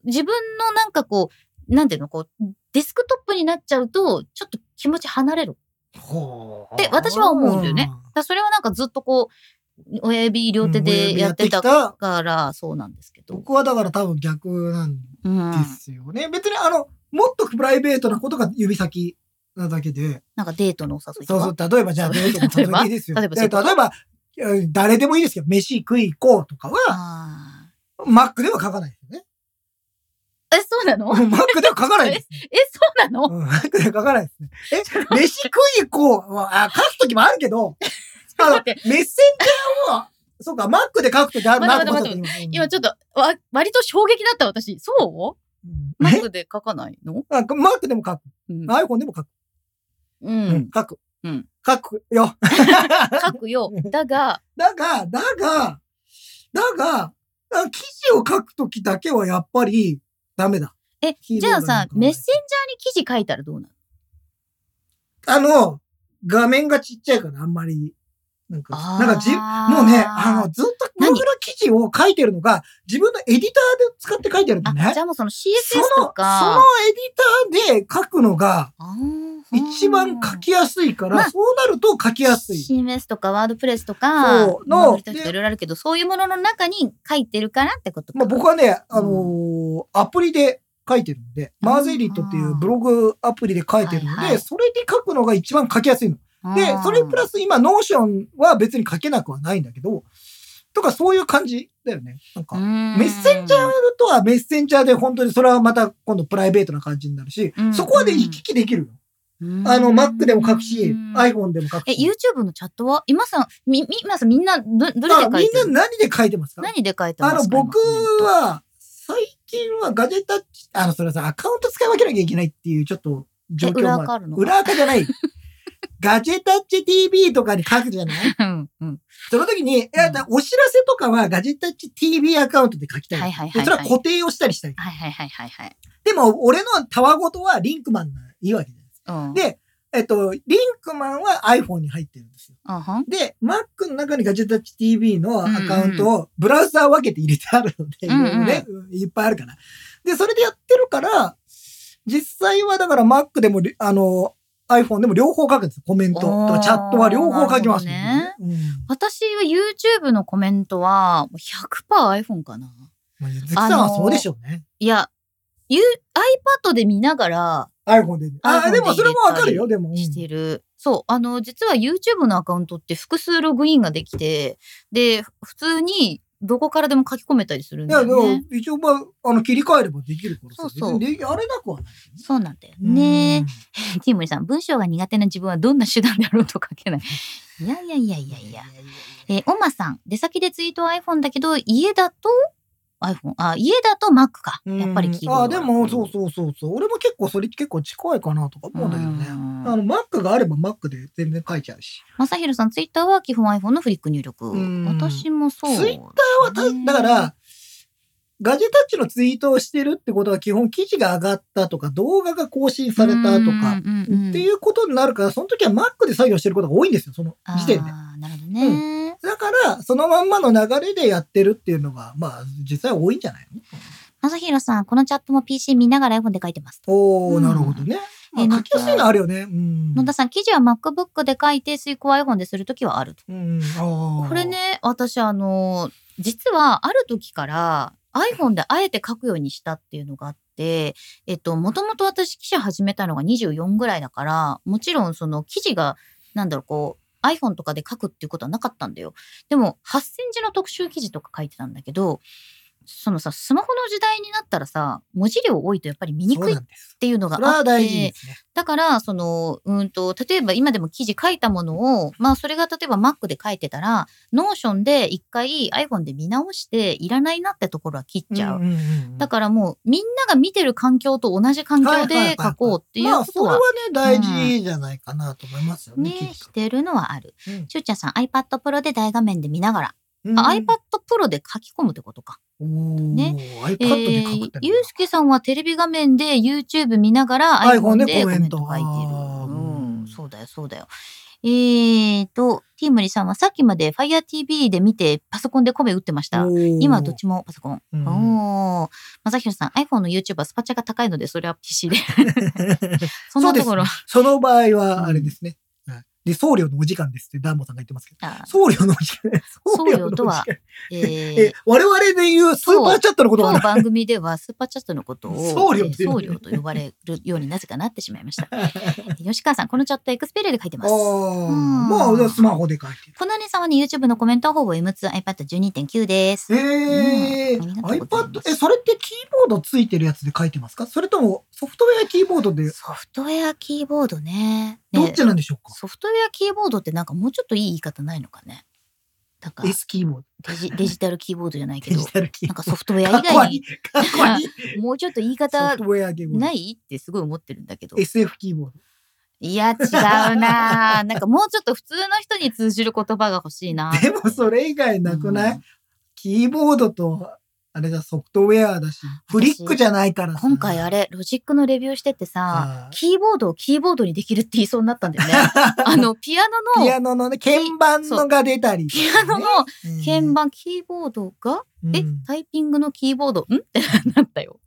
S3: 自分のなんかこう、なんていうの、こう、デスクトップになっちゃうと、ちょっと気持ち離れる。
S2: ほう
S3: って私は思うんだよね。だからそれはなんかずっとこう、親指両手
S2: うん親
S3: で
S2: 指
S3: やって
S2: き
S3: た
S2: た
S3: から、そうなんですけど。
S2: 僕はだから多分逆なん
S3: うん。
S2: ですよね。別にあの、もっとプライベートなことが指先なだけで、
S3: なんかデートのお誘い
S2: そ
S3: と
S2: う
S3: か。
S2: そう、例えばじゃあデートの誘いでいいですよ。
S3: 例
S2: で例え
S3: えば例え
S2: ば、えー誰でもいいですけど、飯食い行こうとかは、
S3: あ
S2: Mac では書かないですよね。
S3: ーえ、そうなのえ、
S2: Mac では書かないですね。
S3: そうなの
S2: うん Mac では書かないですね。え、飯食い行こうは、 あ、書くときもあるけど、あの、メ
S3: 待っ
S2: ッセンジャーを、そうか、Mac で書くときあるなと思った
S3: 待って
S2: 今
S3: 今ちょっと、わ、割と衝撃だった私。そう
S2: うん
S3: マ
S2: え
S3: ックで書かないの
S2: あ Mac でも書く。
S3: うん。
S2: iPhone でも書く。う
S3: う
S2: んん。書く。
S3: うん
S2: 書くよ。
S3: 書くよ。だが、
S2: だが、だが、だが、あ記事を書くときだけはやっぱりダメだ。
S3: え、
S2: キー
S3: じ
S2: ボード
S3: ゃあ
S2: に
S3: さ
S2: 書、かない
S3: メッセンジャーに記事書いたらどうなの
S2: あの、画面がちっちゃいからあんまり、なんか、
S3: あー
S2: なんかじ、もうね、あの、ずっとブログの記事を書いてるのが、自分のエディターで使って書いてるのね
S3: あ、。じゃあもうその CSS
S2: その、
S3: と
S2: そ
S3: か
S2: の。エディターで書くのが、
S3: あー
S2: 一番書きやすいから、
S3: まあ
S2: そうなると書きやすい。
S3: CMS とかワードプレスとか、
S2: そうの
S3: いろいろあるけど、そういうものの中に書いてるからってことか。
S2: まあ、僕はね、あのーアプリで書いてるので、
S3: うん
S2: マーゼリットっていうブログアプリで書いてるので、
S3: はいはい
S2: それで書くのが一番書きやすいの。で
S3: あー、
S2: それプラス今、ノーションは別に書けなくはないんだけど、とかそういう感じだよね。なんか、メ
S3: メ
S2: ッセンジャーとはメッセンジャーで本当にそれはまた今度プライベートな感じになるし、
S3: うん
S2: そこはで行き来できるよ。
S3: ー
S2: あの、Mac でも書くし、iPhone でも書く
S3: え、
S2: し。
S3: YouTube のチャットは今さん、み、み、今さんみんなど、どれ
S2: だ
S3: で
S2: から
S3: 書いて
S2: み
S3: る
S2: んな何で書いてますか
S3: 何で書いてま
S2: あ
S3: すか
S2: の、僕
S3: 今
S2: は、最近はガジェタッチ、あの、それはさ、アカウント使い分けなきゃいけないっていう、ちょっと、状況も
S3: え裏
S2: る
S3: 垢あるの
S2: 裏垢じゃない。 ガジェタッチ TV とかに書くじゃない
S3: コメントうん、
S2: その時に、いやだお知らせとかはガジェタッチ TV アカウントで書きたい。
S3: はいはいはいはい
S2: でそれは固定をしたりしたい。
S3: はいはいはいはいはい。
S2: でも、俺のたわごとはリンクマンないいわけじゃないです
S3: うん
S2: でか。えっと、リンクマンは iPhone に入ってるんですよ。
S3: うんはん
S2: で、Mac の中にガジェタッチ TV のアカウントをブラウザー分けて入れてあるので、
S3: うんうん
S2: いろいろね、いっぱいあるから。で、それでやってるから、実際はだから Mac でもり、あの、iPhone でも両方書くんですよ。コメントと
S3: あ
S2: か
S3: ー
S2: チャットは両方書きます、
S3: な
S2: うん
S3: 私は YouTube のコメントは、もう 100%iPhone かな。
S2: まあゆずきさんはそうでしょうね。
S3: いや、ゆ iPad で見ながら
S2: iPhone で。ああ、
S3: iPhone
S2: でもそれもわかるよ、でも。うん
S3: してる。そう、あの、実は YouTube のアカウントって複数ログインができて、で、普通にどこからでも書き込めたりする
S2: い
S3: んだよ
S2: や、
S3: ね。
S2: でも、一応、まあ、あの、切り替えればできるからさ。
S3: そうそう
S2: 別にあれなくはない。
S3: そうなんだよね。
S2: うん。
S3: ティムリさん、文章が苦手な自分はどんな手段であろうと書け ない。いやいやいやいやいや。えー、オマさん、出先でツイートは iPhone だけど、家だと iPhone、あ、家だと Mac か。やっぱりキーボード。
S2: ああ、でも、そうそうそうそう。俺も結構、それ結構近いかなとか思うんだけどね。
S3: うん
S2: あの、Mac があれば Mac で全然書いちゃうし。
S3: まさひろさん、ツイッターは基本 iPhone のフリック入力。
S2: うん
S3: 私もそう、
S2: ツイッタまあただか、ら、ガジェタッチのツイートをしてるってことは基本記事が上がったとか、動画が更新されたとか、
S3: うんうんうん、
S2: っていうことになるから、その時は Mac で作業してることが多いんですよ、その時点で。
S3: あーなるほどね。
S2: だから、そのまんまの流れでやってるっていうのが、まあ、実際多いんじゃないの
S3: まさひろさん、このチャットも PC 見ながら iPhone で書いてます。
S2: おー、
S3: うん
S2: なるほどね。ま
S3: え
S2: あ、
S3: なん
S2: 書
S3: か
S2: きやすいのあるよね。うん。
S3: 野田さん、記事は MacBook で書いて、遂行 iPhone でするときはあると。
S2: うん、あー
S3: これ。ね、私、あの、実はある時から iPhone であえて書くようにしたっていうのがあって、えっと、もともと私記者始めたのが24ぐらいだから、もちろんその記事が、なんだろう、こう、iPhone とかで書くっていうことはなかったんだよ。でも、8センチの特集記事とか書いてたんだけど、そのさ、スマホの時代になったらさ、文字量多いとやっぱり見に
S2: そ
S3: く
S2: う
S3: いっ
S2: なんです。
S3: ていうのが
S2: それ
S3: あ
S2: は
S3: っ
S2: 大事で
S3: て、
S2: すね。
S3: だから、その、うんと、例えば今でも記事書いたものを、まあそれが例えば Mac で書いてたら、Notion で一回 iPhone で見直して、いらないなってところは切っちゃう。
S2: んんん
S3: だからもう、みんなが見てる環境と同じ環境
S2: はいはいは
S3: で
S2: いはい
S3: 書こうっていう
S2: まあ、
S3: こと
S2: それ
S3: は
S2: はね、大事じゃないかなと思いますよね。
S3: ね
S2: き、っと
S3: してるのはある。
S2: うん
S3: しゅうちゃんさん、iPad Pro で大画面で見ながら、
S2: うん
S3: あ iPad Pro で書き込むってことか。
S2: おー
S3: ね
S2: iPad で書くって
S3: えーゆうすけさんはテレビ画面で YouTube 見ながら
S2: iPhone で
S3: iPhone で
S2: コ
S3: コ
S2: メ
S3: メ
S2: ン
S3: ン
S2: ト
S3: ト書いて
S2: あ
S3: る。
S2: ー
S3: う
S2: うん
S3: ん、そうだよ、そうだよ。えーと、ティームリさんはさっきまで FireTV で見てパソコンで米打ってました。今はどっちもパソコン。
S2: うん
S3: おー。まさひろさん、iPhone の YouTube はスパチャが高いので、それは必死で。 そん
S2: そ
S3: な
S2: うで
S3: と
S2: す
S3: ころ。
S2: その場合は、あれですね。はいで、送料のお時間ですって、ダンボさんが言ってますけど。
S3: あ
S2: 送料のお時間。
S3: 送料とは
S2: 送料のお時間
S3: え
S2: え
S3: ー、、
S2: 我々で言うスーパーチャットのこと
S3: 当
S2: はな
S3: 番組ではスーパーチャット のことを
S2: 僧侶
S3: えー
S2: っていうの
S3: 僧
S2: ね
S3: 侶と呼ばれるようになぜかなってしまい ました。吉川さん、このチャットエクスペリアで書いてます。
S2: ああ、
S3: うん
S2: まあ、スマホで書いてる。
S3: この姉さんはね、YouTube のコメントはほぼ M2iPad12.9 です。
S2: ええ
S3: うんありがとうございま
S2: iPad、
S3: す
S2: え、それってキーボードついてるやつで書いてますかそれともソフトウェアキーボードで、
S3: ソフトウェアキーボードね。
S2: ど
S3: ね
S2: っちなんでしょうか、
S3: ソフトウェアキーボードってなんかもうちょっといい言い方ないのかね。なんか
S2: ?S キーボード。
S3: デジデジタルキーボードじゃないけ
S2: デ
S3: ど
S2: ジ、タルキー
S3: なん
S2: ボ
S3: かソフトウェ
S2: ード。
S3: ア以
S2: かっこ
S3: 外
S2: いい
S3: に。
S2: かっこいい
S3: もうちょっと言い
S2: ソ
S3: 方
S2: フトウェアキーボード。
S3: ないってすごい思ってるんだけど。
S2: SF キーボード。
S3: いや、違うなぁ。 なんかもうちょっと普通の人に通じる言葉が欲しいなぁ
S2: でもそれ以外なくない、
S3: うん
S2: キーボードと、あれだ、ソフトウェアだし、フリックじゃないからさ
S3: 今回あれ、ロジックのレビューしててさ、
S2: あ
S3: キーボードをキーボードにできるって言いそうになったんだよ ね。
S2: あ
S3: あの、ピアノ
S2: ピ
S3: の、
S2: アノのね、鍵盤のが出たり、
S3: ピアノの
S2: うん、
S3: 鍵盤、キーボードが、え
S2: うん、
S3: タイピングのキーボード、 んってなったよ。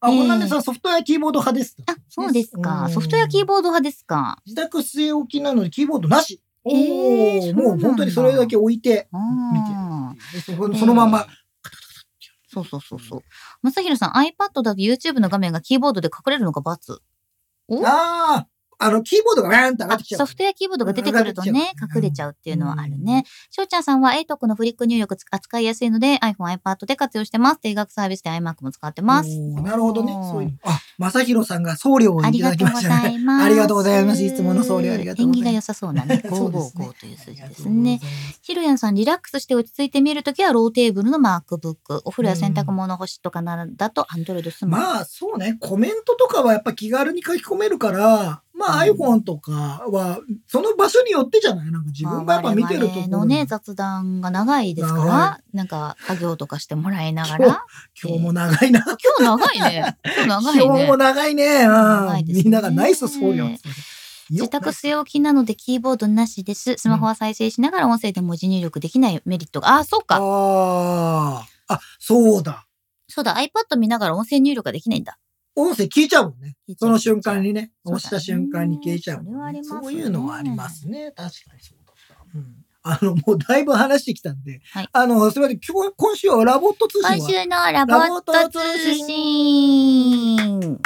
S2: あ、
S3: えー
S2: こんなんでさ、ソフトウェアキーボード派です。
S3: あ、そうです
S2: う
S3: か。
S2: ん
S3: ソフトウェアキーボード派ですか。
S2: 自宅据え置きなのにキーボードなし。お
S3: えー
S2: ー
S3: そうなんだ
S2: もう本当にそれだけ置いて、
S3: あー
S2: そこそのまま。。
S3: そうそうそうそう。まさひろさん、iPad だと YouTube の画面がキーボードで隠れるのが罰。お
S2: ああ、あの、キーボードがバーンと上が
S3: あ
S2: ってきちゃう。
S3: ソフトウェアキーボードが出てくるとね、
S2: 隠
S3: 隠
S2: れ
S3: れ
S2: ち
S3: ち
S2: ゃ
S3: ゃ
S2: う
S3: うっていうのはあるね。翔ちゃんさんは A トクのフリック入力つ扱いやすいので iPhone、iPad で活用してます。定額サービスで iMac も使ってます。
S2: おーなるほどね
S3: お。ー
S2: そういうの。あ、まさひろさんが送料を
S3: あ
S2: い
S3: り
S2: ただ
S3: がと
S2: き
S3: う
S2: ま
S3: ご
S2: した
S3: ざ
S2: ね。
S3: います。
S2: ありがとうございますいつもの送料ありがとうございます
S3: 縁起が良さそうなね、
S2: そうですね
S3: 555という数字ですね。
S2: あ
S3: ひろやんさん、リラックスして落ち着いて見るときはローテーブルの MacBook。お風呂や洗濯物干しとかなだと
S2: りがとう
S3: Android ス
S2: ござい
S3: マ
S2: ます。まあそうね、コメントとかはやっぱ気軽に書き込めるから、まあ
S3: うん
S2: iPhone とかは、その場所によってじゃないなんか自分がやっぱ見てるとこ
S3: まあ我
S2: ろ
S3: 々のね、雑談が長いですから、なんか作業とかしてもらいながら。
S2: 今日も長いな。
S3: 今日長いね。今日長いね。
S2: 今日も長いね。
S3: 長
S2: う
S3: い
S2: ん
S3: ですね
S2: みんながナイス送料っつって。
S3: 自宅据え置きなのでキーボードなしです。スマホは再生しながら音声で文字入力できないメリットが。あ、そうか。
S2: ああ。あ、そうだ。
S3: そうだ、iPad 見ながら音声入力ができないんだ。
S2: 音声聞いちゃうもんね。その瞬間にね、
S3: そうだね
S2: 押した瞬間に消えちゃうもんね、
S3: それはありますね
S2: そういうのはありますね。確かにそうだった。うんあの、もうだいぶ話してきたんで、
S3: はい
S2: あの、すみません、今日今週はラボット通
S3: 今
S2: 信は
S3: 週のラボット通信。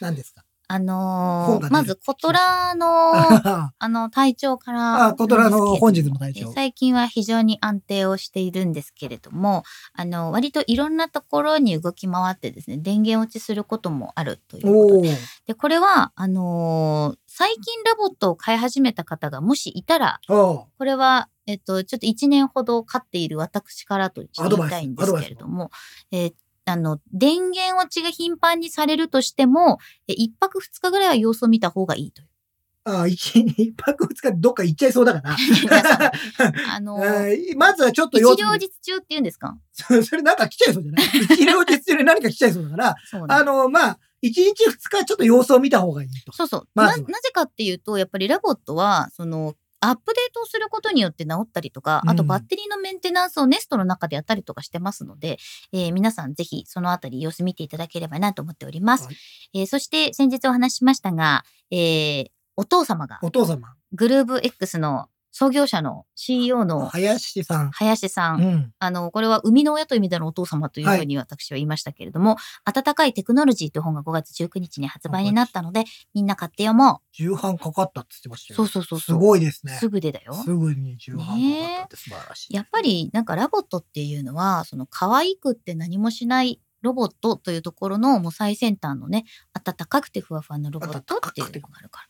S2: 何ですか
S3: あ
S2: 本が
S3: の
S2: 出
S3: ー、
S2: る
S3: まず、コトラ の、
S2: あ、
S3: あの、体調から。
S2: あ、コトラの本日の体調。
S3: 最近は非常に安定をしているんですけれども、あの、割といろんなところに動き回ってですね、電源落ちすることもあるということ
S2: お
S3: で
S2: お。
S3: で、これは、あのー最近ラボットを飼い始めた方がもしいたら、
S2: あ
S3: これは、えっと、ちょっと1年ほど飼っている私からとして言いたいんですけれども、えーあの、電源落ちが頻繁にされるとしても、え1泊2日ぐらいは様子を見た方がいいという。
S2: あ、あ一一泊二日でどっか行っちゃいそうだ から。
S3: 皆さん あの ー
S2: えーまずはちょっと
S3: 一
S2: 様子
S3: 両日中っていうんですか
S2: そうそれなんか来ちゃいそうじゃない一両日中に何か来ちゃいそうだから、
S3: そうね
S2: あの、まあ、一日二日ちょっと様子を見た方がいいと。
S3: そうそう。
S2: ま
S3: な、な
S2: ずは
S3: ぜかっていうと、やっぱりラボットは、その、アップデートをすることによって治ったりとか
S2: う、ん
S3: あとバッテリーのメンテナンスをネストの中でやったりとかしてますので、えー皆さんぜひそのあたり様子見ていただければなと思っております。
S2: はい
S3: えーそして先日お話ししましたが、えーお父様が
S2: お父様。
S3: グルーブ X の創業者の CEO の
S2: 林さん。
S3: 林さん、
S2: うん。
S3: あの、これは生みの親という意味でのお父様というふうに私は言いましたけれども、温かいテクノロジーという本が5月19日に発売になったので、みんな買って読も
S2: 重版かかったって言ってました
S3: う。
S2: よ。
S3: そうそうそう
S2: す
S3: そう。
S2: ごいですね。
S3: すぐでだよ。
S2: すぐに重版かかったって素晴らしい。
S3: やっぱりなんかラボットっていうのは、その可愛くって何もしないロボットというところのもう最先端のね、暖かくてふわふわなロボットっていうのがあるから。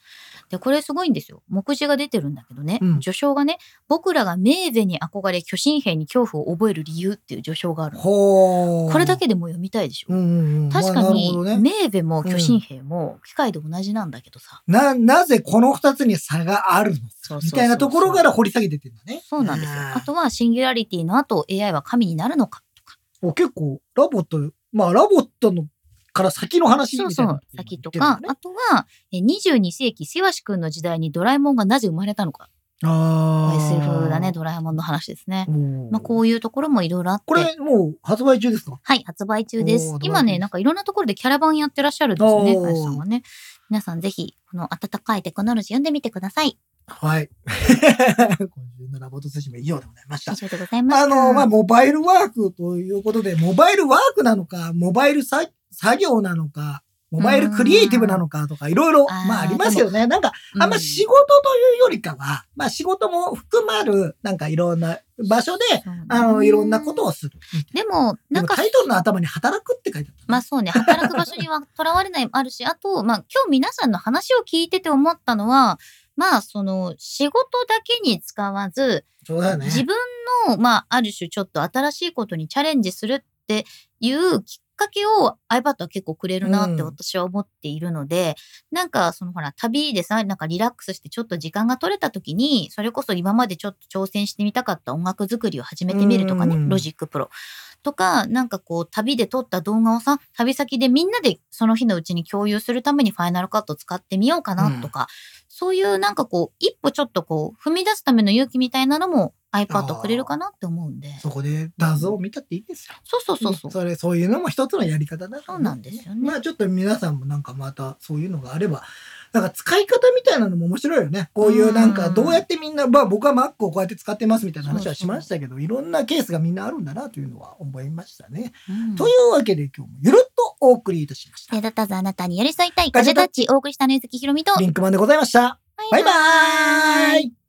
S3: で、これすごいんですよ。目次が出てるんだけどね、
S2: うん
S3: 序章がね、僕らがメーゼに憧れ巨神兵に恐怖を覚える理由っていう序章があるの。
S2: ほー
S3: これだけでもう読みたいでしょ。
S2: うんうんうん。
S3: 確
S2: ま
S3: か
S2: あなる
S3: に
S2: ほど、ね。
S3: メーベも巨神兵も機械で同じなんだけどさ。
S2: な、なぜこの二つに差があるの
S3: そうそうそう
S2: み
S3: そう
S2: たいなところから掘り下げてってんだね。
S3: そうなんですよ。
S2: あー
S3: あとはシンギュラリティの後 AI は神になるのかとか。
S2: お結構、ラボット、まあ、ラボットのから先の話みた
S3: そ
S2: いうな。
S3: そう。先とか、あとはえ22世紀セワシ君の時代にドラえもんがなぜ生まれたのか。
S2: あ
S3: SF だね、。ドラえもんの話ですね。まあこ
S2: う。
S3: ういうところもいろいろあって。
S2: これ、もう発売中ですか
S3: はい、発売中です
S2: おー。ドラ
S3: 今
S2: えもん
S3: ね、なんかいろんなところでキャラバンやってらっしゃるんですよ
S2: お
S3: ね、
S2: ー
S3: 林さんはね。皆さんぜひ、この温かいテクノロジー読んでみてください。
S2: はい。今週のラボット寿司も以上でございまし
S3: 以
S2: た。
S3: 上でございます。
S2: あの、まあ、モバイルワークということで、モバイルワークなのか、モバイルさ作業なのか、モバイルクリエイティブなのかとか、いろいろ、
S3: あー
S2: まあ、ありますよね。なんか、
S3: う
S2: あんま仕事というよりかは、まあ、仕事も含まる、なんかいろんな場所で、
S3: そうね
S2: あの、いろんなことをする。
S3: でも、
S2: で
S3: なん
S2: も
S3: か
S2: タ、イトルの頭に働くって書いてあった。
S3: まあそうね、働く場所にはとらわれないもあるし、あと、まあ今日皆さんの話を聞いてて思ったのは、まあその仕事だけに使わず、
S2: そうだよね。
S3: 自分の、まあある種ちょっと新しいことにチャレンジするっていうきっかけを iPad は結構くれるなっ
S2: う
S3: て
S2: ん
S3: 私は思っているので、なんかそのほら旅でさ、なんかリラックスしてちょっと時間が取れた時に、それこそ今までちょっと挑戦してみたかった音楽作りを始めてみるとかね
S2: う、ん
S3: ロジックプロ。とか、なんかこう、旅で撮った動画をさ、旅先でみんなでその日のうちに共有するためにファイナルカット使ってみようかなとか、そういうなんかこう、一歩ちょっとこう、踏み出すための勇気みたいなのも iPad くれるかなって思うんで。
S2: そこで画像を見たっていいですよ。
S3: そうそうそうそう。
S2: それ、そういうのも一つのやり方だと思
S3: そうなんですよね
S2: まあちょっと皆さんもなんかまたそういうのがあれば、なんか使い方みたいなのも面白いよね。こういうなんか
S3: うん
S2: どうやってみんな、まあ僕は Mac をこうやって使ってますみたいな話はしましたけど、いろんなケースがみんなあるんだなというのは思いましたね。
S3: うん
S2: というわけで今日もゆるっとお送りいたしました。
S3: 目立たずあなたに寄り添いたい。
S2: ガ
S3: ガ
S2: ジ
S3: ジ
S2: ェ
S3: ェ
S2: タ
S3: タ
S2: ッ
S3: ッチ、お送りしたねずきひろみと。
S2: リンクマンでございました。バイバーイ